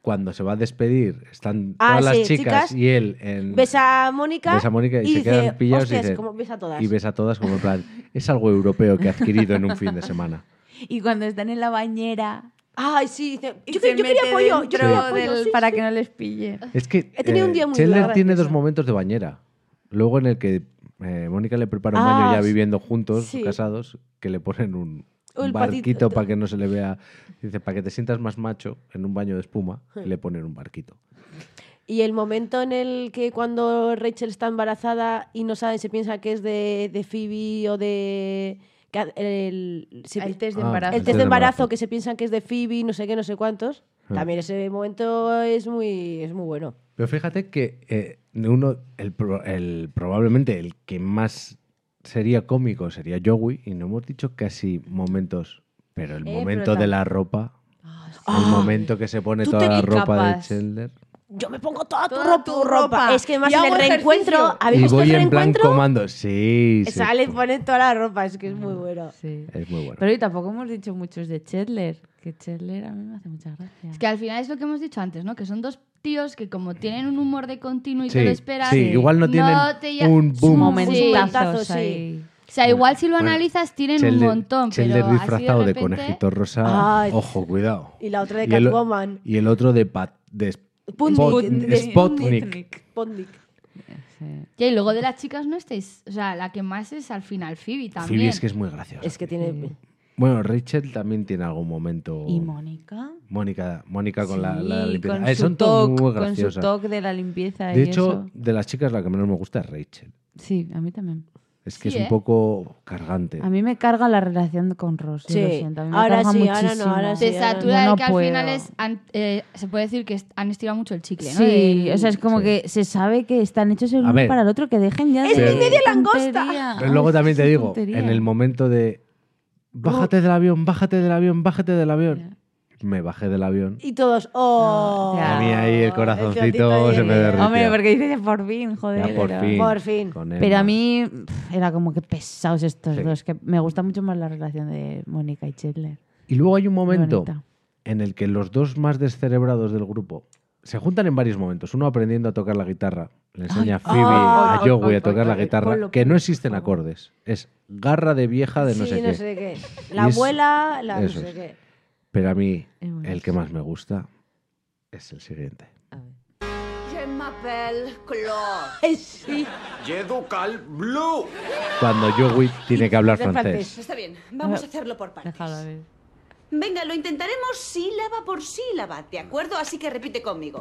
Speaker 3: cuando se va a despedir, están
Speaker 1: Ah,
Speaker 3: todas
Speaker 1: sí,
Speaker 3: las chicas,
Speaker 1: chicas,
Speaker 3: y él en
Speaker 1: besa a Mónica,
Speaker 3: besa a Mónica y, se
Speaker 1: dice,
Speaker 3: quedan pillados
Speaker 1: "Hostias,
Speaker 3: y dicen-
Speaker 1: como besa a todas.
Speaker 3: y besa a todas como en plan, es algo europeo que ha adquirido en un fin de semana.
Speaker 4: Y cuando están en la bañera.
Speaker 1: Ay, sí, dice,
Speaker 4: y
Speaker 1: yo,
Speaker 4: se
Speaker 1: que- yo quería
Speaker 4: mete
Speaker 1: apoyo, yo
Speaker 4: dentro
Speaker 1: quería apoyo.
Speaker 4: del-
Speaker 1: sí,
Speaker 4: para
Speaker 1: sí.
Speaker 4: que no les pille.
Speaker 3: Es que eh,
Speaker 1: He tenido un día muy
Speaker 3: Chandler
Speaker 1: raro,
Speaker 3: tiene dos
Speaker 1: eso.
Speaker 3: momentos de bañera. Luego en el que eh, Mónica le prepara un
Speaker 1: Ah,
Speaker 3: baño ya
Speaker 1: sí.
Speaker 3: viviendo juntos,
Speaker 1: Sí.
Speaker 3: casados, que le ponen un,
Speaker 1: O el
Speaker 3: barquito
Speaker 1: patito.
Speaker 3: para que no se le vea. Dice, para que te sientas más macho en un baño de espuma, y le ponen un barquito.
Speaker 1: Y el momento en el que cuando Rachel está embarazada y no sabe, se piensa que es de, de Phoebe o de... que ha- El, se-
Speaker 4: El test de
Speaker 3: Ah,
Speaker 4: embarazo.
Speaker 1: el test de embarazo, que se piensan que es de Phoebe, no sé qué, no sé cuántos.
Speaker 3: Ah.
Speaker 1: También ese momento es muy, es muy bueno.
Speaker 3: Pero fíjate que eh, uno, el, pro- el- probablemente el que más sería cómico sería Joey, y no hemos dicho casi momentos, pero el
Speaker 1: Eh,
Speaker 3: momento
Speaker 1: pero
Speaker 3: de
Speaker 1: la-
Speaker 3: la ropa, el
Speaker 1: Ah,
Speaker 3: momento que se pone
Speaker 4: tú
Speaker 3: toda
Speaker 4: te
Speaker 3: la ropa
Speaker 4: discapas.
Speaker 3: de Chandler.
Speaker 1: Yo me pongo toda, tu,
Speaker 4: Toda
Speaker 1: ropa,
Speaker 4: tu ropa.
Speaker 1: Es que más
Speaker 4: Y
Speaker 1: en el
Speaker 4: hago
Speaker 1: reencuentro...
Speaker 4: ejercicio.
Speaker 1: ¿Habéis
Speaker 3: Y
Speaker 1: visto
Speaker 3: voy
Speaker 1: el
Speaker 3: en plan
Speaker 1: reencuentro?
Speaker 3: comando. Sí, sí.
Speaker 1: Sale, pone toda la ropa, es que es
Speaker 4: Mm.
Speaker 1: muy bueno.
Speaker 4: Sí.
Speaker 3: Es muy bueno.
Speaker 4: Pero hoy tampoco hemos dicho muchos de Chandler. Que Chandler a mí me hace mucha gracia.
Speaker 2: Es que al final es lo que hemos dicho antes, ¿no? Que son dos tíos que como tienen un humor de continuo y
Speaker 3: Sí,
Speaker 2: te lo esperas...
Speaker 3: sí, igual no tienen
Speaker 2: te lle-
Speaker 3: un
Speaker 2: Sí.
Speaker 3: boom.
Speaker 4: Momentazos
Speaker 2: Sí. O
Speaker 1: Momentazos, sí.
Speaker 4: ahí.
Speaker 2: sea, igual si lo
Speaker 3: Bueno,
Speaker 2: analizas tienen un
Speaker 3: Chandler-
Speaker 2: montón,
Speaker 3: Chandler
Speaker 2: pero así
Speaker 3: disfrazado de,
Speaker 2: repente-
Speaker 3: conejito rosa.
Speaker 1: Ay.
Speaker 3: Ojo, cuidado.
Speaker 1: Y la otra de
Speaker 3: Y el o-
Speaker 1: Catwoman.
Speaker 3: Y el otro de, Pat- de
Speaker 1: Putnik.
Speaker 3: Spot-
Speaker 1: De-
Speaker 3: Spotnik.
Speaker 1: Pondic.
Speaker 4: Sí.
Speaker 2: Ya, y luego de las chicas no estáis... O sea, la que más es al final Phoebe también.
Speaker 3: Phoebe es que es muy gracioso.
Speaker 1: Es que tiene.
Speaker 3: Mm. Bueno, Rachel también tiene algún momento.
Speaker 4: ¿Y Mónica?
Speaker 3: Mónica, Mónica Oh. con la, la
Speaker 4: Sí,
Speaker 3: limpieza.
Speaker 4: con
Speaker 3: Eh,
Speaker 4: su
Speaker 3: son todas
Speaker 4: toc,
Speaker 3: muy
Speaker 4: Con su
Speaker 3: graciosas.
Speaker 4: toque de la limpieza
Speaker 3: de
Speaker 4: y
Speaker 3: hecho,
Speaker 4: eso.
Speaker 3: de las chicas la que menos me gusta es Rachel.
Speaker 4: Sí, a mí también.
Speaker 3: Es que
Speaker 2: Sí,
Speaker 3: es
Speaker 2: ¿eh?
Speaker 3: un poco cargante.
Speaker 4: A mí me carga la relación con Ross. yo
Speaker 1: Sí.
Speaker 4: lo siento, a mí me
Speaker 1: Ahora
Speaker 4: carga
Speaker 1: sí, ahora no,
Speaker 4: muchísimo.
Speaker 1: ahora sí.
Speaker 2: Te satura
Speaker 4: Yo
Speaker 2: de
Speaker 4: no
Speaker 2: que
Speaker 4: puedo.
Speaker 2: al final es... han- eh, se puede decir que est- han estirado mucho el chicle, ¿no?
Speaker 4: Sí,
Speaker 2: Del-
Speaker 4: o sea, es como
Speaker 3: Sí.
Speaker 4: que se sabe que están hechos el
Speaker 3: A
Speaker 4: uno
Speaker 3: ver.
Speaker 4: para el otro, que dejen ya
Speaker 1: Es
Speaker 4: de
Speaker 3: mi media
Speaker 1: langosta.
Speaker 4: tontería.
Speaker 3: Pero luego
Speaker 4: Ay,
Speaker 3: también
Speaker 4: sí,
Speaker 3: te digo,
Speaker 4: tontería.
Speaker 3: en el momento de bájate del avión, bájate del avión, bájate del avión. Me bajé del avión.
Speaker 1: Y todos. ¡Oh!
Speaker 4: Ya.
Speaker 3: A mí ahí el
Speaker 1: platito
Speaker 3: corazoncito
Speaker 1: de-
Speaker 3: se me derritió.
Speaker 4: Hombre, porque dices ya por fin, joder.
Speaker 3: Ya por
Speaker 4: pero-
Speaker 3: fin.
Speaker 1: Por fin.
Speaker 3: con
Speaker 4: Pero
Speaker 3: Emma.
Speaker 4: a mí pf, era como que pesados estos
Speaker 3: Sí.
Speaker 4: dos, que me gusta mucho más la relación de Mónica y Chandler.
Speaker 3: Y luego hay un momento
Speaker 4: bonita.
Speaker 3: en el que los dos más descerebrados del grupo se juntan en varios momentos. Uno aprendiendo a tocar la guitarra. Le enseña a Phoebe,
Speaker 1: ay,
Speaker 3: a Joey
Speaker 4: ay,
Speaker 3: a tocar
Speaker 4: ay,
Speaker 3: la
Speaker 4: ay,
Speaker 3: guitarra,
Speaker 4: ponlo,
Speaker 3: que no
Speaker 4: ponlo,
Speaker 3: existen
Speaker 4: por favor.
Speaker 3: acordes. Es garra de vieja de no
Speaker 1: sí,
Speaker 3: sé
Speaker 1: Ah, no
Speaker 3: qué.
Speaker 1: sé qué. La
Speaker 3: Y es-
Speaker 1: abuela, la no
Speaker 3: eso
Speaker 1: sé
Speaker 3: es.
Speaker 1: qué.
Speaker 3: Pero a mí,
Speaker 4: Es buenísimo.
Speaker 3: el que más me gusta es el siguiente.
Speaker 5: Je m'appelle Claude.
Speaker 1: Eh, sí.
Speaker 7: Yeducal Blue.
Speaker 3: Cuando Joey tiene que hablar
Speaker 1: Hablar
Speaker 3: francés.
Speaker 5: Está bien, vamos a hacerlo por partes.
Speaker 4: Déjalo ver.
Speaker 5: Venga, lo intentaremos sílaba por sílaba, ¿de acuerdo? Así que repite conmigo.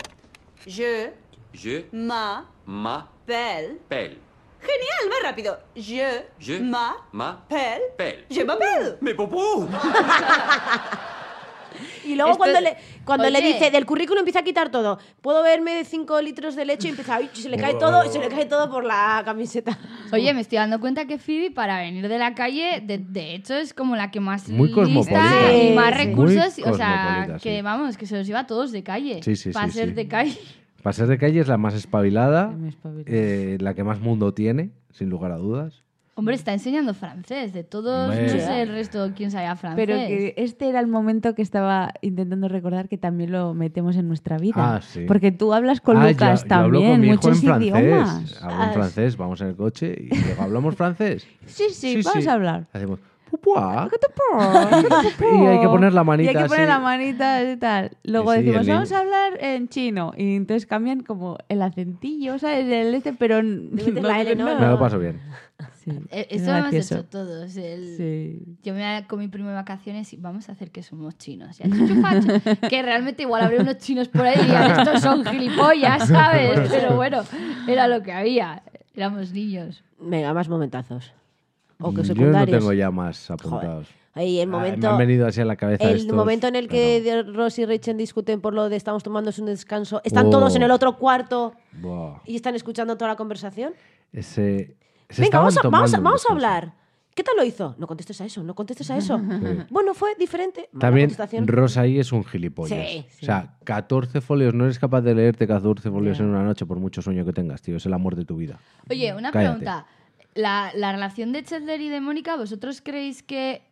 Speaker 5: Je
Speaker 7: Je
Speaker 5: m'appelle.
Speaker 7: m'appelle.
Speaker 5: Genial, más rápido. Je,
Speaker 7: Je
Speaker 5: m'appelle.
Speaker 7: m'appelle.
Speaker 5: Je m'appelle.
Speaker 7: ¡Me popó!
Speaker 1: Y luego
Speaker 2: Esto-
Speaker 1: cuando, le, cuando le
Speaker 2: Oye.
Speaker 1: dice del currículum empieza a quitar todo. Puedo verme de 5 litros de leche y empieza. ¡Ay! Se le cae todo, se le cae todo por la camiseta.
Speaker 2: Oye, me estoy dando cuenta que Phoebe, para venir de la calle, de, de hecho es como la que más
Speaker 3: Muy
Speaker 2: lista
Speaker 3: cosmopolita.
Speaker 2: y más
Speaker 1: Sí, sí.
Speaker 2: recursos,
Speaker 3: Muy
Speaker 2: o sea,
Speaker 3: cosmopolita,
Speaker 2: que
Speaker 3: sí.
Speaker 2: vamos, que se los lleva a todos de calle.
Speaker 3: Sí, sí,
Speaker 2: para
Speaker 3: sí,
Speaker 2: ser
Speaker 3: sí.
Speaker 2: de calle.
Speaker 3: Para ser de calle es la más espabilada,
Speaker 4: La más espabilada.
Speaker 3: eh, la que más mundo tiene, sin lugar a dudas.
Speaker 2: Hombre, está enseñando francés, de todos,
Speaker 3: Hombre.
Speaker 2: no sé el resto quién sabía francés.
Speaker 4: Pero que este era el momento que estaba intentando recordar que también lo metemos en nuestra vida.
Speaker 3: Ah, sí.
Speaker 4: Porque tú hablas con
Speaker 3: Ah, yo-
Speaker 4: Lucas
Speaker 3: yo
Speaker 4: también,
Speaker 3: hablo con mi hijo
Speaker 4: muchos
Speaker 3: en francés. Ah,
Speaker 4: idiomas.
Speaker 1: Ah,
Speaker 3: Hablo en francés, vamos en el coche y luego hablamos francés.
Speaker 4: Sí, sí, vamos a hablar.
Speaker 3: Hacemos Pupua.
Speaker 4: y
Speaker 3: Y hay que poner la manita
Speaker 4: Y hay que poner
Speaker 3: así.
Speaker 4: la manita y tal. Luego
Speaker 3: sí,
Speaker 4: decimos,
Speaker 3: el niño.
Speaker 4: vamos a hablar en chino. Y entonces cambian como el acentillo, ¿sabes? El este, pero... n-
Speaker 1: metes la L,
Speaker 4: dicen
Speaker 1: ¿no?
Speaker 4: nada.
Speaker 3: Me lo paso bien.
Speaker 4: Sí,
Speaker 2: Eh,
Speaker 4: es
Speaker 2: Eso lo hemos
Speaker 4: gracioso.
Speaker 2: hecho todos. el-
Speaker 4: Sí.
Speaker 2: Yo me voy con mi primo de vacaciones y vamos a hacer que somos chinos. Y así, chufa, chu- que realmente igual habría unos chinos por ahí y dirían, estos son gilipollas, ¿sabes? Pero bueno, era lo que había. Éramos niños.
Speaker 1: Venga, más momentazos. O que
Speaker 3: Yo no
Speaker 1: secundarios.
Speaker 3: tengo ya más apuntados.
Speaker 1: Ahí el
Speaker 3: Ah,
Speaker 1: momento...
Speaker 3: me han venido así a la cabeza
Speaker 1: El
Speaker 3: estos,
Speaker 1: momento en el que
Speaker 3: pero-
Speaker 1: Ross y Rachel discuten por lo de estamos tomando un descanso, están
Speaker 3: Oh.
Speaker 1: todos en el otro cuarto
Speaker 3: Buah,
Speaker 1: y están escuchando toda la conversación.
Speaker 3: ese... se
Speaker 1: Venga,
Speaker 3: estaban
Speaker 1: vamos a, vamos, a-
Speaker 3: tomando
Speaker 1: vamos a
Speaker 3: muchas
Speaker 1: hablar. ¿Qué tal lo hizo? No contestes a eso, no contestes a eso.
Speaker 3: Sí.
Speaker 1: Bueno, fue diferente. Mala
Speaker 3: También
Speaker 1: contestación.
Speaker 3: Rosa ahí es un gilipollas.
Speaker 1: Sí,
Speaker 3: O sea, 14 folios. No eres capaz de leerte 14 folios en una noche por mucho sueño que tengas, tío. Es el amor de tu vida.
Speaker 2: Oye, una
Speaker 3: Cállate.
Speaker 2: pregunta. La, la relación de Chandler y de Mónica, ¿vosotros creéis que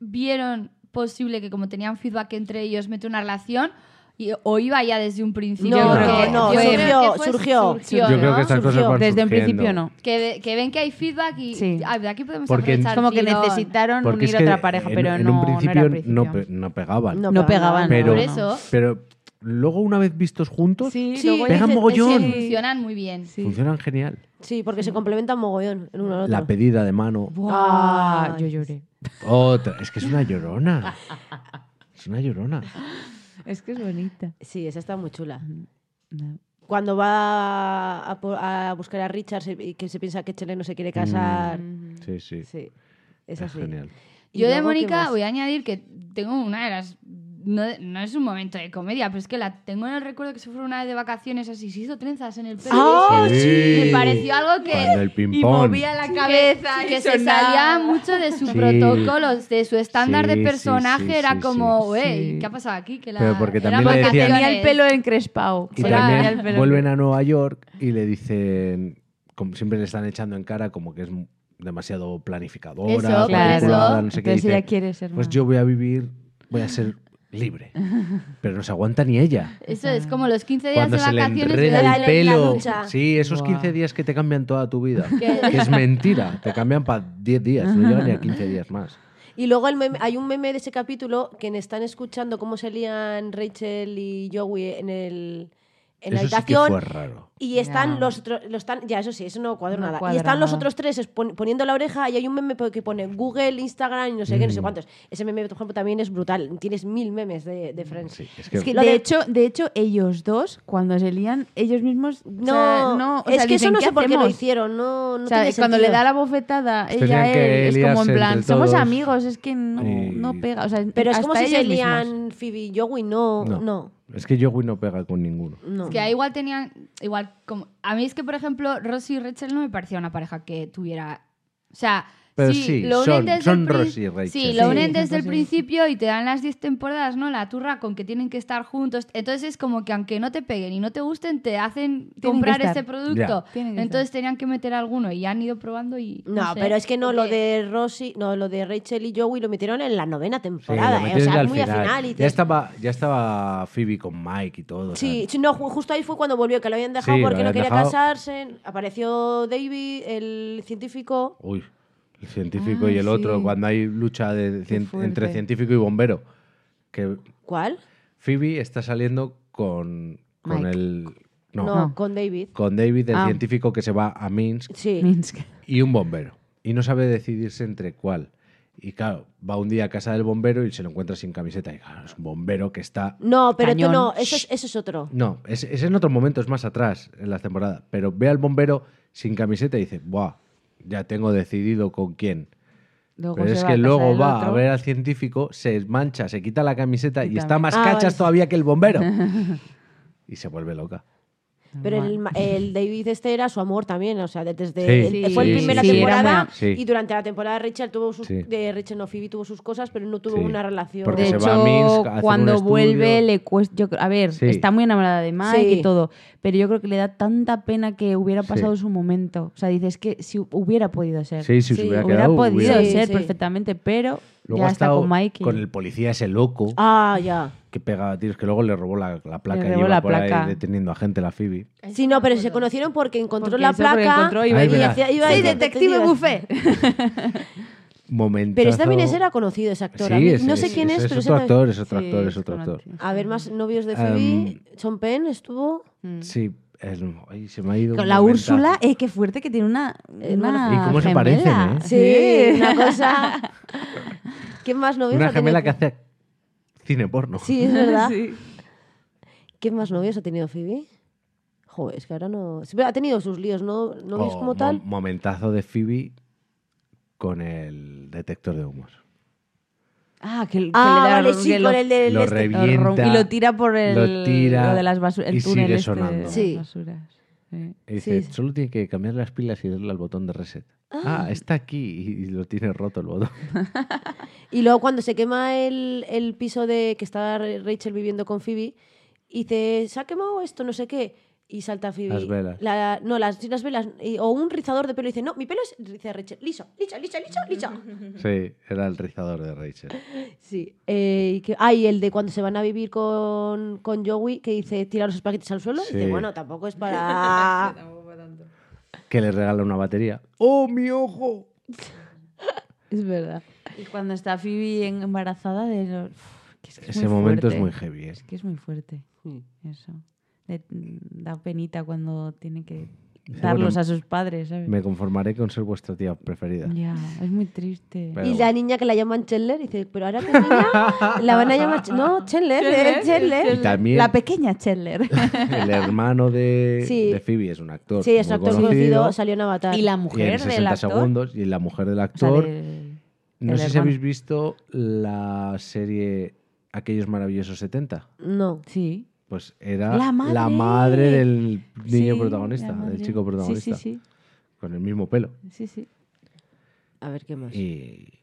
Speaker 2: vieron posible que como tenían feedback entre ellos mete una relación y- o iba ya desde un principio?
Speaker 1: No,
Speaker 2: Porque
Speaker 1: no,
Speaker 4: no,
Speaker 2: yo creo
Speaker 1: surgió,
Speaker 2: que fue-
Speaker 1: surgió.
Speaker 3: Yo creo
Speaker 2: ¿no?
Speaker 3: que estas cosas
Speaker 1: Surgió.
Speaker 3: van
Speaker 4: Desde un principio
Speaker 3: surgiendo.
Speaker 4: no.
Speaker 2: Que, que ven que hay feedback y
Speaker 4: Sí.
Speaker 2: ah, de aquí podemos
Speaker 3: Porque-
Speaker 2: aprovechar.
Speaker 4: Es como que
Speaker 2: tirón.
Speaker 4: necesitaron
Speaker 3: Porque
Speaker 4: unir
Speaker 3: es que
Speaker 4: otra pareja,
Speaker 3: en-
Speaker 4: pero
Speaker 3: en
Speaker 4: no,
Speaker 3: un principio
Speaker 4: no era principio.
Speaker 3: no, pe- no pegaban.
Speaker 4: No pegaban,
Speaker 3: pero,
Speaker 2: Por eso.
Speaker 3: pero luego una vez vistos juntos,
Speaker 4: Sí,
Speaker 1: Sí,
Speaker 4: luego
Speaker 3: pegan
Speaker 1: dices-
Speaker 3: mogollón.
Speaker 2: Pues Sí, funcionan muy bien.
Speaker 4: sí.
Speaker 3: Funcionan genial.
Speaker 1: Sí, porque se complementan mogollón en uno al otro.
Speaker 3: La pedida de mano.
Speaker 4: Buah,
Speaker 1: Ay.
Speaker 4: yo lloré.
Speaker 3: Otra. Es que es una llorona. Es una llorona.
Speaker 4: Es que es bonita.
Speaker 1: Sí, esa está muy chula.
Speaker 4: No.
Speaker 1: Cuando va a, po- a buscar a Richard se- y que se piensa que Chele no se quiere casar.
Speaker 3: Sí, sí.
Speaker 1: Sí,
Speaker 3: Mm. Es,
Speaker 1: esa sí.
Speaker 3: genial.
Speaker 1: Y
Speaker 2: Yo de
Speaker 1: luego, ¿qué
Speaker 2: Mónica
Speaker 1: más?
Speaker 2: voy a añadir que tengo una de las... No, no es un momento de comedia, pero es que la tengo en el recuerdo que se fue una vez de vacaciones así, se hizo trenzas en el pelo.
Speaker 3: Ah,
Speaker 2: Ah,
Speaker 3: sí.
Speaker 2: Me pareció algo que...
Speaker 3: Cuando el
Speaker 2: y
Speaker 3: ping-pong.
Speaker 2: movía la cabeza, que se salía mucho de su
Speaker 3: Sí.
Speaker 2: protocolo, de su estándar
Speaker 3: Sí,
Speaker 2: de
Speaker 3: sí,
Speaker 2: personaje.
Speaker 3: sí,
Speaker 2: era
Speaker 3: sí,
Speaker 2: como,
Speaker 4: sí.
Speaker 2: "Ey,
Speaker 4: Sí.
Speaker 2: ¿qué ha pasado aquí? Que la,
Speaker 3: Pero porque
Speaker 2: eran
Speaker 3: también le decían-
Speaker 2: vacaciones.
Speaker 4: Tenía el pelo encrespado.
Speaker 3: Y
Speaker 2: Sí,
Speaker 3: también
Speaker 4: Tenía el pelo
Speaker 3: vuelven a Nueva York y le dicen, como siempre le están echando en cara, como que es m- demasiado planificadora,
Speaker 2: Eso, claro.
Speaker 3: cuadriculada, no sé qué.
Speaker 4: Entonces
Speaker 3: dice,
Speaker 4: ella quiere ser
Speaker 3: pues
Speaker 4: más.
Speaker 3: yo voy a vivir, voy a ser libre. Pero no se aguanta ni ella.
Speaker 2: Eso es como los 15 días
Speaker 3: Cuando
Speaker 2: de
Speaker 3: se le
Speaker 2: vacaciones.
Speaker 1: de la-
Speaker 3: enreda el
Speaker 1: la
Speaker 3: pelo.
Speaker 1: ducha.
Speaker 3: Sí, esos
Speaker 4: Buah.
Speaker 3: 15 días que te cambian toda tu vida.
Speaker 2: Que-
Speaker 3: Que es mentira. Te cambian para 10 días. No llegan ni a 15 días más.
Speaker 1: Y luego el meme- hay un meme de ese capítulo que me están escuchando cómo se lían Rachel y Joey en el en la
Speaker 3: Eso sí que
Speaker 1: habitación.
Speaker 3: fue raro.
Speaker 1: y están
Speaker 4: Ya.
Speaker 1: los otros, los tan- ya eso sí, eso no cuadra
Speaker 4: No
Speaker 1: nada.
Speaker 4: cuadra
Speaker 1: y están los
Speaker 4: nada.
Speaker 1: otros tres expon- poniendo la oreja y hay un meme po- que pone Google, Instagram y no sé qué, no
Speaker 3: Mm.
Speaker 1: sé cuántos. Ese meme, por ejemplo, también es brutal. Tienes mil memes de, de Friends.
Speaker 3: Mm, Sí, es que,
Speaker 4: Es que
Speaker 1: Lo
Speaker 4: de,
Speaker 1: de-
Speaker 4: hecho, de hecho, ellos dos, cuando se lían, ellos mismos. o
Speaker 1: No,
Speaker 4: sea, no o
Speaker 1: es
Speaker 4: sea,
Speaker 1: que
Speaker 4: dicen,
Speaker 1: eso no
Speaker 4: "¿Qué
Speaker 1: sé por qué lo
Speaker 4: hacemos?".
Speaker 1: hicieron. No, no
Speaker 4: o sea,
Speaker 1: tiene
Speaker 4: cuando
Speaker 1: sentido.
Speaker 4: les da la bofetada, ella
Speaker 3: Tenían
Speaker 4: a
Speaker 3: Pues que
Speaker 4: él, es como
Speaker 3: liarse
Speaker 4: en plan,
Speaker 3: entre
Speaker 4: somos
Speaker 3: todos.
Speaker 4: amigos, es que no,
Speaker 3: Y-
Speaker 4: no pega. O sea,
Speaker 1: Pero es
Speaker 4: hasta
Speaker 1: como si se
Speaker 4: ellos mismos.
Speaker 1: lían Phoebe y Joey. No, no.
Speaker 3: No.
Speaker 1: no.
Speaker 3: es que Joey no pega con ninguno.
Speaker 2: Es que ahí igual tenían. Igual, como, a mí es que, por ejemplo, Rosy y Rachel no me parecía una pareja que tuviera. O sea.
Speaker 3: Pero
Speaker 2: sí,
Speaker 3: sí,
Speaker 2: lo unen
Speaker 3: son-
Speaker 2: desde
Speaker 3: son
Speaker 2: el prin-
Speaker 3: Ross y Rachel.
Speaker 2: Sí, lo
Speaker 4: Sí,
Speaker 2: unen
Speaker 4: son
Speaker 2: desde el
Speaker 4: Ross y-
Speaker 2: principio y te dan las 10 temporadas, ¿no? La turra con que tienen que estar juntos. Entonces es como que aunque no te peguen y no te gusten, te hacen
Speaker 4: que
Speaker 2: comprar
Speaker 4: estar.
Speaker 2: este producto.
Speaker 4: Ya. Tienen que
Speaker 2: Entonces tenían que meter alguno y han ido probando y...
Speaker 1: No,
Speaker 2: sé,
Speaker 1: pero es que no, lo
Speaker 2: porque-
Speaker 1: de Rosy, no, lo de Rachel y Joey lo metieron en la novena
Speaker 3: Sí,
Speaker 1: temporada,
Speaker 3: lo
Speaker 1: ¿eh? o
Speaker 3: metieron ya
Speaker 1: sea,
Speaker 3: al
Speaker 1: muy al final. y
Speaker 3: ya,
Speaker 1: dices,
Speaker 3: estaba, ya estaba Phoebe con Mike y todo. o sea,
Speaker 1: Sí, sí, no, ju- justo ahí fue cuando volvió, que lo habían dejado
Speaker 3: Sí, lo
Speaker 1: porque no
Speaker 3: habían
Speaker 1: quería
Speaker 3: dejado.
Speaker 1: casarse. Apareció David, el científico.
Speaker 3: Uy, el científico y el
Speaker 4: Ah,
Speaker 3: otro,
Speaker 4: sí.
Speaker 3: cuando hay lucha de cien- entre
Speaker 4: fuerte.
Speaker 3: científico y bombero. Que
Speaker 1: ¿Cuál?
Speaker 3: Phoebe está saliendo con, con
Speaker 4: Mike.
Speaker 3: el. No,
Speaker 1: No, con David.
Speaker 3: con David, el
Speaker 4: Ah.
Speaker 3: científico que se va a Minsk
Speaker 1: Sí.
Speaker 4: Minsk.
Speaker 3: y un bombero. Y no sabe decidirse entre cuál. Y claro, va un día a casa del bombero y se lo encuentra sin camiseta. Y claro, es un bombero que está
Speaker 1: No, pero tú
Speaker 4: Cañón.
Speaker 1: no, eso es, eso es otro.
Speaker 3: No, es, es en otro momento, es más atrás en la temporada. Pero ve al bombero sin camiseta y dice, ¡buah! Ya tengo decidido con quién.
Speaker 4: Luego
Speaker 3: Pero
Speaker 4: se
Speaker 3: es
Speaker 4: va
Speaker 3: que
Speaker 4: a casa
Speaker 3: luego
Speaker 4: del
Speaker 3: va
Speaker 4: otro.
Speaker 3: a ver al científico, se mancha, se quita la camiseta y,
Speaker 4: Y
Speaker 3: está
Speaker 4: también-
Speaker 3: más
Speaker 1: Ah,
Speaker 3: cachas
Speaker 1: vale.
Speaker 3: todavía que el bombero. y se vuelve loca.
Speaker 1: Pero el, ma- el David este era su amor también, o sea, de- desde
Speaker 3: Sí,
Speaker 1: el- fue
Speaker 4: sí,
Speaker 1: el primera
Speaker 4: sí, sí, era
Speaker 1: temporada
Speaker 4: muy-
Speaker 3: Sí.
Speaker 1: y durante la temporada Rachel tuvo sus
Speaker 3: Sí.
Speaker 1: de Rachel no Phoebe tuvo sus cosas, pero no tuvo
Speaker 3: Sí.
Speaker 1: una relación.
Speaker 3: Porque
Speaker 4: De
Speaker 3: se
Speaker 4: hecho,
Speaker 3: va a Minsk a hacer un
Speaker 4: cuando
Speaker 3: estudio.
Speaker 4: vuelve le cuesta... yo creo- a ver,
Speaker 3: Sí.
Speaker 4: está muy enamorada de Mike
Speaker 1: Sí.
Speaker 4: y todo, pero yo creo que le da tanta pena que hubiera pasado
Speaker 3: Sí.
Speaker 4: su momento. O sea, dices que si hubiera podido ser.
Speaker 3: Sí, si se
Speaker 1: Sí,
Speaker 3: hubiera
Speaker 4: hubiera
Speaker 3: quedado.
Speaker 4: podido
Speaker 3: hubiera-
Speaker 1: Sí,
Speaker 4: ser
Speaker 1: sí.
Speaker 4: perfectamente, pero
Speaker 3: Luego
Speaker 4: ya
Speaker 3: ha
Speaker 4: está
Speaker 3: estado
Speaker 4: con Mike. y-
Speaker 3: con el policía ese loco
Speaker 1: Ah, ya.
Speaker 3: que pegaba tiros, que luego le robó la, la placa y
Speaker 4: robó
Speaker 3: iba
Speaker 4: la
Speaker 3: por
Speaker 4: placa.
Speaker 3: ahí deteniendo a gente la Phoebe.
Speaker 1: Sí, no, pero se conocieron porque encontró
Speaker 4: Porque
Speaker 1: la
Speaker 4: eso, porque
Speaker 1: placa.
Speaker 4: encontró y
Speaker 1: y
Speaker 3: Ahí verás.
Speaker 1: hacía- iba
Speaker 3: Sí,
Speaker 1: a decir,
Speaker 3: detective
Speaker 1: "Detective".
Speaker 3: momento.
Speaker 1: Pero esta también era conocido, ese actor. A mí- no sé quién es, pero
Speaker 3: es otro
Speaker 1: esa-
Speaker 3: actor, es otro
Speaker 4: Sí,
Speaker 3: actor, es
Speaker 4: es
Speaker 3: otro actor.
Speaker 4: conocido.
Speaker 1: A ver, más novios de Phoebe. Sean Penn estuvo.
Speaker 3: Sí, el- ay, se me ha ido.
Speaker 4: Con
Speaker 3: un
Speaker 4: la
Speaker 3: momento.
Speaker 4: Úrsula, eh, qué fuerte que tiene una.
Speaker 1: Eh,
Speaker 4: una
Speaker 3: bueno. ¿Y cómo se
Speaker 4: gemela.
Speaker 3: parecen, eh?
Speaker 1: Sí, una cosa. ¿Quién más novios
Speaker 3: Una
Speaker 1: ha tenido
Speaker 3: gemela que
Speaker 1: Phoebe?
Speaker 3: hace cine porno.
Speaker 1: Sí, es verdad.
Speaker 4: Sí.
Speaker 1: ¿Quién más novios ha tenido Phoebe? Joder, es que ahora no. sí, pero ha tenido sus líos, ¿no? ¿Novios
Speaker 3: O
Speaker 1: como
Speaker 3: mo-
Speaker 1: tal?
Speaker 3: Momentazo de Phoebe con el detector de humos.
Speaker 4: Ah, que, que
Speaker 1: Ah,
Speaker 4: le da-
Speaker 1: vale,
Speaker 4: que
Speaker 1: sí,
Speaker 4: lo-
Speaker 1: con el del.
Speaker 3: lo
Speaker 1: este.
Speaker 3: revienta.
Speaker 4: y lo tira por el.
Speaker 3: lo tira
Speaker 4: lo de las basuras.
Speaker 3: y
Speaker 4: El
Speaker 3: sigue
Speaker 4: túnel este de
Speaker 3: sonando.
Speaker 4: las
Speaker 1: Sí.
Speaker 4: basuras. Sí.
Speaker 3: Y dice,
Speaker 1: sí.
Speaker 3: solo tiene que cambiar las pilas y darle al botón de reset. Ah, está aquí y, y lo tiene roto el botón.
Speaker 1: Y luego cuando se quema el, el piso de que está Rachel viviendo con Phoebe, y dice, se ha quemado esto, no sé qué. Y salta Phoebe.
Speaker 3: Las velas.
Speaker 1: La- no, las, sí, las velas. y- o un rizador de pelo. Y dice, no, mi pelo es, dice Rachel, liso, liso, liso, liso, liso.
Speaker 3: Sí, era el rizador de Rachel.
Speaker 1: Sí. eh, y que, ah, y el de cuando se van a vivir con, con Joey, que dice, tira los espaguetis al suelo.
Speaker 3: Sí.
Speaker 1: Y dice, bueno, tampoco es para...
Speaker 3: Que le regala una batería. ¡Oh, mi ojo!
Speaker 4: Es verdad. Y cuando está Phoebe en- embarazada de los- Uf, que es que es
Speaker 3: Ese
Speaker 4: muy
Speaker 3: momento es
Speaker 4: fuerte.
Speaker 3: muy heavy. ¿eh?
Speaker 4: Es que es muy fuerte. Eso. Le- da penita cuando tiene que
Speaker 3: Dice,
Speaker 4: darlos
Speaker 3: bueno,
Speaker 4: a sus padres, ¿sabes?
Speaker 3: Me conformaré con ser vuestra tía preferida.
Speaker 4: Ya, es muy triste.
Speaker 3: Pero
Speaker 1: y
Speaker 3: bueno.
Speaker 1: la niña que la llaman Chandler, dice, pero ahora pequeña la van a llamar... Ch- No, Chandler, eh, Chandler.
Speaker 3: Y también
Speaker 4: La pequeña Chandler.
Speaker 3: el hermano de,
Speaker 1: Sí.
Speaker 3: de Phoebe es un actor.
Speaker 1: Sí, es un
Speaker 3: muy
Speaker 1: actor conocido, salió en Avatar.
Speaker 4: y la
Speaker 3: y en
Speaker 4: mujer
Speaker 3: 60
Speaker 4: del actor.
Speaker 3: segundos. Y la mujer del
Speaker 4: o sea,
Speaker 3: actor.
Speaker 4: del-
Speaker 3: no
Speaker 4: del
Speaker 3: sé si
Speaker 4: hermano.
Speaker 3: habéis visto la serie Aquellos Maravillosos 70.
Speaker 1: No.
Speaker 4: Sí.
Speaker 3: Pues era
Speaker 4: La madre.
Speaker 3: madre del niño
Speaker 4: Sí,
Speaker 3: protagonista,
Speaker 4: la
Speaker 3: del
Speaker 4: madre.
Speaker 3: chico protagonista.
Speaker 4: Sí, sí,
Speaker 3: Con el mismo pelo.
Speaker 4: sí. sí, sí.
Speaker 1: A ver, ¿qué más?
Speaker 3: Y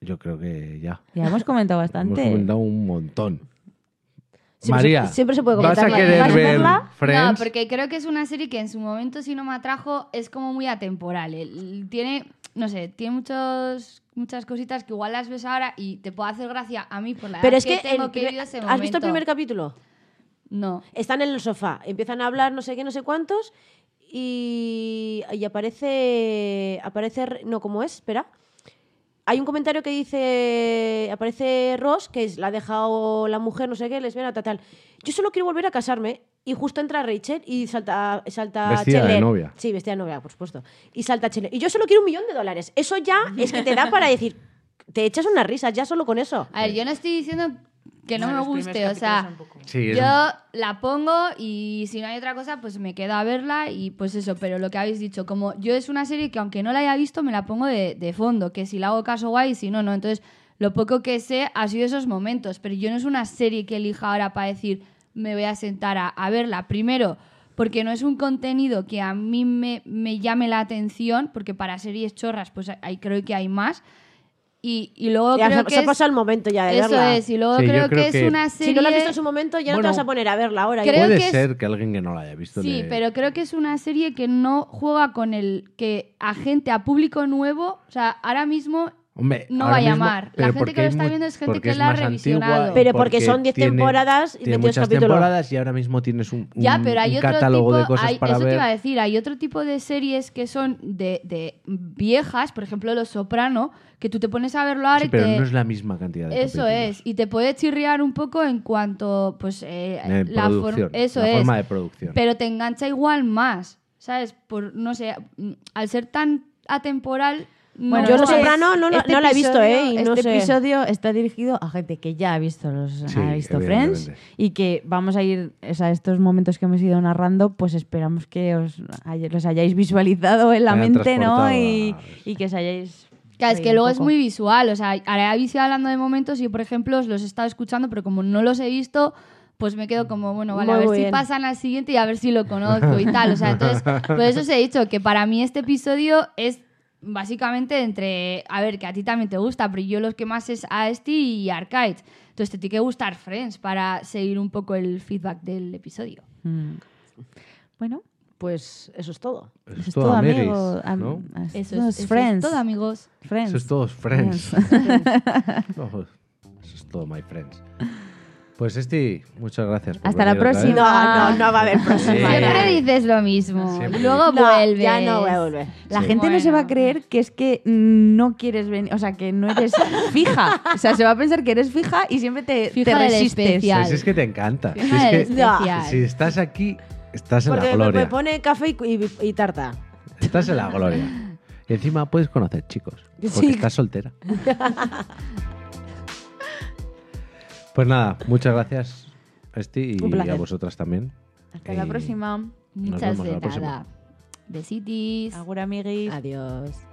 Speaker 3: yo creo que ya.
Speaker 4: Ya hemos comentado
Speaker 3: Hemos
Speaker 4: bastante.
Speaker 3: comentado un montón.
Speaker 1: Siempre
Speaker 3: María,
Speaker 1: se- siempre se puede
Speaker 3: ¿vas a
Speaker 1: comentarla.
Speaker 3: querer
Speaker 1: ¿Vas a
Speaker 3: ver
Speaker 1: verla?
Speaker 3: Friends?
Speaker 2: No, porque creo que es una serie que en su momento, si no me atrajo, es como muy atemporal. El- Tiene, no sé, tiene muchos, muchas cositas que igual las ves ahora y te puede hacer gracia a mí por la
Speaker 1: Pero
Speaker 2: edad
Speaker 1: es que,
Speaker 2: tengo
Speaker 1: el
Speaker 2: Ah, que he
Speaker 1: primer-
Speaker 2: vivido ese
Speaker 1: ¿has visto el
Speaker 2: momento.
Speaker 1: primer capítulo?
Speaker 2: No.
Speaker 1: Están en el sofá, empiezan a hablar no sé qué, no sé cuántos y, y aparece aparece Re- no cómo es, espera. Hay un comentario que dice aparece Ross que es, la ha dejado la mujer, no sé qué, lesbiana tal tal. Yo solo quiero volver a casarme y justo entra Rachel y salta salta
Speaker 3: Vestida de
Speaker 1: Chandler.
Speaker 3: novia.
Speaker 1: Sí, vestida de novia, por supuesto. Y salta Chandler. Y yo solo quiero un millón de dólares. Eso ya es que te da para decir te echas unas risas ya solo con eso.
Speaker 2: A ver, yo no estoy diciendo que no, me guste, o sea,
Speaker 3: Sí, es
Speaker 2: yo
Speaker 3: un-
Speaker 2: la pongo y si no hay otra cosa, pues me quedo a verla y pues eso, pero lo que habéis dicho, como yo es una serie que aunque no la haya visto, me la pongo de, de fondo, que si la hago caso guay, si no, no, entonces lo poco que sé ha sido esos momentos, pero yo no es una serie que elija ahora para decir me voy a sentar a, a verla, primero porque no es un contenido que a mí me, me llame la atención, porque para series chorras pues hay, creo que hay más. Y, y luego
Speaker 1: Ya
Speaker 2: creo
Speaker 1: se,
Speaker 2: que
Speaker 1: se ha
Speaker 2: es-
Speaker 1: pasado el momento ya de
Speaker 2: eso
Speaker 1: verla.
Speaker 2: es, y luego
Speaker 3: Sí, yo
Speaker 2: creo,
Speaker 3: creo
Speaker 2: que,
Speaker 3: que-
Speaker 2: es una serie...
Speaker 1: Si no la has visto en su momento, ya
Speaker 4: Bueno,
Speaker 1: no te vas a poner a verla ahora.
Speaker 2: creo
Speaker 1: igual.
Speaker 3: Puede
Speaker 2: que es-
Speaker 3: ser que alguien que no la haya visto.
Speaker 2: Sí,
Speaker 3: le-
Speaker 2: pero creo que es una serie que no juega con el que a gente, a público nuevo, o sea, ahora mismo...
Speaker 3: Hombre,
Speaker 2: no
Speaker 3: ahora
Speaker 2: va a
Speaker 3: mismo-
Speaker 2: llamar. La
Speaker 3: pero
Speaker 2: gente
Speaker 3: porque
Speaker 2: que lo
Speaker 3: hay
Speaker 2: está
Speaker 3: mu-
Speaker 2: viendo es gente
Speaker 3: porque
Speaker 2: que la ha
Speaker 3: más antigua,
Speaker 2: revisionado.
Speaker 1: Pero porque son 10
Speaker 3: tiene-
Speaker 1: temporadas y
Speaker 3: tiene
Speaker 1: 22
Speaker 3: muchas
Speaker 1: capítulos.
Speaker 3: temporadas y ahora mismo tienes un, un-
Speaker 2: ya, pero hay
Speaker 3: un
Speaker 2: otro
Speaker 3: catálogo
Speaker 2: tipo,
Speaker 3: de cosas
Speaker 2: hay-
Speaker 3: para
Speaker 2: eso te
Speaker 3: ver.
Speaker 2: iba a decir, hay otro tipo de series que son de, de viejas, por ejemplo Los Soprano, que tú te pones a verlo ahora
Speaker 3: Sí,
Speaker 2: y
Speaker 3: pero
Speaker 2: te...
Speaker 3: no es la misma cantidad de
Speaker 2: Eso
Speaker 3: capítulos.
Speaker 2: es, y te puede chirriar un poco en cuanto, pues, eh,
Speaker 3: De
Speaker 2: la, for-
Speaker 3: producción,
Speaker 2: eso
Speaker 3: la
Speaker 2: es.
Speaker 3: forma de producción.
Speaker 2: Pero te engancha igual más, ¿sabes? Por, no sé, mm, al ser tan atemporal... no
Speaker 1: Bueno, yo
Speaker 2: es-
Speaker 1: Los Soprano no la- no la he visto, ¿eh? Y no
Speaker 4: este
Speaker 1: sé.
Speaker 4: episodio está dirigido a gente que ya ha visto, los,
Speaker 3: Sí,
Speaker 4: ha visto Friends
Speaker 3: evidentemente.
Speaker 4: y que vamos a ir, o sea, estos momentos que hemos ido narrando, pues esperamos que os hay- los hayáis visualizado en la
Speaker 3: Te hayan
Speaker 4: mente, ¿no?
Speaker 3: transportado
Speaker 4: Y,
Speaker 3: a-
Speaker 4: y que os hayáis...
Speaker 2: Claro, es
Speaker 4: reído
Speaker 2: que
Speaker 4: un
Speaker 2: luego es
Speaker 4: poco.
Speaker 2: muy visual, o sea, ahora habéis ido hablando de momentos y, por ejemplo, os los he estado escuchando, pero como no los he visto, pues me quedo como, bueno, vale,
Speaker 1: Muy
Speaker 2: a ver
Speaker 1: bien.
Speaker 2: si pasan al siguiente y a ver si lo conozco y tal, o sea, entonces, por eso os he dicho que para mí este episodio es básicamente entre, a ver, que a ti también te gusta, pero yo los que más es Aesty y Arcade, entonces te tiene que gustar Friends para seguir un poco el feedback del episodio.
Speaker 4: Mm. Bueno,
Speaker 1: Pues eso es todo.
Speaker 3: Eso
Speaker 4: eso
Speaker 3: es todo, Ameris,
Speaker 4: amigo. am-
Speaker 3: ¿no?
Speaker 4: as-
Speaker 2: Eso,
Speaker 4: no,
Speaker 2: es, eso es
Speaker 4: Friends.
Speaker 2: todo, amigos.
Speaker 4: Friends.
Speaker 3: Eso es todo Friends. Ojo, Eso es todo My Friends. Pues Esti, muchas gracias. por
Speaker 4: Hasta la
Speaker 3: venir otra vez.
Speaker 4: próxima.
Speaker 1: No, no, no va a haber próxima.
Speaker 3: Sí.
Speaker 2: Ah. Siempre dices lo mismo.
Speaker 3: Siempre.
Speaker 1: No,
Speaker 2: Luego vuelves.
Speaker 1: ya no vuelve.
Speaker 4: La
Speaker 3: Sí.
Speaker 4: gente no se va a
Speaker 2: Bueno.
Speaker 4: creer que es que no quieres venir, o sea, que no eres fija. O sea, se va a pensar que eres fija y siempre te, te
Speaker 2: Fija del
Speaker 4: resistes.
Speaker 2: especial.
Speaker 3: Pues si es que te encanta. Si,
Speaker 2: Fija del
Speaker 3: es que,
Speaker 2: especial.
Speaker 3: si estás aquí, estás en
Speaker 1: Porque
Speaker 3: la
Speaker 1: me, me
Speaker 3: gloria.
Speaker 1: pone café y, y- y tarta.
Speaker 3: Estás en la gloria. Y encima puedes conocer chicos. Porque
Speaker 1: Sí.
Speaker 3: estás soltera. pues nada, muchas gracias, Esti,
Speaker 1: Un
Speaker 3: y
Speaker 1: placer.
Speaker 3: a vosotras también.
Speaker 4: Hasta la
Speaker 3: Eh,
Speaker 4: próxima.
Speaker 3: Nos
Speaker 2: Muchas
Speaker 3: vemos
Speaker 2: de
Speaker 3: la próxima.
Speaker 2: nada. Besitis.
Speaker 4: Agur, amiguis.
Speaker 1: Adiós.